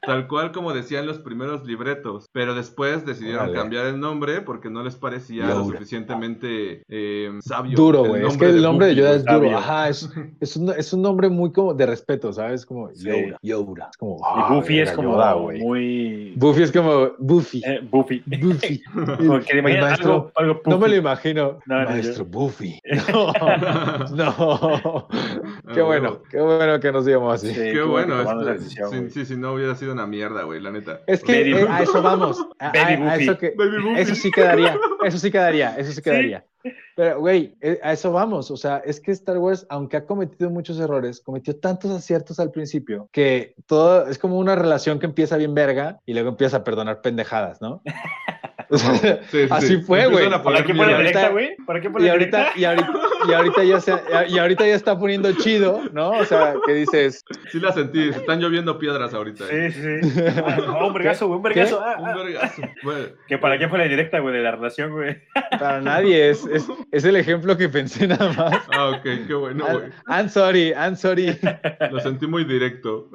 Speaker 6: tal cual como decían los primeros libretos, pero después decidieron
Speaker 5: Órale.
Speaker 6: cambiar el nombre porque no les parecía lo
Speaker 5: Yoda.
Speaker 6: suficientemente eh, sabio.
Speaker 5: Duro,
Speaker 6: el
Speaker 5: güey. Es
Speaker 6: nombre
Speaker 5: que el nombre de
Speaker 6: Buffy,
Speaker 5: Yoda es
Speaker 6: güey.
Speaker 5: duro.
Speaker 2: Sabio.
Speaker 5: Ajá, es, es un, es un nombre muy como de respeto, ¿sabes? Como
Speaker 2: Sí.
Speaker 5: Yoda. Yoda. Es como,
Speaker 2: Y
Speaker 5: ah,
Speaker 2: Buffy es
Speaker 5: verga,
Speaker 2: como
Speaker 5: Yoda, güey.
Speaker 2: muy...
Speaker 5: Buffy es como Buffy.
Speaker 2: Eh, Buffy.
Speaker 5: Buffy.
Speaker 2: Porque
Speaker 5: El
Speaker 2: imagina
Speaker 5: maestro-
Speaker 2: algo, algo
Speaker 5: No me lo
Speaker 2: puffy.
Speaker 5: imagino.
Speaker 2: No, no,
Speaker 5: Maestro Buffy. No. no. Qué
Speaker 6: Ah,
Speaker 5: bueno.
Speaker 6: huevo.
Speaker 5: Qué bueno que nos llamamos así.
Speaker 2: Sí,
Speaker 6: Qué,
Speaker 2: como
Speaker 6: bueno.
Speaker 2: Eh, que tomando
Speaker 6: este-
Speaker 2: esa decisión,
Speaker 6: sí,
Speaker 2: güey.
Speaker 6: sí, sí, no hubiera sido una mierda, güey, la neta.
Speaker 5: Es que
Speaker 2: Baby
Speaker 5: eh,
Speaker 2: Buffy.
Speaker 5: a eso vamos. A, a-
Speaker 2: Baby
Speaker 5: a eso
Speaker 2: Buffy.
Speaker 5: que,
Speaker 6: Baby Buffy.
Speaker 5: Eso sí quedaría, eso sí quedaría, eso sí quedaría. Pero, güey, eh, a eso vamos. O sea, es que Star Wars, aunque ha cometido muchos errores, cometió tantos aciertos al principio que todo es como una relación que empieza bien verga y luego empieza a perdonar pendejadas, ¿no? O sea,
Speaker 6: Sí, sí,
Speaker 5: Así
Speaker 6: sí.
Speaker 5: fue,
Speaker 6: Empiezan
Speaker 5: güey.
Speaker 6: a poner
Speaker 2: ¿Para qué pone
Speaker 6: mierda.
Speaker 2: directa, güey? ¿Para qué
Speaker 5: y
Speaker 2: pone
Speaker 5: ahorita,
Speaker 2: directa?
Speaker 5: y ahorita, y ahorita ya se, y ahorita ya está poniendo chido, ¿no? O sea, que dices,
Speaker 6: Sí la sentí, se están lloviendo piedras ahorita. eh.
Speaker 2: Sí, sí, sí. Ah, un vergazo, güey, un vergazo. ah,
Speaker 6: Un
Speaker 2: ah.
Speaker 6: vergazo. Bueno,
Speaker 2: Que para qué pone directa, güey, de la relación, güey.
Speaker 5: para nadie, es, es, es el ejemplo que pensé nada más.
Speaker 6: ah, ok, qué bueno, güey.
Speaker 5: I'm sorry, I'm sorry.
Speaker 6: Lo sentí muy directo.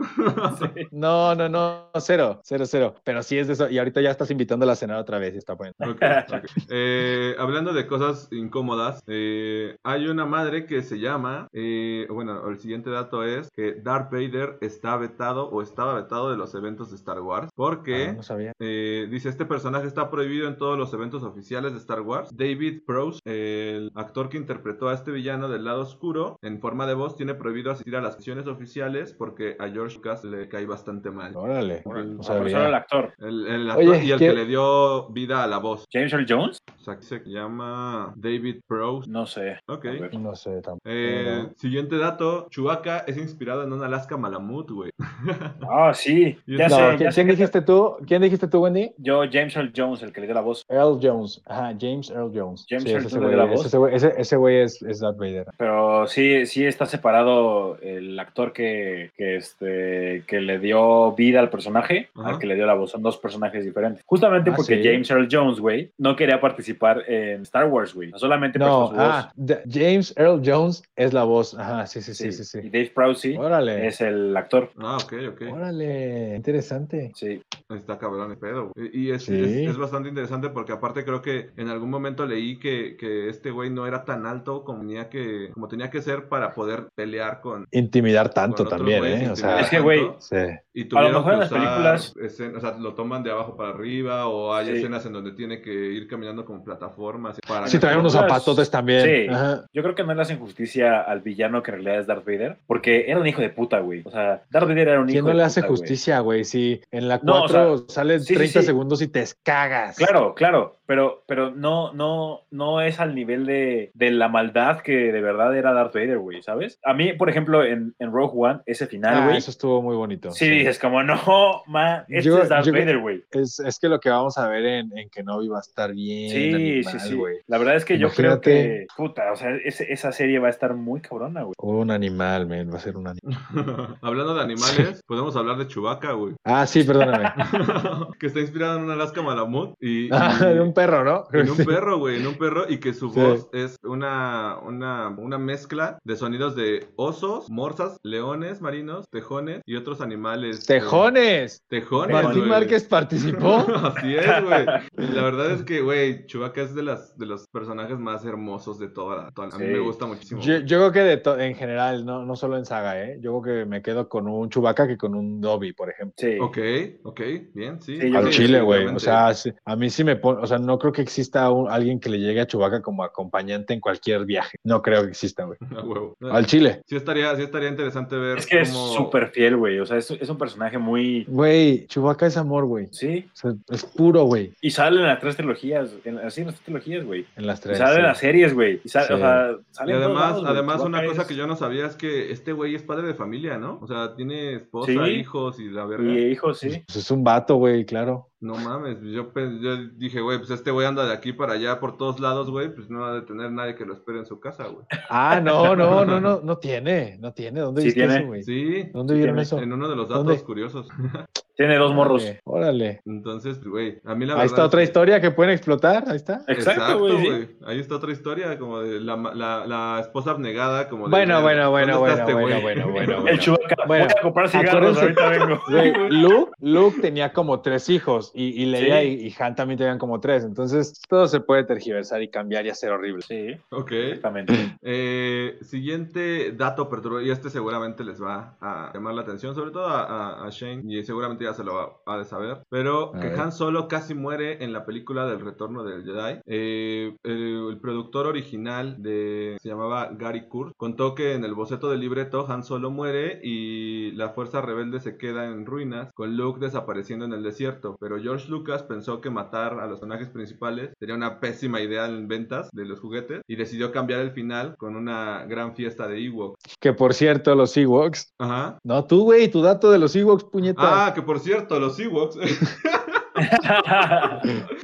Speaker 5: No, no, no, cero, cero, cero. Pero sí es de eso. Y ahorita ya estás invitándola a cenar otra vez y está bueno.
Speaker 6: Ok, ok. Eh, hablando de cosas incómodas, eh, hay una madre que se llama, eh, bueno, el siguiente dato es que Darth Vader está vetado o estaba vetado de los eventos de Star Wars porque
Speaker 5: Ah, no sabía.
Speaker 6: Eh, dice, este personaje está prohibido en todos los eventos oficiales de Star Wars. David Prowse, el actor que interpretó a este villano del lado oscuro, en forma de voz, tiene prohibido asistir a las sesiones oficiales porque a George Lucas le cae bastante mal.
Speaker 5: Órale.
Speaker 6: El,
Speaker 5: No
Speaker 2: Ah, pero solo el
Speaker 5: sabía.
Speaker 2: actor.
Speaker 6: el- el actor
Speaker 5: Oye,
Speaker 6: y el
Speaker 5: ¿qué-
Speaker 6: que le dio vida a la voz.
Speaker 2: ¿James Earl Jones?
Speaker 6: O sea, aquí se llama David Prowse.
Speaker 2: No sé.
Speaker 5: Mm,
Speaker 6: Ok.
Speaker 2: A ver.
Speaker 5: No sé tampoco.
Speaker 6: Eh, siguiente dato, Chewbacca es inspirado en un Alaska Malamut, güey.
Speaker 2: Ah, sí.
Speaker 6: Y
Speaker 2: Ya
Speaker 6: es-
Speaker 5: No,
Speaker 2: sé.
Speaker 5: ¿quién,
Speaker 2: ya sé
Speaker 5: quién
Speaker 2: que-
Speaker 5: dijiste tú? ¿Quién dijiste tú, Wendy?
Speaker 2: Yo, James Earl Jones, el que le dio la voz.
Speaker 5: Earl Jones. Ajá, James Earl Jones.
Speaker 2: James
Speaker 5: Sí,
Speaker 2: Earl
Speaker 5: ese
Speaker 2: Jones de la
Speaker 5: güey-
Speaker 2: voz.
Speaker 5: ese güey- Ese ese güey es, es Darth Vader.
Speaker 2: Pero sí, sí está separado el actor que, que, este, que le dio vida al personaje,
Speaker 6: Ajá.
Speaker 2: al que le dio la voz. Son dos personajes diferentes. Justamente
Speaker 5: Ah,
Speaker 2: porque
Speaker 5: ¿sí?
Speaker 2: James Earl Jones, güey, no quería participar en Star Wars, güey. Solamente
Speaker 5: No,
Speaker 2: prestó su
Speaker 5: ah,
Speaker 2: voz.
Speaker 5: de- James Earl Jones es la voz. Ajá, sí, sí, sí, sí.
Speaker 2: Y
Speaker 5: sí.
Speaker 2: Dave Prowse
Speaker 5: Órale.
Speaker 2: es el actor.
Speaker 6: Ah, ok, ok.
Speaker 5: Órale. Interesante.
Speaker 2: Sí.
Speaker 6: Está cabrón el pedo. güey. Y y es,
Speaker 5: Sí.
Speaker 6: es- es bastante interesante porque aparte creo que en algún momento leí que, que este güey no era tan alto como tenía que, como tenía que ser para poder pelear con...
Speaker 5: Intimidar tanto
Speaker 6: con otros
Speaker 5: también,
Speaker 6: güeyes,
Speaker 5: ¿eh? O
Speaker 6: intimidar
Speaker 5: sea,
Speaker 2: Es que, güey,
Speaker 6: tanto,
Speaker 5: sí.
Speaker 6: y tuvieron
Speaker 2: mejor en
Speaker 6: que
Speaker 2: las
Speaker 6: usar
Speaker 2: películas-
Speaker 6: escen- o sea, lo toman de abajo para arriba o hay
Speaker 2: Sí.
Speaker 6: escenas en donde tiene que ir caminando como plataformas.
Speaker 2: Ah,
Speaker 6: Para
Speaker 5: Sí, traer unos
Speaker 2: Otras-
Speaker 5: zapatotes también.
Speaker 2: Sí.
Speaker 5: Ajá.
Speaker 2: Yo creo que no le hacen justicia al villano que en realidad es Darth Vader, porque era un hijo de puta, güey. O sea, Darth Vader era un
Speaker 5: ¿Quién
Speaker 2: hijo
Speaker 5: no
Speaker 2: de
Speaker 5: le hace
Speaker 2: puta, güey.
Speaker 5: justicia, güey? Si en la
Speaker 2: No, o
Speaker 5: 4 salen
Speaker 2: sí, sí,
Speaker 5: 30
Speaker 2: sí.
Speaker 5: segundos y te cagas.
Speaker 2: Claro, claro, pero, pero no, no, no es al nivel de, de la maldad que de verdad era Darth Vader, güey, ¿sabes? A mí, por ejemplo, en, en Rogue One, ese final,
Speaker 5: Ah,
Speaker 2: güey,
Speaker 5: eso estuvo muy bonito.
Speaker 2: sí dices como, no, man, este
Speaker 5: Yo-
Speaker 2: es Darth
Speaker 5: yo-
Speaker 2: Vader, güey.
Speaker 5: Es, es que lo que vamos a ver en, en Kenobi va a estar bien.
Speaker 2: Sí, sí,
Speaker 5: animal,
Speaker 2: sí.
Speaker 5: güey.
Speaker 2: La verdad es que yo creo que,
Speaker 5: Imagínate.
Speaker 2: puta, o sea, ese- esa serie va a estar muy cabrona, güey.
Speaker 5: Un animal, men, va a ser un animal.
Speaker 6: Hablando de animales, podemos hablar de Chewbacca, güey.
Speaker 5: Ah, sí, perdóname.
Speaker 6: que está inspirado en un Alaska Malamut y...
Speaker 5: Ah,
Speaker 6: y-
Speaker 5: de un perro, ¿no?
Speaker 6: En un perro, güey, en un perro, y que su
Speaker 5: Sí.
Speaker 6: voz es una, una, una mezcla de sonidos de osos, morsas, leones marinos, tejones y otros animales. eh,
Speaker 5: ¡Tejones!
Speaker 6: Tejones.
Speaker 5: Martín
Speaker 6: güey.
Speaker 5: Márquez participó.
Speaker 6: Así es, güey. La verdad es que, güey, Chewbacca es de, las, de los personajes más hermosos de toda la. toda- A mí
Speaker 2: Sí.
Speaker 6: me gusta muchísimo.
Speaker 5: Yo, yo creo que de to- en general, no, no solo en saga, ¿eh? Yo creo que me quedo con un Chubaca que con un Dobby, por ejemplo.
Speaker 2: Sí.
Speaker 6: Ok, ok, bien, sí.
Speaker 2: Sí, yo creo
Speaker 5: Al
Speaker 2: que
Speaker 5: Chile, güey. O sea, sí, a mí sí me pone, o sea, no creo que exista un- alguien que le llegue a Chubaca como acompañante en cualquier viaje. No creo que exista, güey.
Speaker 6: A huevo.
Speaker 2: Pues
Speaker 5: Al Chile.
Speaker 6: Sí estaría, sí estaría interesante ver.
Speaker 2: Es que es
Speaker 6: cómo-
Speaker 2: súper fiel, güey, o sea, es, es un personaje muy...
Speaker 5: Güey, Chubaca es amor, güey.
Speaker 2: Sí,
Speaker 5: O sea, es puro, güey,
Speaker 2: y sale en las tres trilogías, en, así en las tres trilogías, güey.
Speaker 5: en las
Speaker 2: Y
Speaker 5: tres.
Speaker 2: sale
Speaker 5: sí.
Speaker 2: en las series, güey. Y, sale-
Speaker 5: Sí.
Speaker 2: o sea, sale
Speaker 6: Y
Speaker 2: en todos
Speaker 6: además,
Speaker 2: lados, güey.
Speaker 6: además
Speaker 2: Chewbacca
Speaker 6: una cosa
Speaker 2: es-
Speaker 6: que yo no sabía es que este güey es padre de familia, ¿no? O sea, tiene esposa,
Speaker 2: Sí.
Speaker 6: hijos y la verga.
Speaker 2: Y hijos, sí.
Speaker 5: Pues es un vato, güey, claro.
Speaker 6: No mames, yo, pe- yo dije, güey, pues este güey anda de aquí para allá por todos lados, güey, pues no ha de tener nadie que lo espere en su casa, güey.
Speaker 5: Ah, no, no, no, no, no tiene, no tiene. ¿Dónde
Speaker 2: Sí
Speaker 5: viste
Speaker 2: tiene.
Speaker 5: eso, güey?
Speaker 6: Sí,
Speaker 5: ¿Dónde
Speaker 2: Sí
Speaker 5: vieron
Speaker 2: tiene.
Speaker 5: eso?
Speaker 6: en uno de los datos
Speaker 5: ¿Dónde?
Speaker 6: curiosos.
Speaker 2: Tiene dos morros.
Speaker 5: Órale, Órale.
Speaker 6: Entonces, güey, a mí la verdad...
Speaker 5: Ahí está
Speaker 6: es
Speaker 5: otra
Speaker 6: que-
Speaker 5: historia que pueden explotar, ahí está.
Speaker 2: Exacto, güey. sí.
Speaker 6: Ahí está otra historia, como de la, la, la esposa abnegada, como de...
Speaker 5: Bueno, bueno, bueno,
Speaker 6: ¿dónde
Speaker 5: bueno,
Speaker 6: está este
Speaker 5: bueno,
Speaker 6: güey?
Speaker 5: bueno, bueno,
Speaker 2: El
Speaker 5: bueno.
Speaker 2: Chubaca.
Speaker 5: Bueno,
Speaker 2: Voy a comprar cigarros,
Speaker 5: acuérdense-
Speaker 2: ahorita vengo.
Speaker 5: Güey, Luke, Luke tenía como tres hijos y, y Leia
Speaker 2: Sí.
Speaker 5: y, y Han también tenían como tres. Entonces todo se puede tergiversar y cambiar y hacer horrible.
Speaker 2: Sí,
Speaker 6: Ok.
Speaker 2: exactamente.
Speaker 6: Eh, siguiente dato perturbador, y este seguramente les va a llamar la atención, sobre todo a, a- a Shane, y seguramente ya se lo va ha de saber, pero
Speaker 5: A
Speaker 6: que
Speaker 5: ver.
Speaker 6: Han Solo casi muere en la película del retorno del Jedi. Eh, el, el productor original de, se llamaba Gary Kurt, contó que en el boceto del libreto Han Solo muere y la fuerza rebelde se queda en ruinas, con Luke desapareciendo en el desierto, pero George Lucas pensó que matar a los personajes principales sería una pésima idea en ventas de los juguetes y decidió cambiar el final con una gran fiesta de Ewoks.
Speaker 5: Que por cierto, los Ewoks.
Speaker 6: Ajá.
Speaker 5: No, tú, güey, tu dato de los Ewoks, puñeta.
Speaker 6: Ah, que por cierto, los Ewoks.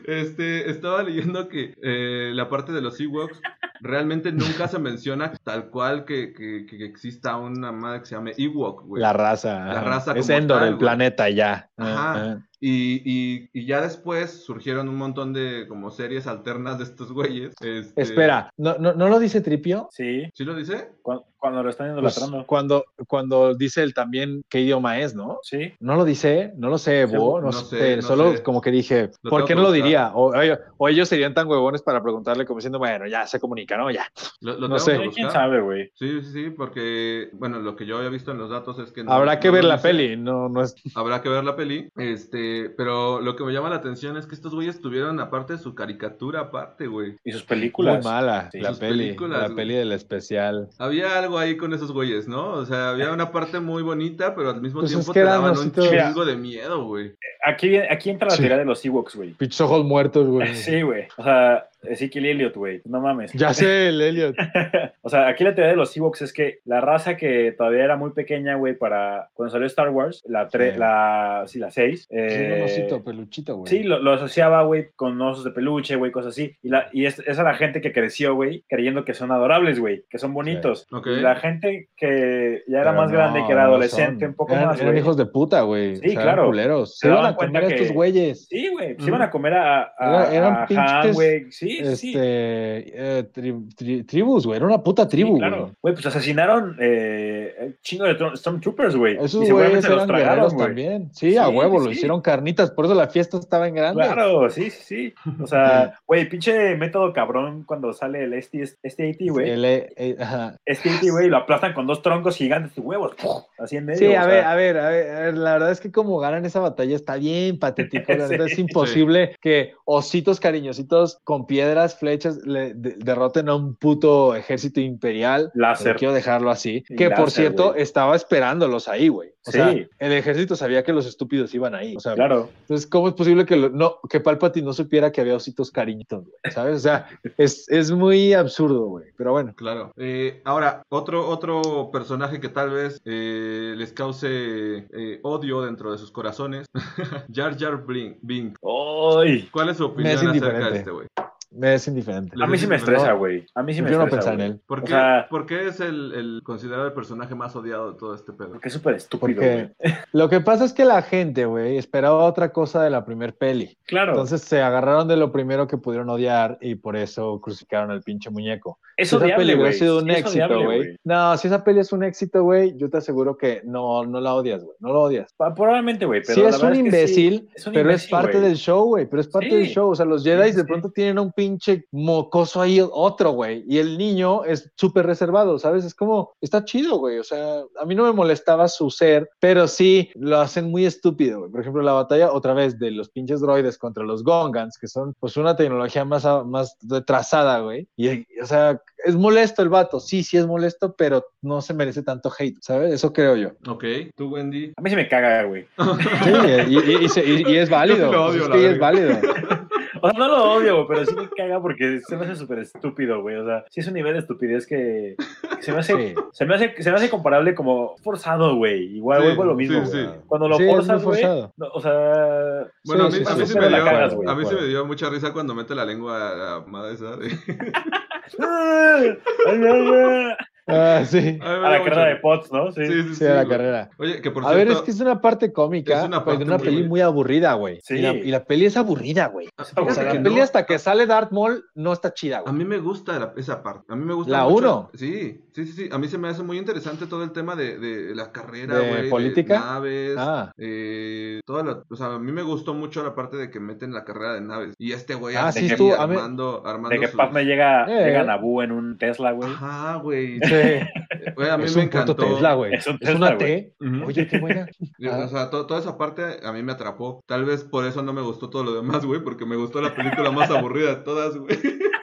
Speaker 6: Este, estaba leyendo que eh, la parte de los Ewoks realmente nunca se menciona tal cual que, que- que exista una madre que se llame Ewok, güey.
Speaker 5: la raza.
Speaker 6: La
Speaker 5: ajá.
Speaker 6: raza
Speaker 5: Es
Speaker 6: como
Speaker 5: Endor,
Speaker 6: tal,
Speaker 5: el
Speaker 6: güey.
Speaker 5: planeta y ya. Ah,
Speaker 6: Ajá.
Speaker 5: Ajá.
Speaker 6: Y, y- y ya después surgieron un montón de como series alternas de estos güeyes. Este,
Speaker 5: Espera, ¿no, no, ¿no lo dice Tripio?
Speaker 2: Sí,
Speaker 6: ¿Sí lo dice?
Speaker 2: cu- cuando lo están
Speaker 5: Pues,
Speaker 2: idolatrando.
Speaker 5: cuando, cuando dice él también qué idioma es, ¿no?
Speaker 2: Sí,
Speaker 5: No lo dice, no lo sé,
Speaker 2: Sí,
Speaker 5: Bo, no,
Speaker 6: no
Speaker 5: sé,
Speaker 6: sé, no
Speaker 5: solo
Speaker 6: sé.
Speaker 5: como que dije,
Speaker 6: Lo
Speaker 5: ¿por
Speaker 6: tengo
Speaker 5: qué
Speaker 6: que
Speaker 5: no lo
Speaker 6: buscar.
Speaker 5: diría? O, o ellos- o ellos serían tan huevones para preguntarle como diciendo, bueno, ya se comunica, ¿no? Ya.
Speaker 6: Lo, lo
Speaker 5: No
Speaker 6: tengo
Speaker 5: sé.
Speaker 6: que
Speaker 2: Sí, quién
Speaker 6: buscar.
Speaker 2: sabe, güey.
Speaker 6: Sí, sí, sí, porque, bueno, lo que yo había visto en los datos es que... no-
Speaker 5: Habrá que
Speaker 6: no
Speaker 5: ver
Speaker 6: lo
Speaker 5: la
Speaker 6: dice.
Speaker 5: peli, no, no es...
Speaker 6: Habrá que ver la peli. Este, pero lo que me llama la atención es que estos güeyes tuvieron aparte su caricatura aparte, güey.
Speaker 2: Y sus
Speaker 5: Muy
Speaker 2: películas.
Speaker 5: mala
Speaker 2: Sí.
Speaker 5: la
Speaker 6: Sus
Speaker 5: peli,
Speaker 6: películas,
Speaker 5: la
Speaker 6: güey.
Speaker 5: peli del especial.
Speaker 6: Había algo ahí con esos güeyes, ¿no? O sea, había una parte muy bonita, pero al mismo
Speaker 5: Pues es
Speaker 6: tiempo
Speaker 5: que
Speaker 6: te
Speaker 5: eran
Speaker 6: daban un
Speaker 5: ositos.
Speaker 6: chingo de miedo, güey.
Speaker 2: Aquí, aquí entra la
Speaker 5: Sí.
Speaker 2: teoría de los Ewoks, güey.
Speaker 5: Pichos ojos muertos, güey.
Speaker 2: Sí, güey. O sea, Ezekiel Elliot, güey. No mames.
Speaker 5: Ya sé, el Elliot.
Speaker 2: O sea, aquí la teoría de los Ewoks es que la raza que todavía era muy pequeña, güey, para cuando salió Star Wars, la 3,
Speaker 5: Sí.
Speaker 2: la, sí, la 6.
Speaker 5: Es un osito peluchito, güey.
Speaker 2: Eh, Sí, lo, lo asociaba, güey, con osos de peluche, güey, cosas así. Y, la, y es, es a la gente que creció, güey, creyendo que son adorables, güey, que son bonitos.
Speaker 6: Ok.
Speaker 2: Y la gente que ya era
Speaker 5: Pero
Speaker 2: más
Speaker 5: no,
Speaker 2: grande, que era
Speaker 5: no lo
Speaker 2: adolescente,
Speaker 5: son.
Speaker 2: un poco
Speaker 5: Eran-
Speaker 2: más,
Speaker 5: Eran
Speaker 2: güey.
Speaker 5: hijos de puta, güey.
Speaker 2: Sí,
Speaker 5: O sea, eran
Speaker 2: claro.
Speaker 5: culeros.
Speaker 2: Se
Speaker 5: Se iban
Speaker 2: daban
Speaker 5: a
Speaker 2: cuenta
Speaker 5: comer a
Speaker 2: que-
Speaker 5: estos güeyes.
Speaker 2: Sí, güey, se
Speaker 6: Mm.
Speaker 2: iban a comer a, a,
Speaker 5: Era- eran
Speaker 2: a Han,
Speaker 5: pinches,
Speaker 2: güey. Sí, sí.
Speaker 5: Este, eh, tri- tri- tribus, güey. Era una puta tribu,
Speaker 2: Sí,
Speaker 5: güey.
Speaker 2: claro. Güey, pues asesinaron eh, un chingo de Tro- Stormtroopers, güey.
Speaker 5: Esos
Speaker 2: Y seguramente
Speaker 5: güeyes
Speaker 2: se los
Speaker 5: eran guerreros
Speaker 2: tragaron, güey.
Speaker 5: también. Sí,
Speaker 2: Sí,
Speaker 5: a huevo, lo
Speaker 2: sí.
Speaker 5: hicieron carnitas, por eso la fiesta estaba en grande.
Speaker 2: Claro, sí, sí, sí. O sea, güey, pinche método cabrón cuando sale el este, este AT, güey.
Speaker 5: El, eh, eh, ajá.
Speaker 2: Este AT, güey, lo aplastan con dos troncos gigantes y huevos. ¡puf! Así en medio.
Speaker 5: Sí,
Speaker 2: o
Speaker 5: a
Speaker 2: sea,
Speaker 5: ver, a ver, a ver, a ver, la verdad es que como ganan esa batalla está bien patético, la
Speaker 2: Sí.
Speaker 5: neta, es imposible que ositos cariñositos con piedras, flechas, le de- derroten a un puto ejército imperial
Speaker 2: Láser.
Speaker 5: Quiero dejarlo así.
Speaker 2: Y
Speaker 5: Que por
Speaker 2: láser,
Speaker 5: cierto,
Speaker 2: güey.
Speaker 5: estaba esperándolos ahí, güey. O
Speaker 2: Sí.
Speaker 5: sea, el ejército sabía que los estúpidos iban ahí. O sea,
Speaker 2: Claro.
Speaker 5: entonces, ¿cómo es posible que, lo- no, que Palpatine no supiera que había ositos cariñitos, güey? ¿Sabes? O sea, es, es muy absurdo, güey. Pero bueno.
Speaker 6: Claro. Eh, ahora, otro, otro personaje que tal vez eh, les cause eh, odio dentro de sus corazones. Jar Jar Blin- Binks.
Speaker 2: ¡Ay!
Speaker 6: ¿Cuál es su
Speaker 5: es
Speaker 6: opinión acerca
Speaker 5: indiferente.
Speaker 6: de este güey?
Speaker 5: Me es indiferente.
Speaker 2: A mí sí me estresa, güey. A mí sí me
Speaker 5: Prefiero no
Speaker 2: estresa.
Speaker 5: pensar en
Speaker 2: güey.
Speaker 5: él.
Speaker 6: ¿Por
Speaker 2: O
Speaker 6: qué,
Speaker 2: sea-
Speaker 6: por qué es el, el considerado el personaje más odiado de todo este pedo?
Speaker 2: Porque es súper estúpido, güey.
Speaker 5: Porque lo que pasa es que la gente, güey, esperaba otra cosa de la primer peli.
Speaker 2: Claro.
Speaker 5: Entonces se agarraron de lo primero que pudieron odiar y por eso crucificaron al pinche muñeco.
Speaker 2: es
Speaker 5: Si esa
Speaker 2: odiable,
Speaker 5: peli
Speaker 2: güey.
Speaker 5: hubiera sido
Speaker 2: Sí,
Speaker 5: un
Speaker 2: es
Speaker 5: éxito,
Speaker 2: odiable,
Speaker 5: güey. No, si esa peli es un éxito, güey, yo te aseguro que no, no la odias, güey. No la odias.
Speaker 2: Pa- Probablemente, güey. Pero
Speaker 5: sí,
Speaker 2: la
Speaker 5: es un
Speaker 2: verdad que sí,
Speaker 5: imbécil,
Speaker 2: es un
Speaker 5: pero es
Speaker 2: imbécil,
Speaker 5: parte
Speaker 2: güey.
Speaker 5: del show, güey. Pero es parte
Speaker 2: Sí.
Speaker 5: del show. O sea, los Jedi
Speaker 2: Sí,
Speaker 5: de
Speaker 2: sí.
Speaker 5: pronto tienen un pinche mocoso ahí, otro, güey. Y el niño es súper reservado, ¿sabes? Es como, está chido, güey. O sea, a mí no me molestaba su ser, pero sí lo hacen muy estúpido, güey. Por ejemplo, la batalla otra vez de los pinches droides contra los Gongans, que son pues una tecnología más, a- más retrasada, güey. Y, o sea, es molesto el vato. Sí, sí es molesto, pero no se merece tanto hate, ¿sabes? Eso creo yo.
Speaker 6: Ok, tú Wendy.
Speaker 2: A mí sí me caga, güey.
Speaker 5: Sí, y, y- y se- y- y es válido. pues,
Speaker 6: Yo sí lo odio,
Speaker 5: es
Speaker 6: la
Speaker 5: que y es
Speaker 6: verga.
Speaker 5: válido.
Speaker 2: O sea, no lo odio, güey, pero sí me caga porque se me hace súper estúpido, güey. O sea, sí es un nivel de estupidez que que se me hace, se me hace, se me hace comparable como forzado, güey. Igual
Speaker 6: Sí,
Speaker 2: vuelvo a lo mismo,
Speaker 6: sí,
Speaker 2: güey.
Speaker 6: sí.
Speaker 2: Cuando lo
Speaker 5: Sí, es muy
Speaker 2: forzas, güey.
Speaker 5: forzado.
Speaker 2: no, o sea,
Speaker 6: Bueno,
Speaker 5: Sí,
Speaker 6: a mí,
Speaker 5: sí,
Speaker 6: a mí
Speaker 5: sí,
Speaker 6: sí
Speaker 5: pero
Speaker 6: me
Speaker 5: la pues.
Speaker 6: dio,
Speaker 2: cagas, güey,
Speaker 6: a mí sí
Speaker 2: bueno.
Speaker 6: me dio mucha risa cuando mete la lengua a la madre esa.
Speaker 2: a
Speaker 5: Ah, sí.
Speaker 2: la carrera de Potts, ¿no? Sí.
Speaker 6: Sí,
Speaker 2: Sí,
Speaker 6: sí,
Speaker 5: Sí, a la
Speaker 6: güey.
Speaker 5: carrera.
Speaker 6: Oye, que por
Speaker 5: A ver,
Speaker 6: cierto,
Speaker 5: es que es una parte cómica,
Speaker 6: es una
Speaker 5: pero
Speaker 6: parte
Speaker 5: una
Speaker 6: muy-
Speaker 5: peli muy aburrida, güey.
Speaker 2: Sí.
Speaker 5: Y, la, y la peli es aburrida, güey.
Speaker 6: fíjate
Speaker 5: O sea, la
Speaker 6: ah, que no.
Speaker 5: peli hasta que sale Darth Maul no está chida,
Speaker 6: A
Speaker 5: güey.
Speaker 6: mí me gusta la- esa parte. A mí me gusta
Speaker 5: ¿La
Speaker 6: mucho-
Speaker 5: uno?
Speaker 6: Sí, sí, sí, sí. A mí se me hace muy interesante todo el tema de, de la carrera,
Speaker 5: ¿De
Speaker 6: güey,
Speaker 5: política?
Speaker 6: naves.
Speaker 5: Ah.
Speaker 6: eh, toda la- o sea, a mí me gustó mucho la parte de que meten la carrera de naves. Y este güey
Speaker 5: Ah,
Speaker 6: así
Speaker 5: sí,
Speaker 2: estuvo-
Speaker 5: a mí-
Speaker 6: armando, armando
Speaker 2: De que
Speaker 6: sus-
Speaker 2: Padme llega,
Speaker 5: Eh.
Speaker 2: llega a Naboo en un Tesla, güey.
Speaker 6: Ajá, güey. Güey,
Speaker 5: Sí.
Speaker 6: a mí
Speaker 5: es
Speaker 6: me
Speaker 5: un puto
Speaker 6: encantó.
Speaker 5: Tesla, güey.
Speaker 2: Es
Speaker 5: Es,
Speaker 2: un Tesla,
Speaker 5: una
Speaker 2: güey.
Speaker 5: T.
Speaker 6: Ujú.
Speaker 5: Oye, ah. qué buena.
Speaker 6: O sea, to- toda esa parte a mí me atrapó. Tal vez por eso no me gustó todo lo demás, güey, porque me gustó la película más aburrida de todas, güey.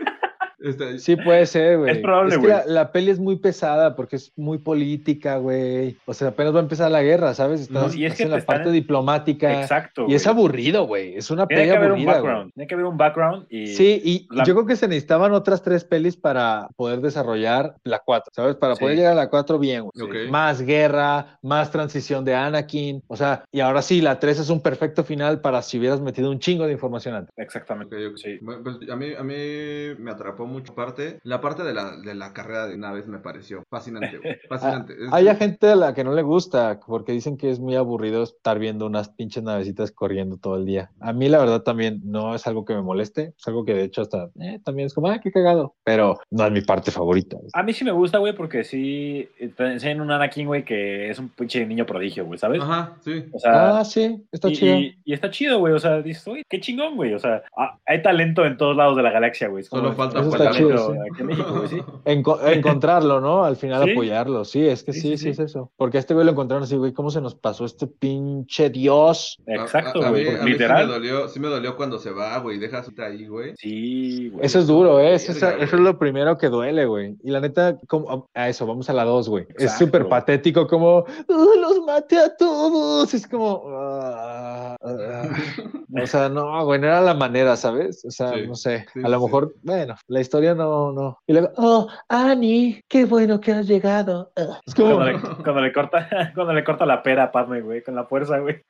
Speaker 6: Este,
Speaker 5: Sí, puede ser, güey.
Speaker 2: Es probable,
Speaker 5: que
Speaker 2: güey.
Speaker 5: la, la peli es muy pesada porque es muy política, güey. O sea, apenas va a empezar la guerra, ¿sabes? Estás
Speaker 2: y es que
Speaker 5: en
Speaker 2: te
Speaker 5: la
Speaker 2: están-
Speaker 5: parte diplomática.
Speaker 2: Exacto.
Speaker 5: Y es
Speaker 2: güey.
Speaker 5: aburrido, güey. Es una
Speaker 2: Tiene
Speaker 5: peli
Speaker 2: que haber un
Speaker 5: aburrida, güey.
Speaker 2: background. Tiene que haber un background y.
Speaker 5: Sí, y
Speaker 2: la-
Speaker 5: yo creo que se necesitaban otras tres pelis para poder desarrollar la 4, ¿sabes? Para
Speaker 2: Sí.
Speaker 5: poder llegar a la 4 bien, güey.
Speaker 6: ok.
Speaker 5: Más guerra, más transición de Anakin. O sea, y ahora sí, la 3 es un perfecto final para si hubieras metido un chingo de información antes.
Speaker 2: Exactamente.
Speaker 6: Ok, ok.
Speaker 2: Sí.
Speaker 6: Bueno, pues, a, mí, a mí me atrapó mucho. Parte, la parte de la, de la carrera de naves me pareció fascinante. güey, Fascinante. Es-
Speaker 5: Ah, Hay a gente a la que no le gusta porque dicen que es muy aburrido estar viendo unas pinches navecitas corriendo todo el día. A mí, la verdad, también no es algo que me moleste. Es algo que, de hecho, hasta eh, también es como, ah, qué cagado. Pero no es mi parte favorita.
Speaker 2: A mí sí me gusta, güey, porque sí eh, te enseñan un Anakin, güey, que es un pinche niño prodigio, güey, ¿sabes?
Speaker 6: Ajá, sí.
Speaker 2: O sea,
Speaker 5: ah, sí, está
Speaker 2: y,
Speaker 5: chido.
Speaker 2: y- y está chido, güey. O sea, dices, güey, qué chingón, güey. O sea, ah, hay talento en todos lados de la galaxia, güey. Es como
Speaker 6: Solo falta- pues
Speaker 2: hay
Speaker 5: Eso está
Speaker 2: talento
Speaker 5: chido, sí.
Speaker 2: aquí en México, güey, sí.
Speaker 5: Enco- encontrarlo, ¿no? Al final
Speaker 2: Sí.
Speaker 5: apoyarlo. Sí, es que
Speaker 2: Sí,
Speaker 5: sí,
Speaker 2: sí,
Speaker 5: sí,
Speaker 2: sí.
Speaker 5: es eso. Porque a este güey lo encontraron así, güey, ¿cómo se nos pasó este pinche Dios?
Speaker 2: Exacto,
Speaker 6: A- a- a
Speaker 2: güey.
Speaker 6: mí- a mí Sí me,
Speaker 2: Literal.
Speaker 6: dolió, sí me dolió cuando se va, güey. Deja su ahí, güey.
Speaker 2: Sí, güey.
Speaker 5: Eso es duro, ¿eh? Eso, es-
Speaker 6: Verga, güey.
Speaker 5: eso es lo primero que duele, güey. Y la neta, como- a eso, vamos a la dos, güey. Es
Speaker 2: Exacto.
Speaker 5: súper patético, como, "Ah, los maté a todos. Es como, ah, ah. o sea, no, güey, no era la manera, ¿sabes? O sea,
Speaker 6: Sí.
Speaker 5: no sé.
Speaker 6: Sí,
Speaker 5: a lo
Speaker 6: sí.
Speaker 5: mejor, bueno, la historia no, no. Y luego, oh, Annie, qué bueno que has llegado. Ah. Es como,
Speaker 2: Cuando le, cuando le corta, cuando le corta la pera a Padme, güey, con la fuerza, güey.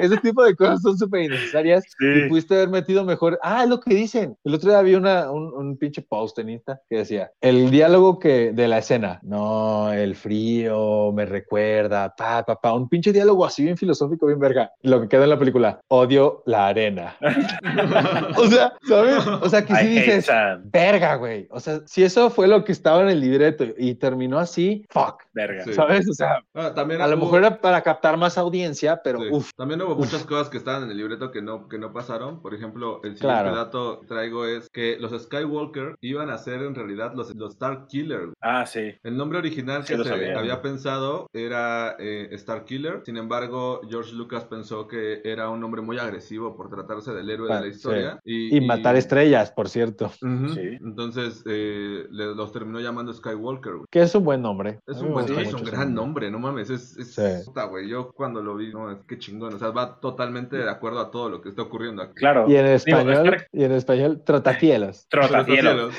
Speaker 5: Ese tipo de cosas son súper innecesarias.
Speaker 2: Sí.
Speaker 5: Y pudiste haber metido mejor. Ah, es lo que dicen. El otro día había una, un, un pinche post en Insta que decía: el diálogo que de la escena. No, el frío me recuerda, pa, pa, pa. Un pinche diálogo así bien filosófico, bien verga. Lo que queda en la película: odio la arena.
Speaker 6: Ah,
Speaker 5: o sea, ¿sabes? O sea, que
Speaker 2: I
Speaker 5: sí
Speaker 2: hate
Speaker 5: dices.
Speaker 2: sand.
Speaker 5: Verga, güey. O sea, si eso fue lo que estaba en el libreto y terminó así, fuck.
Speaker 2: Verga.
Speaker 6: Sí.
Speaker 5: ¿Sabes? O sea,
Speaker 6: Ah, también
Speaker 5: a lo
Speaker 6: hubo-
Speaker 5: mejor era para captar más audiencia, pero
Speaker 6: Sí.
Speaker 5: uff.
Speaker 6: También hubo muchas cosas que estaban en el libreto que no, que no pasaron. Por ejemplo, el siguiente
Speaker 5: Claro.
Speaker 6: dato que traigo es que los Skywalker iban a ser en realidad los, los Star Killer.
Speaker 2: Ah, sí.
Speaker 6: El nombre original
Speaker 2: Sí
Speaker 6: que
Speaker 2: lo
Speaker 6: se
Speaker 2: sabía.
Speaker 6: había pensado era eh, Star Killer. Sin embargo, George Lucas pensó que era un hombre muy agresivo por tratarse del héroe de
Speaker 5: Ah,
Speaker 6: la historia.
Speaker 5: Y, matar este- estrellas, por cierto.
Speaker 6: Ujú.
Speaker 2: Sí.
Speaker 6: Entonces eh, le- los terminó llamando Skywalker. güey.
Speaker 5: Que es un buen nombre.
Speaker 6: Es
Speaker 5: A mí
Speaker 6: un,
Speaker 5: me
Speaker 6: buen-
Speaker 5: gusta
Speaker 6: es un
Speaker 5: mucho ese
Speaker 6: gran nombre, no mames. Es, es
Speaker 5: Sí.
Speaker 6: puta, güey. Yo cuando lo vi, no, es que chingón. O sea, va totalmente de acuerdo a todo lo que está ocurriendo aquí.
Speaker 2: Claro.
Speaker 5: Y en
Speaker 2: Digo, es
Speaker 5: español,
Speaker 2: que-
Speaker 5: y en español, trotacielos.
Speaker 2: Trotacielos.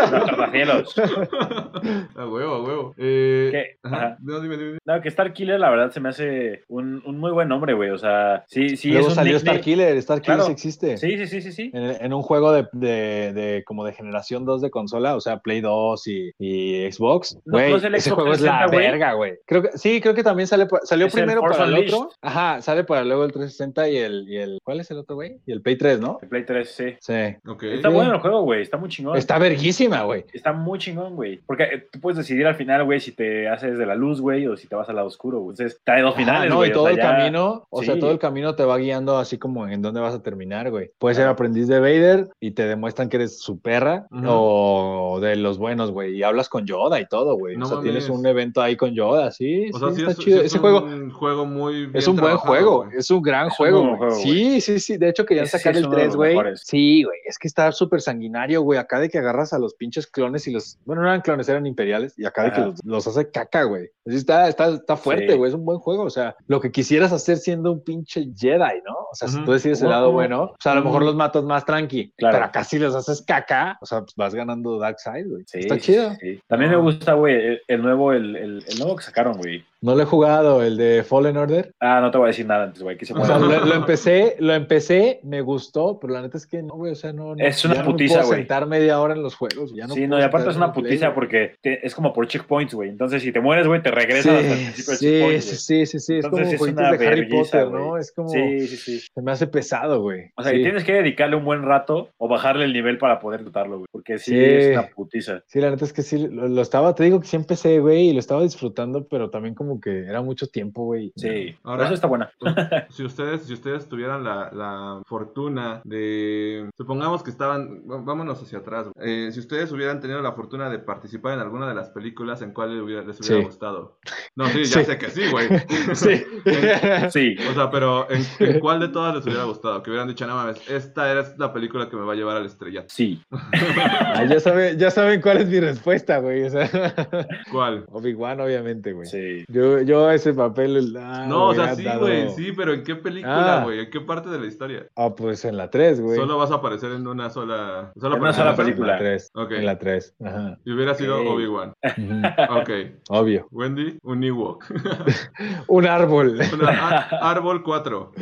Speaker 2: Trotacielos.
Speaker 6: a huevo, a huevo. Eh,
Speaker 2: ¿Qué?
Speaker 6: ajá.
Speaker 2: Ajá.
Speaker 6: No, dime, dime.
Speaker 2: No, que Star Killer, la verdad, se me hace un, un muy buen nombre, güey. O sea, sí, sí.
Speaker 5: Luego
Speaker 2: es un
Speaker 5: salió
Speaker 2: nickname-
Speaker 5: Starkiller. Starkiller
Speaker 2: Claro.
Speaker 5: sí existe.
Speaker 2: Sí, sí, sí, sí, sí.
Speaker 5: En, en un juego de, de- de- como de generación 2 de consola, o sea, Play 2 y, y Xbox.
Speaker 2: No,
Speaker 5: Güey,
Speaker 2: no es el
Speaker 5: ese
Speaker 2: Xbox
Speaker 5: juego es la
Speaker 2: 360, güey.
Speaker 5: verga, güey. Creo que, sí, creo que también sale, pa- salió
Speaker 2: Es el
Speaker 5: primero
Speaker 2: Force
Speaker 5: para el
Speaker 2: Unleashed.
Speaker 5: otro. Ajá, sale para luego el 360 y el, y el. ¿Cuál es el otro, güey? Y el Play 3, ¿no?
Speaker 2: El Play 3, sí.
Speaker 5: Sí.
Speaker 6: Ok.
Speaker 2: Está
Speaker 5: Sí.
Speaker 2: bueno el juego, güey. Está muy chingón.
Speaker 5: Está verguísima, güey.
Speaker 2: Está muy chingón, güey. Porque eh, tú puedes decidir al final, güey, si te haces de la luz, güey, o si te vas al lado oscuro, güey. Entonces, trae dos
Speaker 5: Ajá,
Speaker 2: finales,
Speaker 5: Ah, no,
Speaker 2: güey.
Speaker 5: y
Speaker 2: o
Speaker 5: todo
Speaker 2: sea,
Speaker 5: el
Speaker 2: ya-
Speaker 5: camino, o sea,
Speaker 2: Sí.
Speaker 5: todo el camino te va guiando así como en dónde vas a terminar, güey. Puedes ser aprendiz de Vader y te demuestran que eres su perra
Speaker 6: Ujú.
Speaker 5: o de los buenos, güey. Y hablas con Yoda y todo, güey.
Speaker 6: No
Speaker 5: o sea, tienes
Speaker 6: mames.
Speaker 5: un evento ahí con Yoda, sí,
Speaker 6: O
Speaker 5: sí,
Speaker 6: sea, sí
Speaker 5: está
Speaker 6: es,
Speaker 5: chido.
Speaker 6: sí es
Speaker 5: Ese
Speaker 6: un
Speaker 5: juego
Speaker 6: juego muy bien
Speaker 5: es un buen
Speaker 6: trabajado,
Speaker 5: juego,
Speaker 6: güey.
Speaker 5: es un gran
Speaker 2: Es un
Speaker 5: juego,
Speaker 2: muy buen
Speaker 5: güey.
Speaker 2: juego,
Speaker 5: Sí, sí, sí. De hecho, querían
Speaker 2: Ese sí
Speaker 5: sacar
Speaker 2: es
Speaker 5: el
Speaker 2: uno de
Speaker 5: 3,
Speaker 2: los
Speaker 5: güey.
Speaker 2: mejores.
Speaker 5: Sí, güey. Es que está súper sanguinario, güey. Acá de que agarras a los pinches clones y los. Bueno, no eran clones, eran imperiales y acá de que
Speaker 2: Ajá.
Speaker 5: los, los hace caca, güey. Así está, está, está fuerte,
Speaker 2: Sí.
Speaker 5: güey. Es un buen juego. O sea, lo que quisieras hacer siendo un pinche Jedi, ¿no? O sea, si tú decides el lado
Speaker 2: Ujú.
Speaker 5: bueno, pues a lo mejor los matas más tranqui.
Speaker 2: Claro.
Speaker 5: Pero acá si los haces caca, o sea, pues vas ganando Dark Side, güey.
Speaker 2: Sí,
Speaker 5: está
Speaker 2: sí,
Speaker 5: chido. Ah.
Speaker 2: sí. También me gusta, güey, el, el nuevo, el, el- el nuevo que sacaron, güey.
Speaker 5: No lo he jugado, el de Fallen Order.
Speaker 2: Ah, no te voy a decir nada antes, güey. que se
Speaker 5: O sea,
Speaker 2: muera.
Speaker 5: lo, lo empecé, lo empecé, me gustó, pero la neta es que no, güey, o sea, no, no-
Speaker 2: Es una
Speaker 5: ya no me
Speaker 2: putiza,
Speaker 5: puedo
Speaker 2: güey.
Speaker 5: sentar media hora en los juegos, ya no
Speaker 2: sí, no, y aparte
Speaker 5: puedo sentar
Speaker 2: es
Speaker 5: en
Speaker 2: una
Speaker 5: el play,
Speaker 2: putiza
Speaker 5: güey.
Speaker 2: porque te- es como por checkpoints, güey. Entonces, si te mueres, güey, te regresas hasta el principio del
Speaker 5: sí,
Speaker 2: checkpoint,
Speaker 5: sí,
Speaker 2: güey.
Speaker 5: sí, sí, sí, es como
Speaker 2: Entonces, es
Speaker 5: jueguitos
Speaker 2: una
Speaker 5: de Harry
Speaker 2: vergüenza,
Speaker 5: Potter,
Speaker 2: güey.
Speaker 5: ¿no? Es como,
Speaker 2: Sí, sí, sí.
Speaker 5: se me hace pesado, güey.
Speaker 2: O sea,
Speaker 5: sí.
Speaker 2: y tienes que dedicarle un buen rato o bajarle el nivel para poder dotarlo, güey. Porque sí,
Speaker 5: Sí.
Speaker 2: es una putiza.
Speaker 5: Sí, la neta es que sí, lo, lo estaba, te digo que sí empecé, güey, y lo estaba disfrutando, pero también como que era mucho tiempo, güey.
Speaker 2: Sí.
Speaker 6: Ahora-
Speaker 2: Pero eso está buena.
Speaker 6: si ustedes, si ustedes tuvieran la, la fortuna de, supongamos que estaban, va- vámonos hacia atrás, eh, si ustedes hubieran tenido la fortuna de participar en alguna de las películas, ¿en cuál les hubiera, les hubiera
Speaker 5: Sí.
Speaker 6: gustado? No, sí, ya
Speaker 5: Sí.
Speaker 6: sé que sí, güey.
Speaker 5: Sí.
Speaker 2: Sí.
Speaker 6: O sea, pero ¿en, en cuál de todas les hubiera gustado? Que hubieran dicho, no mames, esta es la película que me va a llevar al estrellato.
Speaker 2: Sí.
Speaker 5: Ah, ya, sabe, ya saben cuál es mi respuesta, güey. O sea,
Speaker 6: ¿Cuál?
Speaker 5: Obi-Wan, obviamente, güey.
Speaker 2: Sí.
Speaker 5: Yo, yo ese papel. ah,
Speaker 6: No, o
Speaker 5: me
Speaker 6: sea,
Speaker 5: hubiera
Speaker 6: sí,
Speaker 5: dado-
Speaker 6: güey, sí, pero ¿en qué película,
Speaker 5: Ah.
Speaker 6: güey? ¿En qué parte de la historia?
Speaker 5: Ah, pues en la 3, güey.
Speaker 6: Solo vas a aparecer en una sola... solo
Speaker 2: En una
Speaker 6: aparecer
Speaker 2: sola
Speaker 6: en
Speaker 2: película.
Speaker 5: En la 3.
Speaker 6: Ok.
Speaker 5: En la 3. Ajá.
Speaker 6: Y hubiera sido
Speaker 2: Ok.
Speaker 6: Obi-Wan.
Speaker 5: Ujú.
Speaker 6: Ok.
Speaker 5: Obvio.
Speaker 6: Wendy, un Ewok.
Speaker 5: Un árbol.
Speaker 6: Una ar- árbol 4.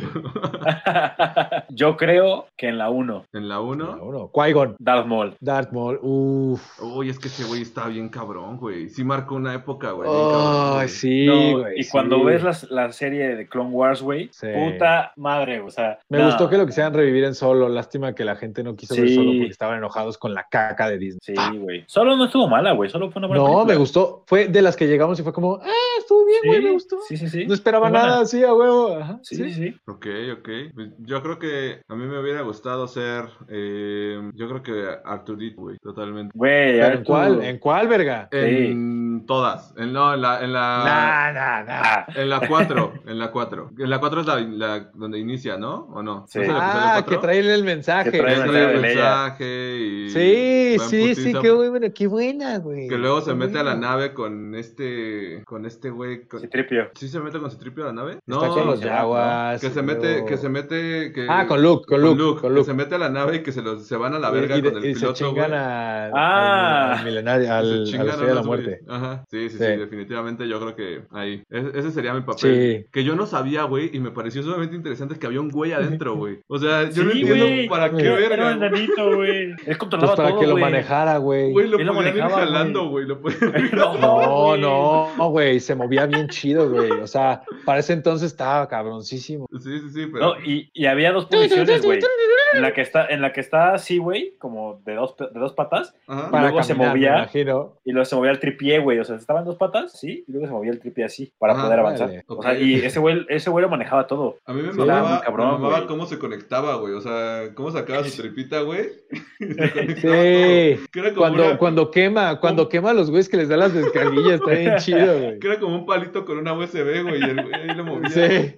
Speaker 2: Yo creo que en la 1,
Speaker 6: En la 1.
Speaker 5: Uno. Qui-Gon.
Speaker 2: Darth Maul.
Speaker 5: Darth Maul. Uf.
Speaker 6: Uy, es que ese güey está bien cabrón, güey. Sí marcó una época, güey. bien cabrón,
Speaker 5: Oh,
Speaker 6: güey.
Speaker 5: sí,
Speaker 2: No,
Speaker 5: güey.
Speaker 2: y
Speaker 5: sí.
Speaker 2: cuando ves las- la, serie de Clone Wars, güey,
Speaker 5: Sí.
Speaker 2: puta madre, o sea.
Speaker 5: Me
Speaker 2: no.
Speaker 5: gustó que lo quisieran revivir en solo. Lástima que la gente no quiso ver
Speaker 2: Ah. Sí.
Speaker 5: solo porque estaban enojados con la caca de Disney.
Speaker 2: Sí,
Speaker 5: Ah,
Speaker 2: güey. Solo no estuvo mala, güey. Solo fue una buena
Speaker 5: No,
Speaker 2: película.
Speaker 5: me gustó. Fue de las que llegamos y fue como, ah, estuvo bien,
Speaker 2: Sí,
Speaker 5: güey, me gustó.
Speaker 2: Sí, sí, sí.
Speaker 5: No esperaba
Speaker 2: Buena.
Speaker 5: nada así a huevo. Ajá,
Speaker 2: Sí, sí, sí.
Speaker 6: Ok, ok. Pues Yo creo que a mí me hubiera gustado ser. eh, yo creo que Arturito, güey, totalmente.
Speaker 2: Güey,
Speaker 5: ¿Pero
Speaker 2: a ver
Speaker 5: en
Speaker 2: tú.
Speaker 5: cuál? ¿En cuál, verga?
Speaker 6: En todas. En, no, en la. En la...
Speaker 5: Nah, nah, nah.
Speaker 2: Ah,
Speaker 6: En la 4, en la 4. En la 4 es la, la- donde inicia, ¿no? ¿O no?
Speaker 2: Sí.
Speaker 6: ¿No es el episodio
Speaker 5: Ah, que
Speaker 6: cuatro?
Speaker 5: trae el mensaje.
Speaker 2: Que trae
Speaker 6: Que
Speaker 2: el
Speaker 6: trae el
Speaker 2: mensaje de Leia.
Speaker 6: mensaje y...
Speaker 5: Sí,
Speaker 6: va en
Speaker 5: sí, sí,
Speaker 6: putiza
Speaker 5: qué buena, qué buena, güey.
Speaker 6: Que luego se
Speaker 5: Qué
Speaker 6: mete a la
Speaker 5: buena.
Speaker 6: nave con este. Con este güey. con-
Speaker 2: sí, tripio.
Speaker 6: ¿Sí se mete con Citripio a la nave?
Speaker 5: Está con los
Speaker 2: que va,
Speaker 5: yaguas.
Speaker 6: que se
Speaker 5: y
Speaker 6: mete,
Speaker 5: luego-
Speaker 6: que se mete. Que,
Speaker 5: Ah, con Luke, con Luke, con
Speaker 6: Que
Speaker 5: Luke.
Speaker 6: se mete a la nave y que se, los, se van a la verga
Speaker 5: y,
Speaker 6: con el
Speaker 5: y se
Speaker 6: piloto. güey.
Speaker 5: chingan a,
Speaker 2: Ah.
Speaker 5: al, al milenario,
Speaker 6: Que se
Speaker 5: al, a
Speaker 6: chingan
Speaker 5: la estrella de la
Speaker 6: unos güeyes.
Speaker 5: muerte.
Speaker 6: Ajá. Sí, sí, sí,
Speaker 5: Sí.
Speaker 6: definitivamente yo creo que ahí. e, Ese, ese sería mi papel.
Speaker 5: Sí.
Speaker 6: Que yo no sabía, güey, y me pareció sumamente interesante que había un güey adentro, güey. O sea, yo no
Speaker 2: Sí,
Speaker 6: entiendo
Speaker 2: güey.
Speaker 6: para qué
Speaker 5: Era
Speaker 2: Era
Speaker 6: verga.
Speaker 2: un
Speaker 6: güey.
Speaker 2: enanito, güey. Él
Speaker 5: Pues
Speaker 2: controlaba
Speaker 5: para
Speaker 2: todo,
Speaker 5: que lo
Speaker 2: güey.
Speaker 5: manejara, güey.
Speaker 6: Güey, lo
Speaker 2: Él lo
Speaker 6: podían ir
Speaker 2: manejaba, güey.
Speaker 6: jalando, güey. Lo podían ir jalando.
Speaker 5: No,
Speaker 2: güey.
Speaker 5: no, no, güey, se movía bien chido, güey. O sea, para ese entonces estaba cabroncísimo.
Speaker 6: Sí, sí, sí, pero.
Speaker 2: No, y, y había dos posiciones, güey. En la que está, en la que está así, güey, como de dos, de dos patas,
Speaker 6: Ajá.
Speaker 5: Para
Speaker 2: luego se
Speaker 5: caminar,
Speaker 2: movía.
Speaker 5: me imagino.
Speaker 2: y luego se movía el tripié, güey. O sea, estaban dos patas, sí, y luego se movía el tripié así para
Speaker 6: Ah,
Speaker 2: poder avanzar.
Speaker 5: órale.
Speaker 2: O sea, y ese güey, ese güey lo manejaba todo.
Speaker 6: A mí me
Speaker 2: Sí,
Speaker 6: mamaba,
Speaker 2: muy cabrón,
Speaker 6: me mamaba
Speaker 2: güey.
Speaker 6: cómo se conectaba, güey. O sea, cómo sacaba su tripita, güey. y se conectaba
Speaker 5: Sí.
Speaker 6: todo. Que era como
Speaker 5: Cuando,
Speaker 6: una-
Speaker 5: cuando quema, cuando quema a los güeyes que les da las descarguillas, está bien chido, güey.
Speaker 6: que era como un palito con una USB, güey. Y el güey ahí lo movía.
Speaker 5: Sí.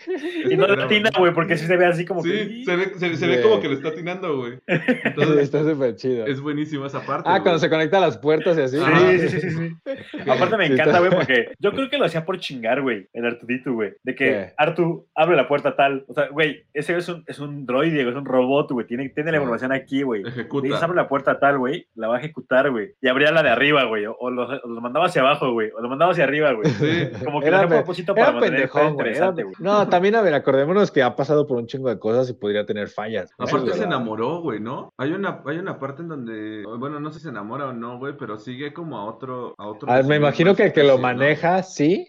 Speaker 2: Y no le atina, güey, porque sí se ve así como
Speaker 6: Sí,
Speaker 2: que.
Speaker 6: se ve, se, se ve
Speaker 5: Sí.
Speaker 6: como que le está atinando, güey. Entonces,
Speaker 5: está súper chido.
Speaker 6: es buenísima esa parte.
Speaker 5: Ah,
Speaker 6: güey.
Speaker 5: cuando se conecta a las puertas y así.
Speaker 6: Ajá.
Speaker 2: Sí, sí, sí, sí, sí. Aparte me
Speaker 5: Sí,
Speaker 2: encanta,
Speaker 5: está-
Speaker 2: güey, porque yo creo que lo hacía por chingar, güey, el Artudito, güey. De que
Speaker 5: ¿Qué?
Speaker 2: Artu abre la puerta tal. O sea, güey, ese es un, es un droide, güey, es un robot, güey. Tiene, tiene
Speaker 5: Ah.
Speaker 2: la información aquí, güey. Le dices,
Speaker 6: Ejecuta.
Speaker 2: abre la puerta tal, güey, la va a ejecutar, güey. Y abría la de arriba, güey. O, o lo, o lo mandaba hacia abajo, güey. O lo mandaba hacia arriba, güey.
Speaker 6: Sí.
Speaker 2: Como que
Speaker 5: Era
Speaker 2: era un
Speaker 5: pe-
Speaker 2: propósito para
Speaker 5: Era
Speaker 2: mantener el juego
Speaker 5: pendejón, güey. era-
Speaker 2: interesante, güey.
Speaker 5: No, también, a ver, acordémonos que ha pasado por un chingo de cosas y podría tener fallas.
Speaker 6: Aparte
Speaker 5: Eso es
Speaker 6: se
Speaker 5: verdad.
Speaker 6: enamoró, güey, ¿no? Hay una, hay una parte en donde, bueno, no sé si se enamora o no, güey, pero sigue como a otro, a otro.
Speaker 5: A ver, Ah, me imagino
Speaker 2: pues,
Speaker 5: que el que
Speaker 6: Sí,
Speaker 5: lo
Speaker 6: ¿no?
Speaker 5: maneja, sí.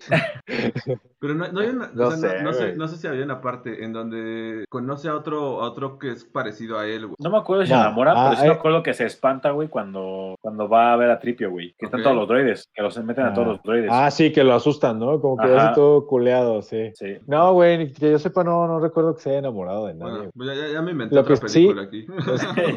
Speaker 6: Pero no, no hay una,
Speaker 5: Eh, No
Speaker 6: o sea,
Speaker 5: sé,
Speaker 6: no, no sé,
Speaker 5: güey.
Speaker 6: no sé si había una parte en donde conoce a otro, a otro que es parecido a él, güey.
Speaker 2: No me acuerdo si
Speaker 5: No.
Speaker 2: se enamora,
Speaker 5: Ah,
Speaker 2: pero sí me
Speaker 5: eh.
Speaker 2: acuerdo que se espanta, güey, cuando, cuando va a ver a Tripio, güey. Que están
Speaker 6: Ok.
Speaker 2: todos los droides, que los meten a
Speaker 5: Ah.
Speaker 2: todos los droides.
Speaker 5: Ah, sí, que lo asustan, ¿no? Como que
Speaker 2: Ajá.
Speaker 5: así todo culeado, sí.
Speaker 2: Sí.
Speaker 5: No, güey, que yo sepa, no, no recuerdo que se haya enamorado de nadie.
Speaker 6: Bueno, pues
Speaker 5: güey.
Speaker 6: ya, ya- ya me inventé
Speaker 5: Lo
Speaker 6: otra
Speaker 5: que sí-
Speaker 6: película aquí.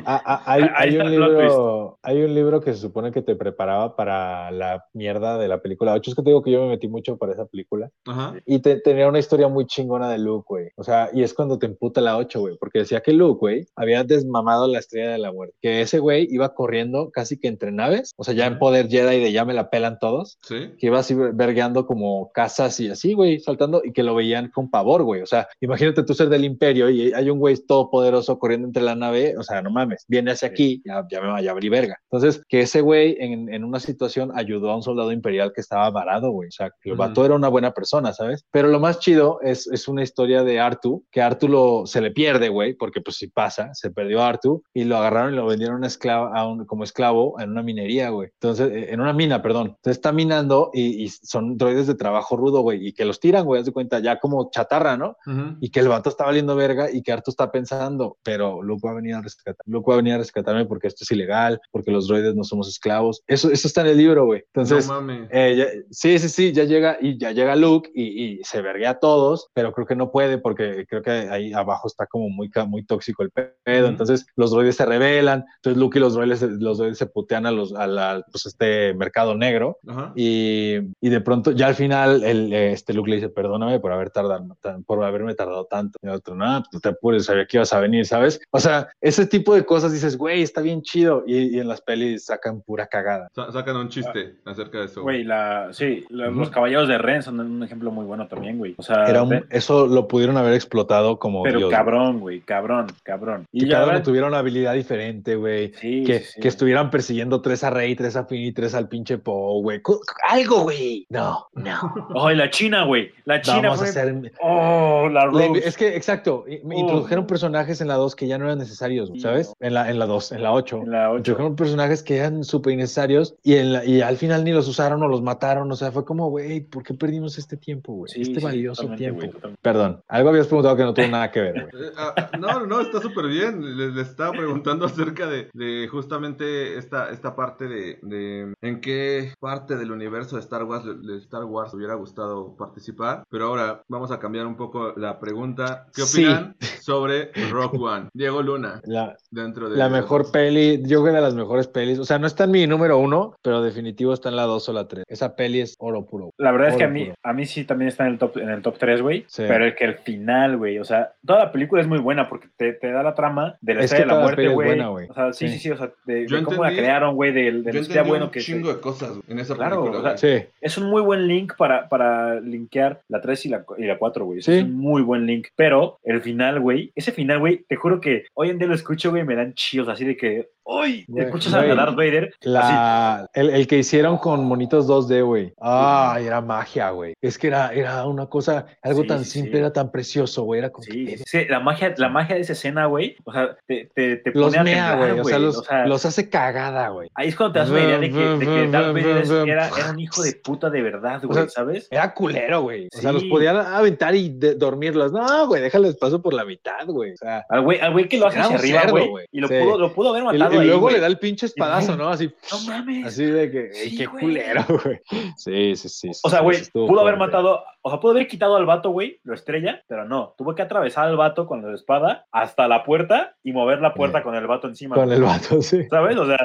Speaker 5: Ah, ah, hay,
Speaker 2: Ahí
Speaker 5: hay
Speaker 2: está
Speaker 5: un
Speaker 2: el plot
Speaker 5: libro, hay un libro que se supone que te preparaba para la mierda de la película. De hecho, es que te digo que yo me metí mucho para esa película.
Speaker 6: Ajá. Ajá.
Speaker 5: Y te- tenía una historia muy chingona de Luke, güey. O sea, y es cuando te emputa la 8, güey. Porque decía que Luke, güey, había desmamado la estrella de la muerte. Que ese güey iba corriendo casi que entre naves. O sea, ya en poder Jedi de ya me la pelan todos.
Speaker 6: Sí.
Speaker 5: Que iba así vergueando como casas y así, güey, saltando. Y que lo veían con pavor, güey. O sea, imagínate tú ser del imperio y hay un güey todopoderoso corriendo entre la nave. O sea, no mames. Viene hacia aquí, ya, ya me va a abrir verga. Entonces, que ese güey en, en una situación ayudó a un soldado imperial que estaba varado, güey. O sea, que el
Speaker 6: Ujú.
Speaker 5: vato era una buena persona, ¿sabes? Pero lo más chido es, es una historia de Artu, que Artu lo, se le pierde, güey, porque pues si pasa, se perdió a Artu y lo agarraron y lo vendieron a un esclavo- a un- como esclavo en una minería, güey. Entonces, eh, en una mina, perdón. Entonces está minando y, y son droides de trabajo rudo, güey, y que los tiran, güey, haz de cuenta, ya como chatarra, ¿no?
Speaker 6: Ujú.
Speaker 5: y que el vato está valiendo verga y que Artu está pensando, pero Luke va a venir a rescatar, Luke va a venir a rescatarme porque esto es ilegal, porque los droides no somos esclavos. Eso, eso está en el libro, güey. Entonces,
Speaker 6: no mames.
Speaker 5: eh, ya- sí, sí, sí, ya llega y ya llega Luke y, y se verguea a todos, pero creo que no puede porque creo que ahí abajo está como muy, ca- muy tóxico el pedo. Entonces los droides se rebelan, entonces Luke y los droides, los droides se putean a los, a la, pues este mercado negro.
Speaker 6: Ajá.
Speaker 5: Y, y de pronto, ya al final, el, eh, este Luke le dice, perdóname por haber tardado, tan- por haberme tardado tanto. Y el otro, no, tú te apures, sabía que ibas a venir, ¿sabes? O sea, ese tipo de cosas dices, güey, está bien chido. Y, y en las pelis sacan pura cagada.
Speaker 6: Sa- sacan un chiste acerca de eso.
Speaker 2: Güey, la, sí, la-
Speaker 5: Ujú.
Speaker 2: los caballeros de Ren son un ejemplo muy bueno también, güey. O sea,
Speaker 5: Era un-
Speaker 2: ve-
Speaker 5: eso lo pudieron haber explotado como
Speaker 2: pero
Speaker 5: Dios,
Speaker 2: cabrón, güey, cabrón, cabrón.
Speaker 5: güey. Que
Speaker 2: Y ya
Speaker 5: cada uno
Speaker 2: ven-
Speaker 5: tuviera una habilidad diferente, güey.
Speaker 2: sí,
Speaker 5: Que,
Speaker 2: sí, sí.
Speaker 5: que estuvieran persiguiendo tres a Rey, tres a Finn y tres al pinche Poe, güey. Cu- Algo, güey. No, no.
Speaker 2: Ay, la China, güey. La China
Speaker 5: Vamos a
Speaker 2: fue.
Speaker 5: hacer
Speaker 2: Oh, la
Speaker 5: La invi-
Speaker 2: Rose.
Speaker 5: es que, exacto, i- me
Speaker 2: Oh.
Speaker 5: introdujeron personajes en la 2 que ya no eran necesarios,
Speaker 2: Sí,
Speaker 5: ¿sabes? En la en la 2, en la 8.
Speaker 2: La ocho.
Speaker 5: Introdujeron personajes que eran súper innecesarios y, en la- y al final ni los usaron o los mataron. O sea, fue como, güey, ¿por qué perdimos este tiempo, güey?
Speaker 2: Sí,
Speaker 5: este
Speaker 2: sí,
Speaker 5: valioso
Speaker 2: totalmente,
Speaker 5: tiempo.
Speaker 2: güey, totalmente.
Speaker 5: Perdón, algo habías preguntado que no tuvo nada que ver, güey.
Speaker 6: Eh, ah, ah, no, no, está súper bien. Les, les estaba preguntando acerca de, de justamente esta, esta parte de, de en qué parte del universo de Star Wars le- le Star Wars hubiera gustado participar. Pero ahora vamos a cambiar un poco la pregunta. ¿Qué
Speaker 5: Sí.
Speaker 6: opinan sobre Rock One? Diego Luna,
Speaker 5: La,
Speaker 6: dentro de
Speaker 5: la mejor peli, yo creo que de las mejores pelis. O sea, no está en mi número uno, pero definitivo está en la 2 o la 3. Esa peli es oro puro. güey.
Speaker 2: La verdad es que a
Speaker 5: Oro
Speaker 2: mí,
Speaker 5: puro.
Speaker 2: a mí sí también está en el top, en el top 3, güey.
Speaker 5: pues. Sí.
Speaker 2: Pero el que el final, güey. O sea, toda la película es muy buena porque te, te da la trama de la
Speaker 5: Es
Speaker 2: estrella de
Speaker 5: que
Speaker 2: la
Speaker 5: toda la
Speaker 2: muerte,
Speaker 5: peli es
Speaker 2: güey.
Speaker 5: buena, güey.
Speaker 2: O sea, sí,
Speaker 5: Sí.
Speaker 2: sí, sí. O sea, de,
Speaker 6: Yo
Speaker 2: de cómo la
Speaker 6: entendí-
Speaker 2: crearon, güey, del de,
Speaker 6: Yo
Speaker 2: la estrella
Speaker 6: entendí
Speaker 2: bueno
Speaker 6: un
Speaker 2: que
Speaker 6: chingo de cosas en esa
Speaker 2: Claro,
Speaker 6: película.
Speaker 2: o sea,
Speaker 6: güey.
Speaker 5: Sí.
Speaker 2: Es un muy buen link para, para linkear la 3 y la, cu- y la 4, güey.
Speaker 5: Sí.
Speaker 2: Es un muy buen link. Pero el final, güey, ese final, güey, te juro que hoy en día lo escucho, güey, me dan chillos así de que, ¡Uy!
Speaker 5: Güey,
Speaker 2: Escuchas
Speaker 5: güey.
Speaker 2: a Darth Vader.
Speaker 5: La, el, el que hicieron con monitos 2D, güey. Ah, era magia, güey. Es que era, era una cosa, algo
Speaker 2: Sí,
Speaker 5: tan
Speaker 2: sí,
Speaker 5: simple,
Speaker 2: sí.
Speaker 5: era tan precioso, güey. Era como
Speaker 2: Sí,
Speaker 5: que-
Speaker 2: sí, sí, la magia, la magia de esa escena, güey. O sea, te, te, te
Speaker 5: los
Speaker 2: pone a
Speaker 5: mea,
Speaker 2: temblar,
Speaker 5: güey. O sea, los,
Speaker 2: o sea,
Speaker 5: los hace cagada, güey.
Speaker 2: Ahí es cuando te das una idea de que, de que Darth Vader es- era, era un hijo de puta de verdad, güey,
Speaker 5: sea,
Speaker 2: ¿sabes?
Speaker 5: Era culero, güey. O sea,
Speaker 2: Sí.
Speaker 5: los podían aventar y de- dormirlos. No, güey, déjales paso por la mitad, güey. O sea,
Speaker 2: Al güey, al güey que lo hace
Speaker 5: Era
Speaker 2: hacia
Speaker 5: un
Speaker 2: arriba,
Speaker 5: cerdo,
Speaker 2: güey.
Speaker 5: güey.
Speaker 2: Y lo,
Speaker 5: Sí.
Speaker 2: pudo, lo pudo haber
Speaker 5: y,
Speaker 2: matado
Speaker 5: y
Speaker 2: ahí,
Speaker 5: luego
Speaker 2: güey.
Speaker 5: le da el pinche espadazo, ¿no? Así,
Speaker 2: No mames.
Speaker 5: así de que,
Speaker 2: Sí,
Speaker 5: "Ey, qué
Speaker 2: güey.
Speaker 5: culero, güey. Sí, sí, sí.
Speaker 2: O sea,
Speaker 5: sí,
Speaker 2: güey,
Speaker 5: sí, estuvo
Speaker 2: pudo haber
Speaker 5: fuerte.
Speaker 2: matado, o sea, pudo haber quitado al vato, güey, lo estrella, pero no, tuvo que atravesar al vato con la espada hasta la puerta y mover la puerta
Speaker 5: Sí.
Speaker 2: con el vato encima.
Speaker 5: Con
Speaker 2: güey.
Speaker 5: el vato, sí.
Speaker 2: ¿Sabes? O sea,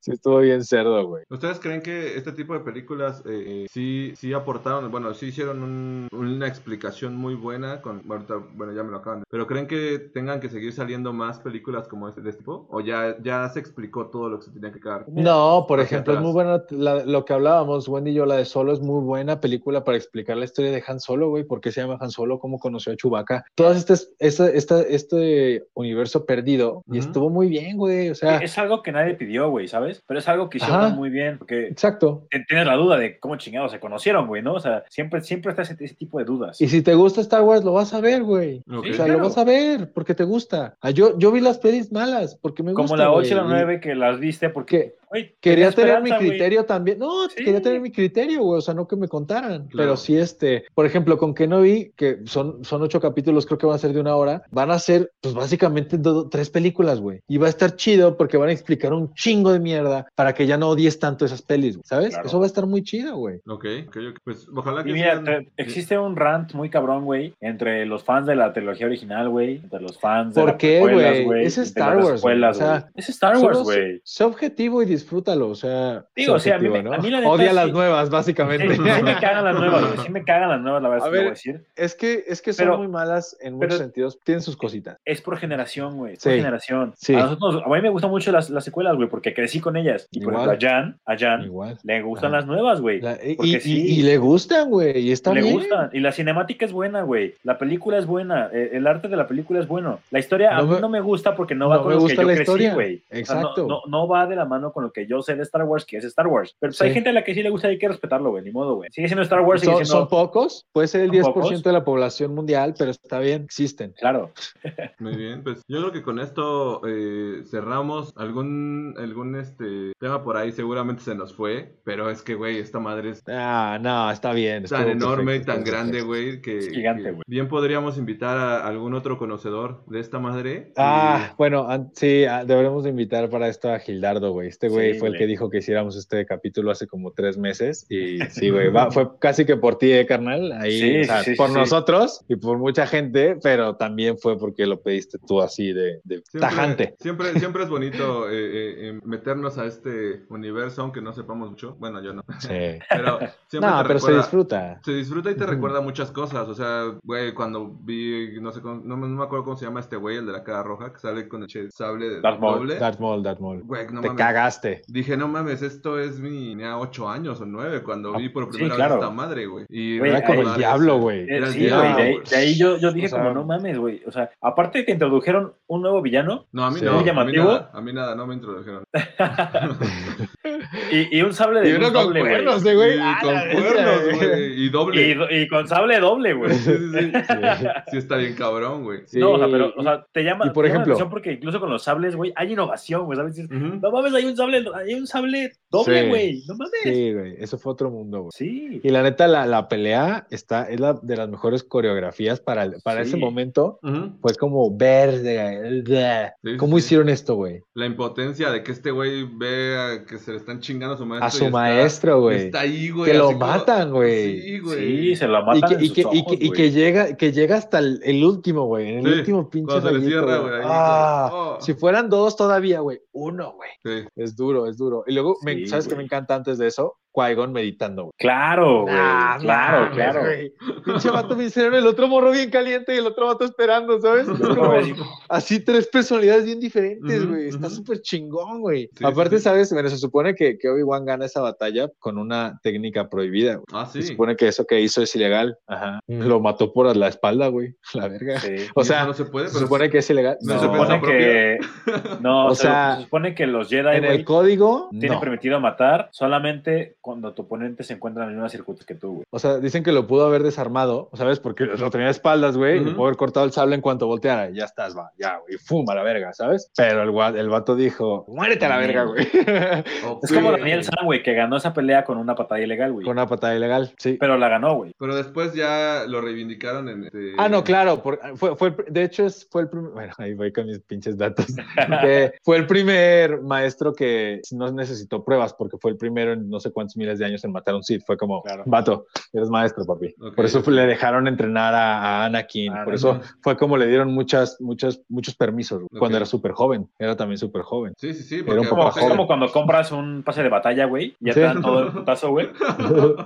Speaker 5: Sí, estuvo bien cerdo, güey.
Speaker 6: ¿Ustedes creen que este tipo de películas eh, eh, sí, sí aportaron, bueno, sí hicieron un- una explicación muy buena con, bueno, ahorita- bueno, ya me lo acaban de... Pero creen que tengan que seguir saliendo más películas como este de este tipo? ¿O ya, ya se explicó todo lo que se tenía que quedar?
Speaker 5: No, por
Speaker 6: hacia
Speaker 5: ejemplo, es
Speaker 6: atrás.
Speaker 5: muy buena la- lo que hablábamos, Wendy y yo, la de Solo es muy buena película para explicar la historia de Han Solo, güey, por qué se llama Han Solo, cómo conoció a Chewbacca, todo este, este, este, este universo perdido, y
Speaker 6: Ujú.
Speaker 5: estuvo muy bien, güey, o sea,
Speaker 2: es algo que nadie pidió, güey, ¿sabes? Pero es algo que hicieron
Speaker 5: Ajá.
Speaker 2: muy bien, porque
Speaker 5: exacto.
Speaker 2: te- tienes la duda de cómo chingados se conocieron, güey, ¿no? O sea, siempre, siempre está ese, ese tipo de dudas.
Speaker 5: Y si te gusta Star Wars, lo vas a ver, güey.
Speaker 6: Ok.
Speaker 5: O sea,
Speaker 2: claro.
Speaker 5: lo vas a ver porque te gusta. Ah, yo, yo vi las pelis malas porque me
Speaker 2: Como
Speaker 5: gusta.
Speaker 2: la 8 y la
Speaker 5: güey,
Speaker 2: 9 que las viste porque...
Speaker 5: Que
Speaker 2: güey,
Speaker 5: quería
Speaker 2: tenía
Speaker 5: tener mi
Speaker 2: esperanza, güey.
Speaker 5: criterio también. No,
Speaker 2: Sí.
Speaker 5: quería tener mi criterio, güey. O sea, no que me contaran.
Speaker 6: Claro.
Speaker 5: Pero sí, este, por ejemplo, con Kenobi, que son, son ocho capítulos, creo que van a ser de una hora, van a ser, pues básicamente do- tres películas, güey. Y va a estar chido porque van a explicar un chingo de mierda para que ya no odies tanto esas pelis, güey, ¿sabes?
Speaker 2: Claro.
Speaker 5: Eso va a estar muy chido, güey.
Speaker 6: Ok, ok, ok. Pues ojalá que
Speaker 2: Y mira,
Speaker 6: sigan-
Speaker 2: te- existe un rant muy cabrón, güey, entre los fans de la trilogía original, güey, entre los fans de
Speaker 5: ¿Por
Speaker 2: las
Speaker 5: qué,
Speaker 2: precuelas,
Speaker 5: güey? Es
Speaker 2: entre
Speaker 5: Star
Speaker 2: las
Speaker 5: Wars, güey,
Speaker 2: secuelas,
Speaker 5: o sea,
Speaker 2: güey. es Star Wars,
Speaker 5: Solo sé-
Speaker 2: güey.
Speaker 5: Sé objetivo y disfrútalo, o sea.
Speaker 2: Digo,
Speaker 5: es
Speaker 2: o sea, a mí me-
Speaker 5: subjetivo,
Speaker 2: a
Speaker 5: ¿no?
Speaker 2: mí la neta
Speaker 5: Odia
Speaker 2: sí-
Speaker 5: las nuevas,
Speaker 2: Sí,
Speaker 5: básicamente.
Speaker 2: sí me cagan las nuevas, güey. Sí me cagan las nuevas, la verdad, sí lo
Speaker 5: A
Speaker 2: voy a
Speaker 5: ver.
Speaker 2: decir.
Speaker 5: es que, es que son
Speaker 2: Pero-
Speaker 5: muy malas en
Speaker 2: pero-
Speaker 5: muchos sentidos. Tienen sus cositas.
Speaker 2: Es por generación, güey. Es
Speaker 5: Sí.
Speaker 2: por generación.
Speaker 5: Sí.
Speaker 2: A nosotros, a mí me gustan mucho las, las secuelas, güey, porque crecí con ellas. Y por
Speaker 5: Igual.
Speaker 2: ejemplo, a Jan, a Jan
Speaker 5: Igual.
Speaker 2: le gustan
Speaker 5: Ah.
Speaker 2: las nuevas, güey.
Speaker 5: La- y,
Speaker 2: Porque
Speaker 5: y-
Speaker 2: sí.
Speaker 5: y- y le gustan, güey. Y está
Speaker 2: Le
Speaker 5: bien.
Speaker 2: gustan. Y la cinemática es buena, güey. La película es buena. eh, El, arte de la película es bueno. La historia a
Speaker 5: No
Speaker 2: mí
Speaker 5: me-
Speaker 2: no me gusta porque no va
Speaker 5: no
Speaker 2: con
Speaker 5: me
Speaker 2: lo que
Speaker 5: gusta
Speaker 2: yo
Speaker 5: la
Speaker 2: crecí,
Speaker 5: historia.
Speaker 2: güey. O sea, no-
Speaker 5: Exacto.
Speaker 2: no, no va de la mano con lo que yo sé de Star Wars, que es Star Wars. Pero pues,
Speaker 5: Sí.
Speaker 2: hay gente a la que sí le gusta y hay que respetarlo, güey. Ni modo, güey. Sigue siendo Star Wars, sigue
Speaker 5: Son,
Speaker 2: siendo.
Speaker 5: son pocos, puede ser el
Speaker 2: ¿Son
Speaker 5: 10%
Speaker 2: pocos?
Speaker 5: de la población mundial, pero está bien, existen.
Speaker 2: Claro.
Speaker 6: Muy bien, pues yo creo que con esto eh, cerramos algún algún este tema por ahí seguramente se nos fue, pero es que güey, esta madre es
Speaker 5: Ah, no, está bien.
Speaker 6: tan
Speaker 5: estuvo
Speaker 6: enorme
Speaker 5: perfecto,
Speaker 6: y tan
Speaker 5: estuvo
Speaker 6: grande,
Speaker 5: perfecto.
Speaker 6: güey, que,
Speaker 2: Es gigante,
Speaker 6: que
Speaker 2: güey.
Speaker 6: bien podríamos invitar a algún otro conocedor de esta madre.
Speaker 5: Ah, bueno, an- sí, ah, deberemos de invitar para esto a Gildardo, güey. Este güey
Speaker 2: Sí,
Speaker 5: fue el
Speaker 2: güey.
Speaker 5: que dijo que hiciéramos este capítulo hace como tres meses. Y sí, güey, va- fue casi que por ti, eh, carnal. Ahí,
Speaker 2: Sí,
Speaker 5: o sea,
Speaker 2: sí, sí,
Speaker 5: por
Speaker 2: sí.
Speaker 5: nosotros y por mucha gente, pero también fue porque lo pediste tú así de, de
Speaker 6: Siempre-
Speaker 5: tajante.
Speaker 6: Siempre, siempre es bonito eh, eh, eh, meternos a este universo, aunque no sepamos mucho. Bueno, yo no.
Speaker 5: Sí.
Speaker 6: Pero siempre
Speaker 5: No,
Speaker 6: te
Speaker 5: pero se
Speaker 6: recuerda-
Speaker 5: disfruta.
Speaker 6: Se disfruta y te
Speaker 5: Ujú.
Speaker 6: recuerda muchas cosas. O sea, güey, cuando vi, no sé, cómo- no, me- no me acuerdo cómo se llama este güey, el de la cara roja, que sale con el che- sable de
Speaker 2: Darth Maul.
Speaker 6: doble.
Speaker 5: Darth Maul, Darth Maul.
Speaker 6: Güey, no
Speaker 5: Te
Speaker 6: mames.
Speaker 5: cagaste.
Speaker 6: Dije, no mames, esto es mi. tenía 8 años o 9 cuando
Speaker 5: Ah,
Speaker 6: vi por
Speaker 2: sí,
Speaker 6: primera
Speaker 2: claro.
Speaker 6: vez esta madre, güey. Y
Speaker 2: Güey,
Speaker 5: Era con el
Speaker 6: recordar
Speaker 5: diablo,
Speaker 6: eso.
Speaker 5: güey.
Speaker 2: Eh,
Speaker 6: Era el
Speaker 2: sí,
Speaker 6: diablo,
Speaker 2: güey, de, ahí-
Speaker 6: güey.
Speaker 2: de ahí yo, yo dije
Speaker 5: O sea-
Speaker 2: como, no mamames, güey. O sea, aparte te introdujeron un nuevo villano
Speaker 6: No, a mí
Speaker 5: Sí.
Speaker 6: no.
Speaker 5: Muy
Speaker 6: A mí,
Speaker 2: llamativo.
Speaker 6: nada, a mí nada, no me introdujeron.
Speaker 2: y, y un sable de
Speaker 5: Y uno
Speaker 2: luz
Speaker 5: con
Speaker 2: doble, güey.
Speaker 5: cuernos, eh, güey.
Speaker 6: Y
Speaker 5: Ah,
Speaker 6: con
Speaker 5: la
Speaker 6: cuernos,
Speaker 5: bestia,
Speaker 6: güey. Y doble.
Speaker 2: Y, y con sable doble, güey.
Speaker 6: Sí, sí, sí.
Speaker 5: Sí.
Speaker 6: Sí está bien cabrón, güey.
Speaker 5: Sí,
Speaker 2: No, o sea, pero, o
Speaker 5: y-
Speaker 2: sea, te llama,
Speaker 5: y por
Speaker 2: te llama la
Speaker 5: ejemplo-
Speaker 2: atención porque incluso con los sables, güey, hay innovación, güey, ¿sabes? Dices,
Speaker 6: Ujú.
Speaker 2: No mames, hay un sable, hay un sable doble,
Speaker 5: Sí.
Speaker 2: güey, no mames.
Speaker 5: Sí, güey, eso fue otro mundo, güey.
Speaker 2: Sí.
Speaker 5: Y la neta, la, la pelea está, es la de las mejores coreografías para, el- para
Speaker 2: Sí.
Speaker 5: ese momento.
Speaker 6: Ujú.
Speaker 5: Fue como verde. bleh.
Speaker 6: Sí, sí,
Speaker 5: ¿Cómo
Speaker 6: sí.
Speaker 5: hicieron esto, güey?
Speaker 6: La impotencia de que este güey vea que se le están chingando a su maestro.
Speaker 5: A
Speaker 6: y
Speaker 5: su
Speaker 6: está-
Speaker 5: maestro, güey.
Speaker 6: Está ahí, güey.
Speaker 5: Que lo
Speaker 6: así como-
Speaker 5: matan, güey.
Speaker 6: Sí,
Speaker 2: Sí,
Speaker 6: güey.
Speaker 2: se lo
Speaker 5: Y
Speaker 2: matan
Speaker 5: que,
Speaker 2: en
Speaker 5: y
Speaker 2: sus
Speaker 5: que- y
Speaker 2: ojos,
Speaker 5: que- y
Speaker 2: güey.
Speaker 5: que llega, que llega hasta el, el último, güey. En el
Speaker 6: Sí,
Speaker 5: último pinche
Speaker 6: Cuando se le
Speaker 5: rayito,
Speaker 6: cierra,
Speaker 5: güey.
Speaker 6: güey. ahí,
Speaker 5: Ah,
Speaker 6: oh,
Speaker 5: Si fueran dos todavía, güey. Uno, güey.
Speaker 6: sí.
Speaker 5: Es duro, es duro. Y luego, me-
Speaker 2: Sí,
Speaker 5: ¿sabes qué
Speaker 2: güey.
Speaker 5: me encanta antes de eso? Qui-Gon meditando, güey.
Speaker 2: Claro, güey,
Speaker 5: Ah,
Speaker 2: claro,
Speaker 5: mames,
Speaker 2: claro.
Speaker 5: güey. Pinche vato me hicieron el otro morro bien caliente y el otro vato esperando, ¿sabes? Es
Speaker 2: No,
Speaker 5: como-
Speaker 2: güey, sí.
Speaker 5: Así tres personalidades bien diferentes,
Speaker 6: Ujú,
Speaker 5: güey. Está
Speaker 6: ujú.
Speaker 5: súper chingón, güey.
Speaker 6: Sí,
Speaker 5: Aparte,
Speaker 6: sí, sí.
Speaker 5: ¿sabes? Bueno, se supone que, que Obi-Wan gana esa batalla con una técnica prohibida, güey.
Speaker 6: Ah,
Speaker 5: Se
Speaker 6: sí.
Speaker 5: supone que eso que hizo es ilegal. Ajá. Lo mató por la espalda, güey. La verga.
Speaker 2: Sí.
Speaker 5: O
Speaker 6: Y eso
Speaker 5: sea,
Speaker 6: no se puede,
Speaker 5: se
Speaker 6: pero.
Speaker 5: supone que es ilegal.
Speaker 6: no
Speaker 2: Se
Speaker 6: se
Speaker 2: supone
Speaker 6: pensa
Speaker 2: que. No,
Speaker 5: O
Speaker 2: o sea,
Speaker 5: sea,
Speaker 2: se supone que los Jedi,
Speaker 5: en el
Speaker 2: güey,
Speaker 5: código,
Speaker 2: tienen
Speaker 5: no.
Speaker 2: permitido matar solamente cuando tu oponente se encuentra en las mismas circunstancias que tú, güey.
Speaker 5: O sea, dicen que lo pudo haber desarmado, ¿sabes? Porque lo tenía a espaldas, güey. y
Speaker 6: Ujú.
Speaker 5: Le pudo haber cortado el sable en cuanto volteara. y Ya estás, va, ya, güey. Fuma la verga, ¿sabes? Pero el, gua- el vato dijo, muérete a la verga, güey.
Speaker 6: Ok.
Speaker 2: Es como Daniel San, güey, que ganó esa pelea con una patada ilegal, güey.
Speaker 5: Con una patada ilegal, sí.
Speaker 2: Pero la ganó, güey.
Speaker 6: Pero después ya lo reivindicaron en. Este...
Speaker 5: Ah, no, claro, por- fue, fue el pr- de hecho es, fue el primer, bueno, ahí voy con mis pinches datos, Que fue el primer maestro que no necesitó pruebas porque fue el primero en no sé cuántos miles de años en matar a un Sith, fue como,
Speaker 2: Claro.
Speaker 5: vato, eres maestro, papi.
Speaker 6: Ok.
Speaker 5: Por eso fue- le dejaron entrenar a, a Anakin,
Speaker 2: Ah,
Speaker 5: por
Speaker 2: no.
Speaker 5: eso fue como le dieron muchas, muchas, muchos permisos güey,
Speaker 6: Ok.
Speaker 5: cuando era súper joven, era también súper joven.
Speaker 6: Sí, sí, sí.
Speaker 5: Era un
Speaker 6: Porque
Speaker 5: poco
Speaker 2: Como-
Speaker 6: aparte-
Speaker 2: es como cuando compras un pase de batalla, güey. y Ya te
Speaker 5: Sí.
Speaker 2: dan todo el putazo, güey.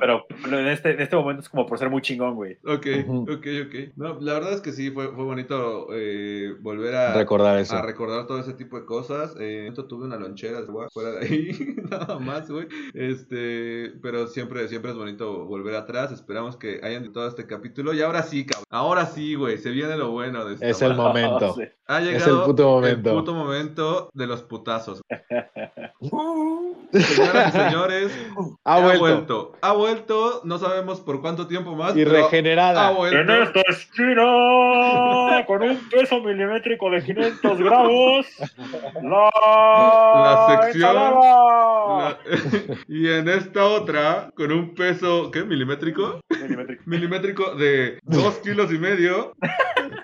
Speaker 2: Pero, pero en, este, en este momento es como por ser muy chingón, güey.
Speaker 6: Ok,
Speaker 5: Ujú.
Speaker 6: ok, ok. No, la verdad es que sí, fue, fue bonito eh, volver a.
Speaker 5: Recordar eso.
Speaker 6: a recordar todo ese tipo de cosas. Eh, en un momento tuve una lonchera de agua fuera de ahí, nada más, güey. Este, pero siempre, siempre es bonito volver atrás. Esperamos que hayan disfrutado este capítulo. Y ahora sí, cabrón. Ahora sí, güey. Se viene lo bueno de esta
Speaker 5: Es el
Speaker 6: madre.
Speaker 5: momento.
Speaker 2: Sí.
Speaker 6: Ha llegado
Speaker 5: es el puto momento.
Speaker 6: el puto momento de los putazos. Señoras y señores,
Speaker 5: Ha vuelto.
Speaker 6: Ha vuelto. No sabemos por cuánto tiempo más.
Speaker 5: Y
Speaker 6: pero
Speaker 5: regenerada.
Speaker 6: Ha
Speaker 2: En
Speaker 6: vuelto.
Speaker 2: esta esquina, con un peso milimétrico de 500 gramos, la,
Speaker 6: La sección-
Speaker 2: ensalada.
Speaker 6: La- y en esta otra, con un peso, ¿qué? ¿Milimétrico?
Speaker 2: Milimétrico.
Speaker 6: milimétrico de dos kilos y medio.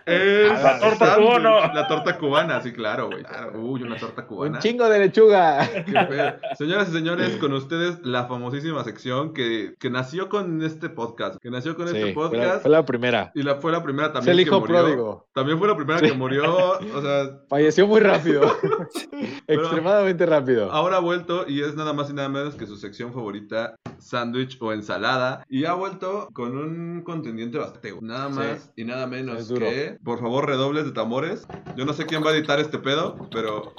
Speaker 6: Es-
Speaker 2: La torta
Speaker 6: sándwich,
Speaker 2: cubana.
Speaker 6: La torta cubana, sí, claro, güey. claro. Uy, una torta
Speaker 5: Un
Speaker 6: cubana.
Speaker 5: chingo de lechuga.
Speaker 6: Qué feo. Señoras y señores, con ustedes la famosísima sección que, que nació con este podcast. Que nació con
Speaker 8: Sí,
Speaker 6: este
Speaker 8: fue la-
Speaker 6: podcast.
Speaker 5: Fue la primera.
Speaker 6: Y la, fue la primera también.
Speaker 5: Es el
Speaker 6: que
Speaker 5: hijo
Speaker 6: murió.
Speaker 5: pródigo.
Speaker 6: También fue la primera que murió. O sea,
Speaker 5: Falleció muy rápido. Extremadamente rápido.
Speaker 6: ahora ha vuelto y es nada más y nada menos que su sección favorita, sándwich o ensalada. Y ha vuelto con un contendiente bastante. güey. Nada más y nada menos
Speaker 5: Es duro.
Speaker 6: que. Por favor, redobles de tambores. Yo no sé quién va a editar este pedo, pero.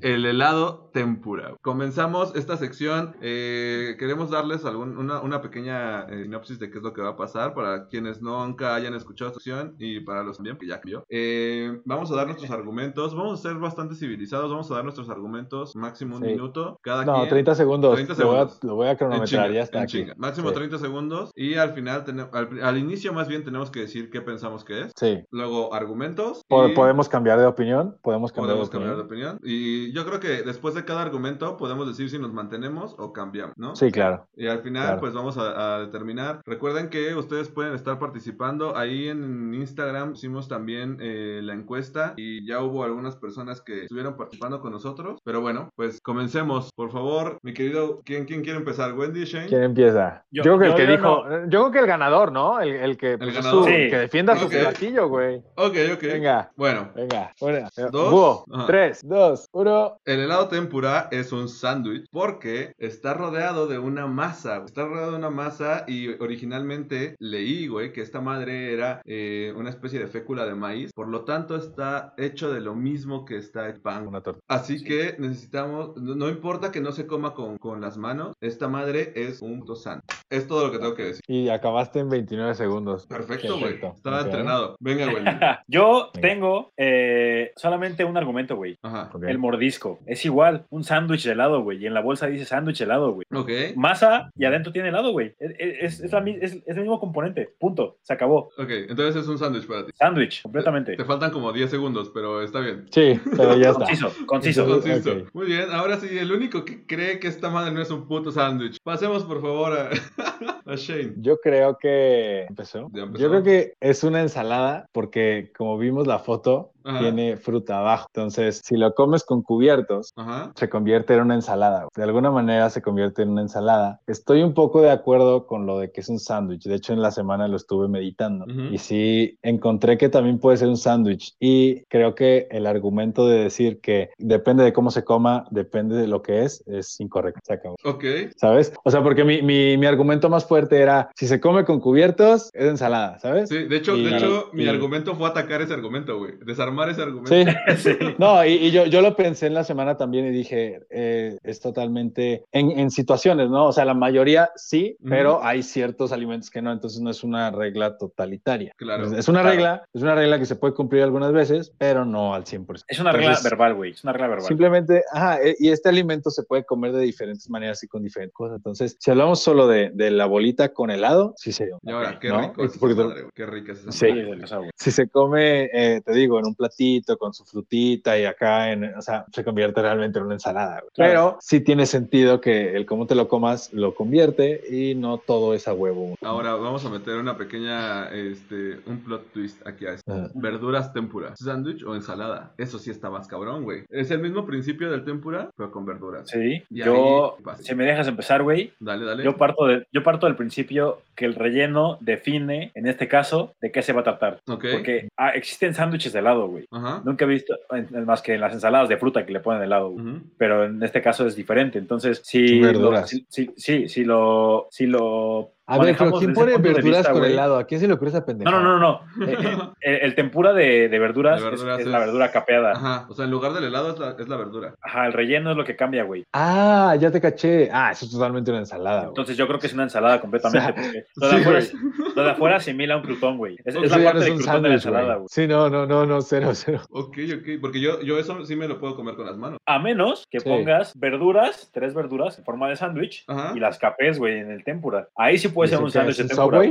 Speaker 6: el helado tempura. Comenzamos esta sección. eh, queremos darles algún, una, una pequeña eh, sinopsis de qué es lo que va a pasar para quienes nunca hayan escuchado esta sección y para los también que ya vio. Eh, vamos a dar nuestros argumentos. Vamos a ser bastante civilizados. Vamos a dar nuestros argumentos máximo un
Speaker 5: Sí.
Speaker 6: minuto. Cada
Speaker 5: No,
Speaker 6: quien.
Speaker 5: 30 segundos.
Speaker 6: 30
Speaker 5: Lo, voy a,
Speaker 6: segundos.
Speaker 5: lo voy a
Speaker 6: En
Speaker 5: cronometrar,
Speaker 6: chinga,
Speaker 5: ya está
Speaker 6: en
Speaker 5: aquí.
Speaker 6: chinga. Máximo
Speaker 5: Sí.
Speaker 6: 30 segundos y al final, tene- al, al inicio más bien tenemos que decir qué pensamos que es.
Speaker 5: Sí.
Speaker 6: Luego argumentos.
Speaker 5: Po-
Speaker 6: y
Speaker 5: Podemos cambiar de opinión. Podemos cambiar
Speaker 6: podemos
Speaker 5: de opinión.
Speaker 6: cambiar de opinión. Y yo creo que después de cada argumento podemos decir si nos mantenemos o cambiamos, ¿no?
Speaker 5: Sí, claro.
Speaker 6: Y al final,
Speaker 5: Claro.
Speaker 6: pues vamos a, a determinar. Recuerden que ustedes pueden estar participando. Ahí en Instagram hicimos también eh, la encuesta y ya hubo algunas personas que estuvieron participando con nosotros. Pero bueno, pues comencemos. Por favor, mi querido, ¿quién, quién quiere empezar? ¿Wendy, Shane?
Speaker 5: ¿Quién empieza?
Speaker 2: Yo-
Speaker 5: Yo, creo que el
Speaker 2: yo-
Speaker 5: que
Speaker 2: yo
Speaker 5: dijo. Yo creo que el ganador, ¿no? El, el que, pues,
Speaker 6: ganador.
Speaker 5: su-
Speaker 2: Sí.
Speaker 5: que defienda su
Speaker 6: Ok.
Speaker 5: platillo, güey.
Speaker 6: Ok, ok.
Speaker 5: Venga,
Speaker 6: Bueno,
Speaker 5: venga. Una,
Speaker 6: Dos.
Speaker 5: Búho.
Speaker 6: Ajá.
Speaker 5: tres, dos, uno.
Speaker 6: el helado tempura es un sándwich porque está rodeado de una masa. Está rodeado de una masa y originalmente leí, güey, que esta madre era eh, una especie de fécula de maíz. Por lo tanto, está hecho de lo mismo que está el pan.
Speaker 5: Una torta.
Speaker 6: Así que necesitamos, no, no importa que no se coma con, con las manos, esta madre es un puto sándwich. Es todo lo que tengo que decir.
Speaker 5: Y acabaste en 29 segundos.
Speaker 6: Perfecto, güey.
Speaker 5: Perfecto.
Speaker 6: Estaba
Speaker 5: Ok.
Speaker 6: entrenado. Venga, güey.
Speaker 2: Yo tengo eh, solamente un argumento, güey.
Speaker 6: Ajá.
Speaker 5: Ok.
Speaker 2: El mordisco. Es igual, un sándwich de helado, güey. Y en la bolsa dice sándwich helado, güey.
Speaker 6: Ok.
Speaker 2: Masa y adentro tiene helado, güey. Es, es- es la mi- es- es el mismo componente. Punto. Se acabó.
Speaker 6: Ok, entonces es un sándwich para ti.
Speaker 2: Sándwich, completamente.
Speaker 6: Te faltan como 10 segundos, pero está bien.
Speaker 5: Sí, pero ya está.
Speaker 2: Conciso, conciso.
Speaker 6: Conciso.
Speaker 5: Ok.
Speaker 6: Muy bien, ahora sí, el único que cree que esta madre no es un puto sándwich. Pasemos por favor a, a Shane.
Speaker 5: Yo creo que empezó.
Speaker 6: Ya empezó.
Speaker 5: Yo creo que es una ensalada porque como vimos la foto
Speaker 6: Ajá.
Speaker 5: tiene fruta abajo. Entonces, si lo comes con cubiertos
Speaker 6: Ajá.
Speaker 5: se convierte en una ensalada. De alguna manera se convierte en una ensalada. Estoy un poco de acuerdo con lo de que es un sándwich. De hecho, en la semana lo estuve meditando
Speaker 6: Ujú.
Speaker 5: y sí encontré que también puede ser un sándwich. Y creo que el argumento de decir que depende de cómo se coma, depende de lo que es, es incorrecto. Se acabó.
Speaker 6: Ok,
Speaker 5: ¿Sabes? O sea, porque mi, mi, mi argumento más fuerte era, si se come con cubiertos, es ensalada, ¿sabes?
Speaker 6: sí, de hecho,
Speaker 5: Y-
Speaker 6: de hecho mi
Speaker 5: y-
Speaker 6: argumento fue atacar ese argumento, güey. Desarmar ese argumento.
Speaker 5: Sí. No, y, y yo, yo lo pensé en la semana también y dije, eh, es totalmente en, en situaciones, ¿no? O sea, la mayoría sí,
Speaker 6: Ujú.
Speaker 5: pero hay ciertos alimentos que no, entonces no es una regla totalitaria.
Speaker 6: Claro.
Speaker 5: Es, es una
Speaker 2: Claro.
Speaker 5: regla, es una regla que se puede cumplir algunas veces, pero no al 100%.
Speaker 2: Es una regla
Speaker 5: Entonces,
Speaker 2: verbal, güey. Es una regla verbal.
Speaker 5: Simplemente, ajá, e- y este alimento se puede comer de diferentes maneras y con diferentes cosas. Entonces, si hablamos solo de, de la bolita con helado, sí sería.
Speaker 6: Y ahora, qué
Speaker 5: ¿No?
Speaker 6: rico. es
Speaker 5: Es
Speaker 6: esa
Speaker 5: porque-
Speaker 6: madre, güey. Qué rica es esa
Speaker 5: Sí.
Speaker 2: Sí,
Speaker 6: madre.
Speaker 2: es deliciosa, güey.
Speaker 5: Si se come, eh, te digo, en un platito con su frutita y acá, en, o sea, se convierte realmente en una ensalada. güey.
Speaker 2: Claro.
Speaker 5: Pero sí tiene sentido que el cómo te lo comas lo convierte y no todo es a huevo.
Speaker 6: Ahora vamos a meter una pequeña, este, un plot twist aquí a esto.
Speaker 5: Ajá.
Speaker 6: Verduras tempura, sándwich o ensalada. Eso sí está más cabrón, güey. Es el mismo principio del tempura, pero con verduras.
Speaker 2: Sí.
Speaker 6: Y
Speaker 2: Yo,
Speaker 6: ahí pasa.
Speaker 2: si me dejas empezar, güey,
Speaker 6: Dale, dale.
Speaker 2: yo parto, de, yo parto del principio que el relleno define, en este caso, de qué se va a tratar.
Speaker 6: Ok.
Speaker 2: Porque ah, existen sándwiches de helado, güey.
Speaker 6: Ajá.
Speaker 2: Nunca he visto, en- en- más que en las ensaladas de fruta que le ponen helado, güey.
Speaker 6: Ujú.
Speaker 2: pero en este caso es diferente. Entonces, si lo,
Speaker 5: Verduras.
Speaker 2: si, si- sí, si lo, si lo
Speaker 5: A ver, pero
Speaker 2: manejamos
Speaker 5: ¿quién
Speaker 2: desde ese
Speaker 5: pone
Speaker 2: punto de
Speaker 5: verduras
Speaker 2: vista,
Speaker 5: con
Speaker 2: güey-
Speaker 5: helado? ¿A quién se le ocurre esa
Speaker 2: No,
Speaker 5: pendejada?
Speaker 2: no, no, no. Eh, eh, el, el tempura de, de verduras,
Speaker 6: De
Speaker 2: es-
Speaker 6: verduras
Speaker 2: es, la
Speaker 6: es-
Speaker 2: verdura capeada. Ajá.
Speaker 6: Ajá, o sea, en lugar del helado es la, es la verdura.
Speaker 2: el relleno es lo que cambia, güey.
Speaker 5: Ah, ya te caché. Ah, eso es totalmente una ensalada. güey.
Speaker 2: Entonces yo creo que es una ensalada completamente.
Speaker 5: O sea,
Speaker 2: porque lo de, afuera,
Speaker 5: sí, güey.
Speaker 2: es- lo de afuera asimila un crutón, güey. Es, es
Speaker 5: Eso
Speaker 2: la
Speaker 5: ya no
Speaker 2: parte
Speaker 5: es
Speaker 2: del
Speaker 5: un
Speaker 2: crutón de la
Speaker 5: sándwich,
Speaker 2: ensalada,
Speaker 5: güey.
Speaker 2: güey.
Speaker 5: Sí, no, no, no, no, cero, cero.
Speaker 6: Ok, ok, porque yo, yo eso sí me lo puedo comer con las manos.
Speaker 2: A menos que
Speaker 5: Sí.
Speaker 2: pongas verduras, tres verduras en forma de sándwich
Speaker 6: Ajá.
Speaker 2: y las capes, güey, en el tempura. Ahí sí puede ser un
Speaker 5: ¿Eso qué
Speaker 2: sándwich
Speaker 5: es,
Speaker 2: de
Speaker 5: un
Speaker 2: tempura,
Speaker 5: Subway?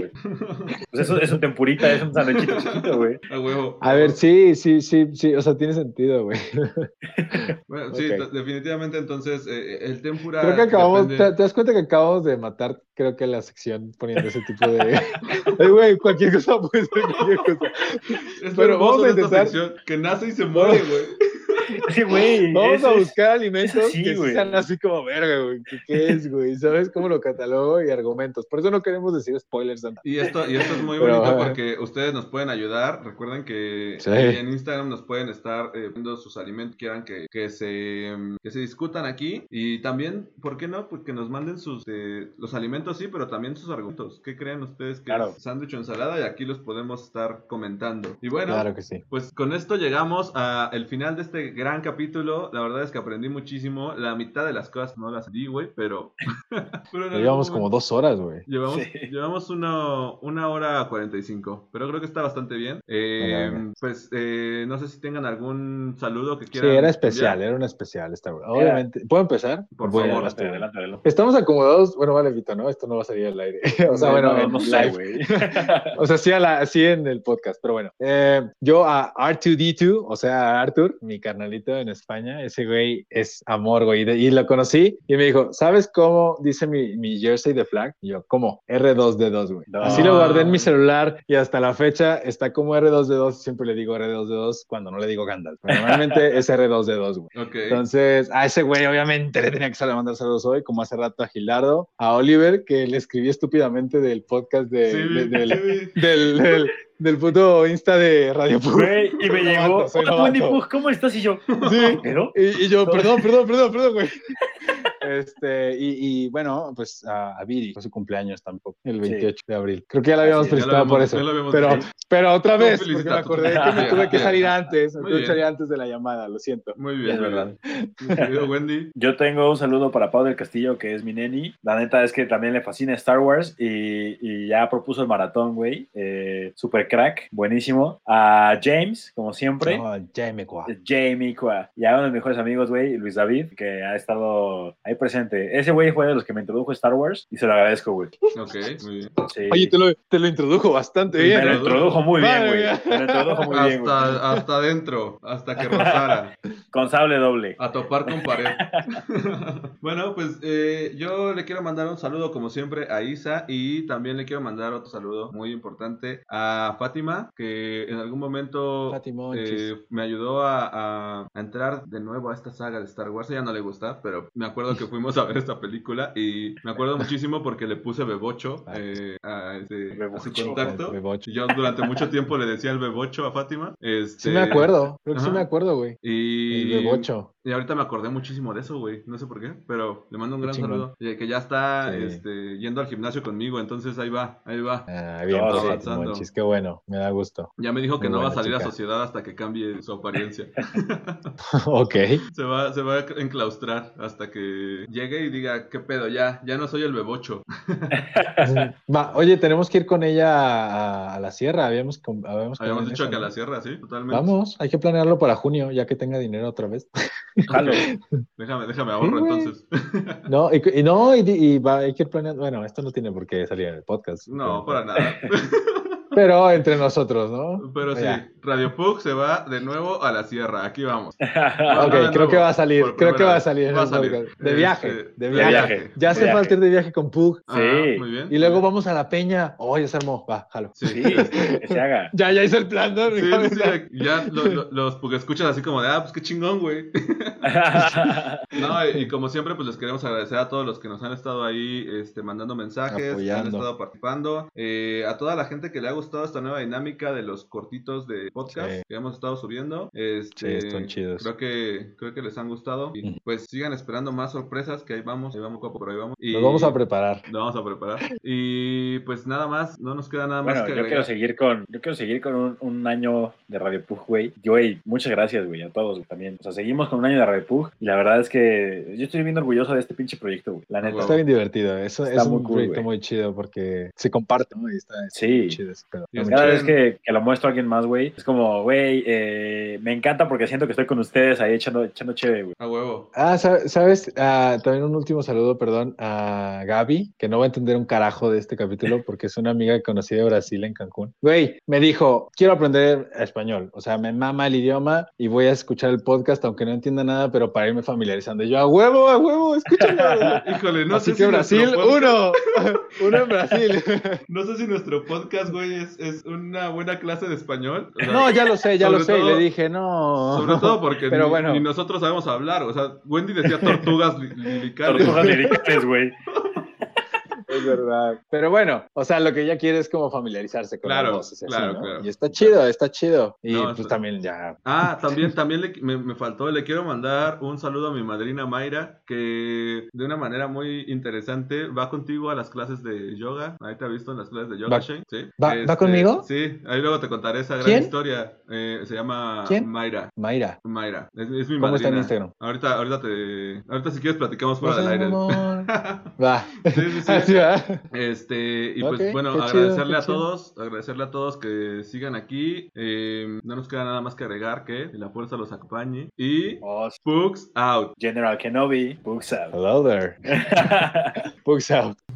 Speaker 2: güey. Pues eso es un tempurita, es un sándwichito chiquito, güey.
Speaker 6: A huevo.
Speaker 5: A ver, sí, sí, sí, sí, o sea, tiene sentido, güey.
Speaker 6: Bueno, sí,
Speaker 5: Ok.
Speaker 6: t- definitivamente entonces eh, eh, el tempura.
Speaker 5: Creo que acabamos, te,
Speaker 6: depende-
Speaker 5: te das cuenta que acabamos de matar, creo que la sección poniendo ese tipo de... Ay, güey, cualquier cosa puede ser cualquier cosa.
Speaker 6: Es
Speaker 5: pero
Speaker 6: lo hermoso
Speaker 5: vamos a
Speaker 6: de esta
Speaker 5: intentar-
Speaker 6: sección, que nace y se muere, güey.
Speaker 2: Es que, güey,
Speaker 5: Vamos
Speaker 2: eso
Speaker 5: a
Speaker 2: es-
Speaker 5: buscar alimentos
Speaker 2: sí,
Speaker 5: que sí
Speaker 2: güey.
Speaker 5: sean así como verga, güey. ¿Qué, qué es, güey? ¿Sabes cómo lo catalogo? Y argumentos. Por eso no queremos decir spoilers. Santa.
Speaker 6: Y esto, y esto es muy
Speaker 5: Pero,
Speaker 6: bonito
Speaker 5: ajá.
Speaker 6: porque ustedes nos pueden ayudar. Recuerden que
Speaker 5: Sí.
Speaker 6: en Instagram nos pueden estar eh, viendo sus alimentos que quieran que, que se, mm, que se discutan aquí. Y también, ¿por qué no? Porque nos manden sus eh, los alimentos, sí, pero también sus argumentos. ¿Qué creen ustedes que
Speaker 2: Claro.
Speaker 6: es sándwich o ensalada? Y aquí los podemos estar comentando. Y bueno,
Speaker 5: Claro que sí.
Speaker 6: pues con esto llegamos al final de este gran capítulo. La verdad es que aprendí muchísimo. La mitad de las cosas no las di, güey, pero... pero en
Speaker 5: Ya
Speaker 6: algún
Speaker 5: Llevamos
Speaker 6: momento-
Speaker 5: como dos horas, güey.
Speaker 6: Llevamos, llevamos una, una hora 45, pero creo que está bastante bien. Eh,
Speaker 5: Ajá.
Speaker 6: pues eh, no sé si tengan algún saludo que
Speaker 5: Sí,
Speaker 6: quieran.
Speaker 5: era especial,
Speaker 6: enviar.
Speaker 5: era una especial esta, güey. Obviamente. ¿Puedo empezar?
Speaker 6: Por
Speaker 5: Voy a-
Speaker 6: favor.
Speaker 2: Adelante, adelante, adelante.
Speaker 5: Estamos acomodados, bueno, vale, Vito, ¿no? Esto no va a salir al aire. O sea, bueno,
Speaker 2: no,
Speaker 5: en
Speaker 2: no sé,
Speaker 5: live.
Speaker 2: güey.
Speaker 5: O sea, sí, a la- sí en el podcast, pero bueno. Eh, yo a R2D2, o sea, a Arthur, mi carnalito en España, ese güey es amor, güey. Y, de- y lo conocí y me dijo, ¿sabes cómo dice mi, mi jersey de flag? Y yo, ¿cómo? R2D2, güey.
Speaker 2: No.
Speaker 5: Así lo guardé en mi celular y hasta la fecha está como R2D2. Siempre le digo R2D2 cuando no le digo Gandalf. Normalmente es R2D2, güey.
Speaker 6: Ok.
Speaker 5: Entonces, a ese güey obviamente le tenía que salir a mandar saludos hoy, como hace rato a Gilardo, a Oliver, que le escribí estúpidamente del podcast de,
Speaker 6: Sí,
Speaker 5: de-
Speaker 6: vi-
Speaker 5: del,
Speaker 6: sí, vi.
Speaker 5: del, del, del puto Insta de Radio Pública.
Speaker 2: Güey, y me
Speaker 5: Soy
Speaker 2: llegó,
Speaker 5: novato, soy
Speaker 2: "Hola,
Speaker 5: novato".
Speaker 2: Wendy Pug, ¿cómo estás? Y yo,
Speaker 5: Sí.
Speaker 2: ¿pero?
Speaker 5: Y, y yo, perdón, perdón, perdón, perdón, güey. Este, y, y bueno, pues a, a Viri, fue su cumpleaños tampoco, el 28 de abril. Creo que ya la habíamos
Speaker 2: Así es,
Speaker 6: Ah, ya lo
Speaker 5: felicitado por
Speaker 6: habíamos-
Speaker 5: eso.
Speaker 6: ya lo habíamos
Speaker 5: Pero,
Speaker 6: felicitado.
Speaker 5: pero otra
Speaker 6: Tú
Speaker 5: vez, porque me
Speaker 6: felicita, tú
Speaker 5: acordé que me
Speaker 6: felicita.
Speaker 5: tuve que
Speaker 6: Bien.
Speaker 5: salir antes, me
Speaker 6: Muy
Speaker 5: tuve que
Speaker 6: bien.
Speaker 5: salir antes de la llamada, lo siento.
Speaker 6: Muy
Speaker 2: Y es
Speaker 6: bien,
Speaker 2: verdad.
Speaker 6: mi querido Wendy.
Speaker 2: Yo tengo un saludo para Pau del Castillo, que es mi neni. La neta es que también le fascina Star Wars y, y ya propuso el maratón, güey. Eh, super crack, buenísimo. A James, como siempre.
Speaker 5: No, Jaime Cuá.
Speaker 2: Jamie Qua. Y a uno de mis mejores amigos, güey, Luis David, que ha estado ahí presente. Ese güey fue de los que me introdujo a Star Wars y se lo agradezco, güey.
Speaker 6: Ok, muy bien.
Speaker 2: Sí.
Speaker 5: Oye, te lo, te lo introdujo bastante
Speaker 2: me lo
Speaker 5: bien. ¿eh?
Speaker 2: introdujo muy bien,
Speaker 5: Madre
Speaker 2: güey.
Speaker 5: mía.
Speaker 2: Me lo introdujo muy bien, güey.
Speaker 6: Hasta, hasta adentro, hasta que rozara.
Speaker 2: Con sable doble.
Speaker 6: A topar con pared. bueno, pues eh, yo le quiero mandar un saludo como siempre a Isa y también le quiero mandar otro saludo muy importante a Fátima, que en algún momento
Speaker 5: Patimonchis.
Speaker 6: eh, me ayudó a, a- a entrar de nuevo a esta saga de Star Wars. Ella no le gusta, pero me acuerdo que fuimos a ver esta película y me acuerdo muchísimo porque le puse Bebocho eh, a, este- a su
Speaker 2: Bebocho.
Speaker 6: contacto.
Speaker 5: Ah, Bebocho.
Speaker 6: Yo durante mucho tiempo le decía el Bebocho a Fátima. Este,
Speaker 5: Sí me acuerdo, creo que sí
Speaker 6: Ajá.
Speaker 5: me acuerdo, güey. El
Speaker 6: Y,
Speaker 5: bebocho.
Speaker 6: y ahorita me acordé muchísimo de eso, güey. No sé por qué, pero le mando un
Speaker 5: Qué
Speaker 6: gran
Speaker 5: chingón.
Speaker 6: saludo. Y que ya está
Speaker 5: Sí.
Speaker 6: este, yendo al gimnasio conmigo, entonces ahí va, ahí va.
Speaker 5: Ah, bien,
Speaker 2: Ah,
Speaker 5: por
Speaker 2: sí.
Speaker 5: Patimonchis, qué bueno, me da gusto.
Speaker 6: Ya me dijo que
Speaker 5: Muy
Speaker 6: no va a
Speaker 5: buena
Speaker 6: salir a
Speaker 5: chica.
Speaker 6: sociedad hasta que cambie su apariencia.
Speaker 5: ok.
Speaker 6: se, va, se va a enclaustrar hasta que llegue y diga, qué pedo, ya, ya no soy el bebocho.
Speaker 5: Va, oye, tenemos que ir con ella a, a la sierra, habíamos, com-
Speaker 6: Habíamos
Speaker 5: habíamos, quedado en
Speaker 6: dicho
Speaker 5: eso,
Speaker 6: que a
Speaker 5: ¿no?
Speaker 6: la sierra, sí, totalmente.
Speaker 5: Vamos, hay que planearlo para junio, ya que tenga dinero otra vez.
Speaker 2: Jalo.
Speaker 6: Déjame, déjame ahorro
Speaker 5: Sí, güey.
Speaker 6: entonces.
Speaker 5: No, y, y no, y, y va, hay que ir planeando. Bueno, esto no tiene por qué salir en el podcast.
Speaker 6: no, para nada.
Speaker 5: Pero entre nosotros, ¿no?
Speaker 6: Pero sí,
Speaker 5: Pues Ya.
Speaker 6: Radio Pug se va de nuevo a la sierra, aquí vamos.
Speaker 5: Ok,
Speaker 6: no, de
Speaker 5: creo que
Speaker 6: nuevo,
Speaker 5: va a salir,
Speaker 6: por
Speaker 5: creo que
Speaker 6: primera
Speaker 5: va a
Speaker 6: vez.
Speaker 5: salir. en
Speaker 6: Va a
Speaker 5: el
Speaker 6: salir.
Speaker 5: podcast. De
Speaker 6: Este,
Speaker 5: viaje, de
Speaker 6: de
Speaker 5: viaje.
Speaker 2: viaje.
Speaker 5: Ya hace
Speaker 2: Viaje.
Speaker 5: falta ir de viaje con Pug.
Speaker 6: Ah,
Speaker 2: Sí.
Speaker 6: muy bien.
Speaker 5: Y luego vamos a la peña. Oye, se armó. Va, jalo.
Speaker 6: Sí,
Speaker 2: Sí,
Speaker 6: sí,
Speaker 2: que se haga.
Speaker 5: Ya, ya hice el plan, ¿no? Mi
Speaker 6: sí,
Speaker 5: cabeza.
Speaker 6: sí, Ya lo- lo- los porque escuchas así como de, ah, pues qué chingón, güey. No, y, y como siempre, pues les queremos agradecer a todos los que nos han estado ahí este, mandando mensajes, que han
Speaker 5: Apoyando.
Speaker 6: estado participando, eh, a toda la gente que le ha gustado esta nueva dinámica de los cortitos de podcast
Speaker 5: Sí.
Speaker 6: que hemos estado subiendo.
Speaker 5: Sí,
Speaker 6: Este,
Speaker 5: están chidos.
Speaker 6: Creo que, creo que les han gustado. Y
Speaker 5: Ujú.
Speaker 6: pues sigan esperando más sorpresas, que ahí vamos, ahí vamos, copo, por ahí vamos. Y
Speaker 5: Nos vamos a preparar.
Speaker 6: Nos vamos a preparar. Y pues nada más, no nos queda nada más
Speaker 2: Bueno,
Speaker 6: que
Speaker 2: yo quiero
Speaker 6: agregar.
Speaker 2: seguir con, yo quiero seguir con un, un año de Radio Pug, güey. Y, Güey, muchas gracias, güey, a todos güey, también. O sea, seguimos con un año de Radio Pug y la verdad es que yo estoy bien orgulloso de este pinche proyecto, güey. La neta.
Speaker 6: Wow.
Speaker 5: Está bien divertido. Eso
Speaker 2: Está
Speaker 5: es
Speaker 2: muy
Speaker 5: un
Speaker 2: cool,
Speaker 5: proyecto
Speaker 2: güey.
Speaker 5: muy chido porque se comparte, ¿no? Y está, está
Speaker 2: Sí.
Speaker 5: muy chido eso.
Speaker 2: pedo.
Speaker 6: Sí, es
Speaker 2: Cada
Speaker 6: que-
Speaker 2: vez que, que lo muestro a alguien más, güey, es como, güey, eh, me encanta porque siento que estoy con ustedes ahí echando, echando chévere, güey.
Speaker 6: A huevo.
Speaker 5: Ah, sa- sabes, Ah, también un último saludo, perdón, a Gaby, que no va a entender un carajo de este capítulo porque es una amiga que conocí de Brasil en Cancún. Güey, me dijo, quiero aprender español, o sea, me mama el idioma y voy a escuchar el podcast aunque no entienda nada, pero para irme familiarizando. Y yo, a huevo, a huevo, escúchalo.
Speaker 6: Híjole, no
Speaker 5: Así
Speaker 6: sé
Speaker 5: que
Speaker 6: si
Speaker 5: Brasil,
Speaker 6: nuestro podcast-
Speaker 5: uno, uno en Brasil.
Speaker 6: No sé si nuestro podcast, güey, es, es una buena clase de español. O sea,
Speaker 5: No, ya lo sé, ya lo
Speaker 6: Sobre
Speaker 5: sé. y
Speaker 6: todo-
Speaker 5: le dije, no.
Speaker 6: Sobre todo porque
Speaker 5: Pero
Speaker 6: ni,
Speaker 5: bueno.
Speaker 6: ni nosotros sabemos hablar. O sea, Wendy decía tortugas li- lilicales.
Speaker 2: Tortugas liricales, güey.
Speaker 5: Es verdad. Pero bueno, o sea, lo que ella quiere es como familiarizarse con
Speaker 6: Claro,
Speaker 5: las voces. y así,
Speaker 6: claro,
Speaker 5: ¿no?
Speaker 6: claro.
Speaker 5: Y está chido, está chido. Y
Speaker 6: No,
Speaker 5: pues
Speaker 6: está-
Speaker 5: también ya.
Speaker 6: Ah, también, también le- me, me faltó, le quiero mandar un saludo a mi madrina Mayra, que de una manera muy interesante va contigo a las clases de yoga. Ahí te ha visto en las clases de yoga,
Speaker 5: Va-
Speaker 6: Shane, ¿sí? Este,
Speaker 5: ¿va- va conmigo?
Speaker 6: Sí, ahí luego te contaré esa gran
Speaker 5: ¿Quién?
Speaker 6: historia. Eh, se llama
Speaker 5: ¿Quién?
Speaker 6: Mayra.
Speaker 5: Mayra.
Speaker 6: Mayra, es, es mi
Speaker 5: ¿Cómo
Speaker 6: madrina.
Speaker 5: está en Instagram?
Speaker 6: Ahorita, ahorita te, ahorita si quieres platicamos
Speaker 5: No
Speaker 6: fuera del
Speaker 5: seas
Speaker 6: aire.
Speaker 5: mamón. Va.
Speaker 6: Sí, sí, sí.
Speaker 5: Así va.
Speaker 6: Este, y
Speaker 5: Ok,
Speaker 6: pues bueno,
Speaker 5: qué chido,
Speaker 6: agradecerle
Speaker 5: qué
Speaker 6: a
Speaker 5: chido.
Speaker 6: todos, agradecerle a todos que sigan aquí. Eh, no nos queda nada más que agregar que la fuerza los acompañe. Y
Speaker 2: Oh,
Speaker 6: Fuchs out.
Speaker 2: General Kenobi, books out.
Speaker 5: Hello there. Books out.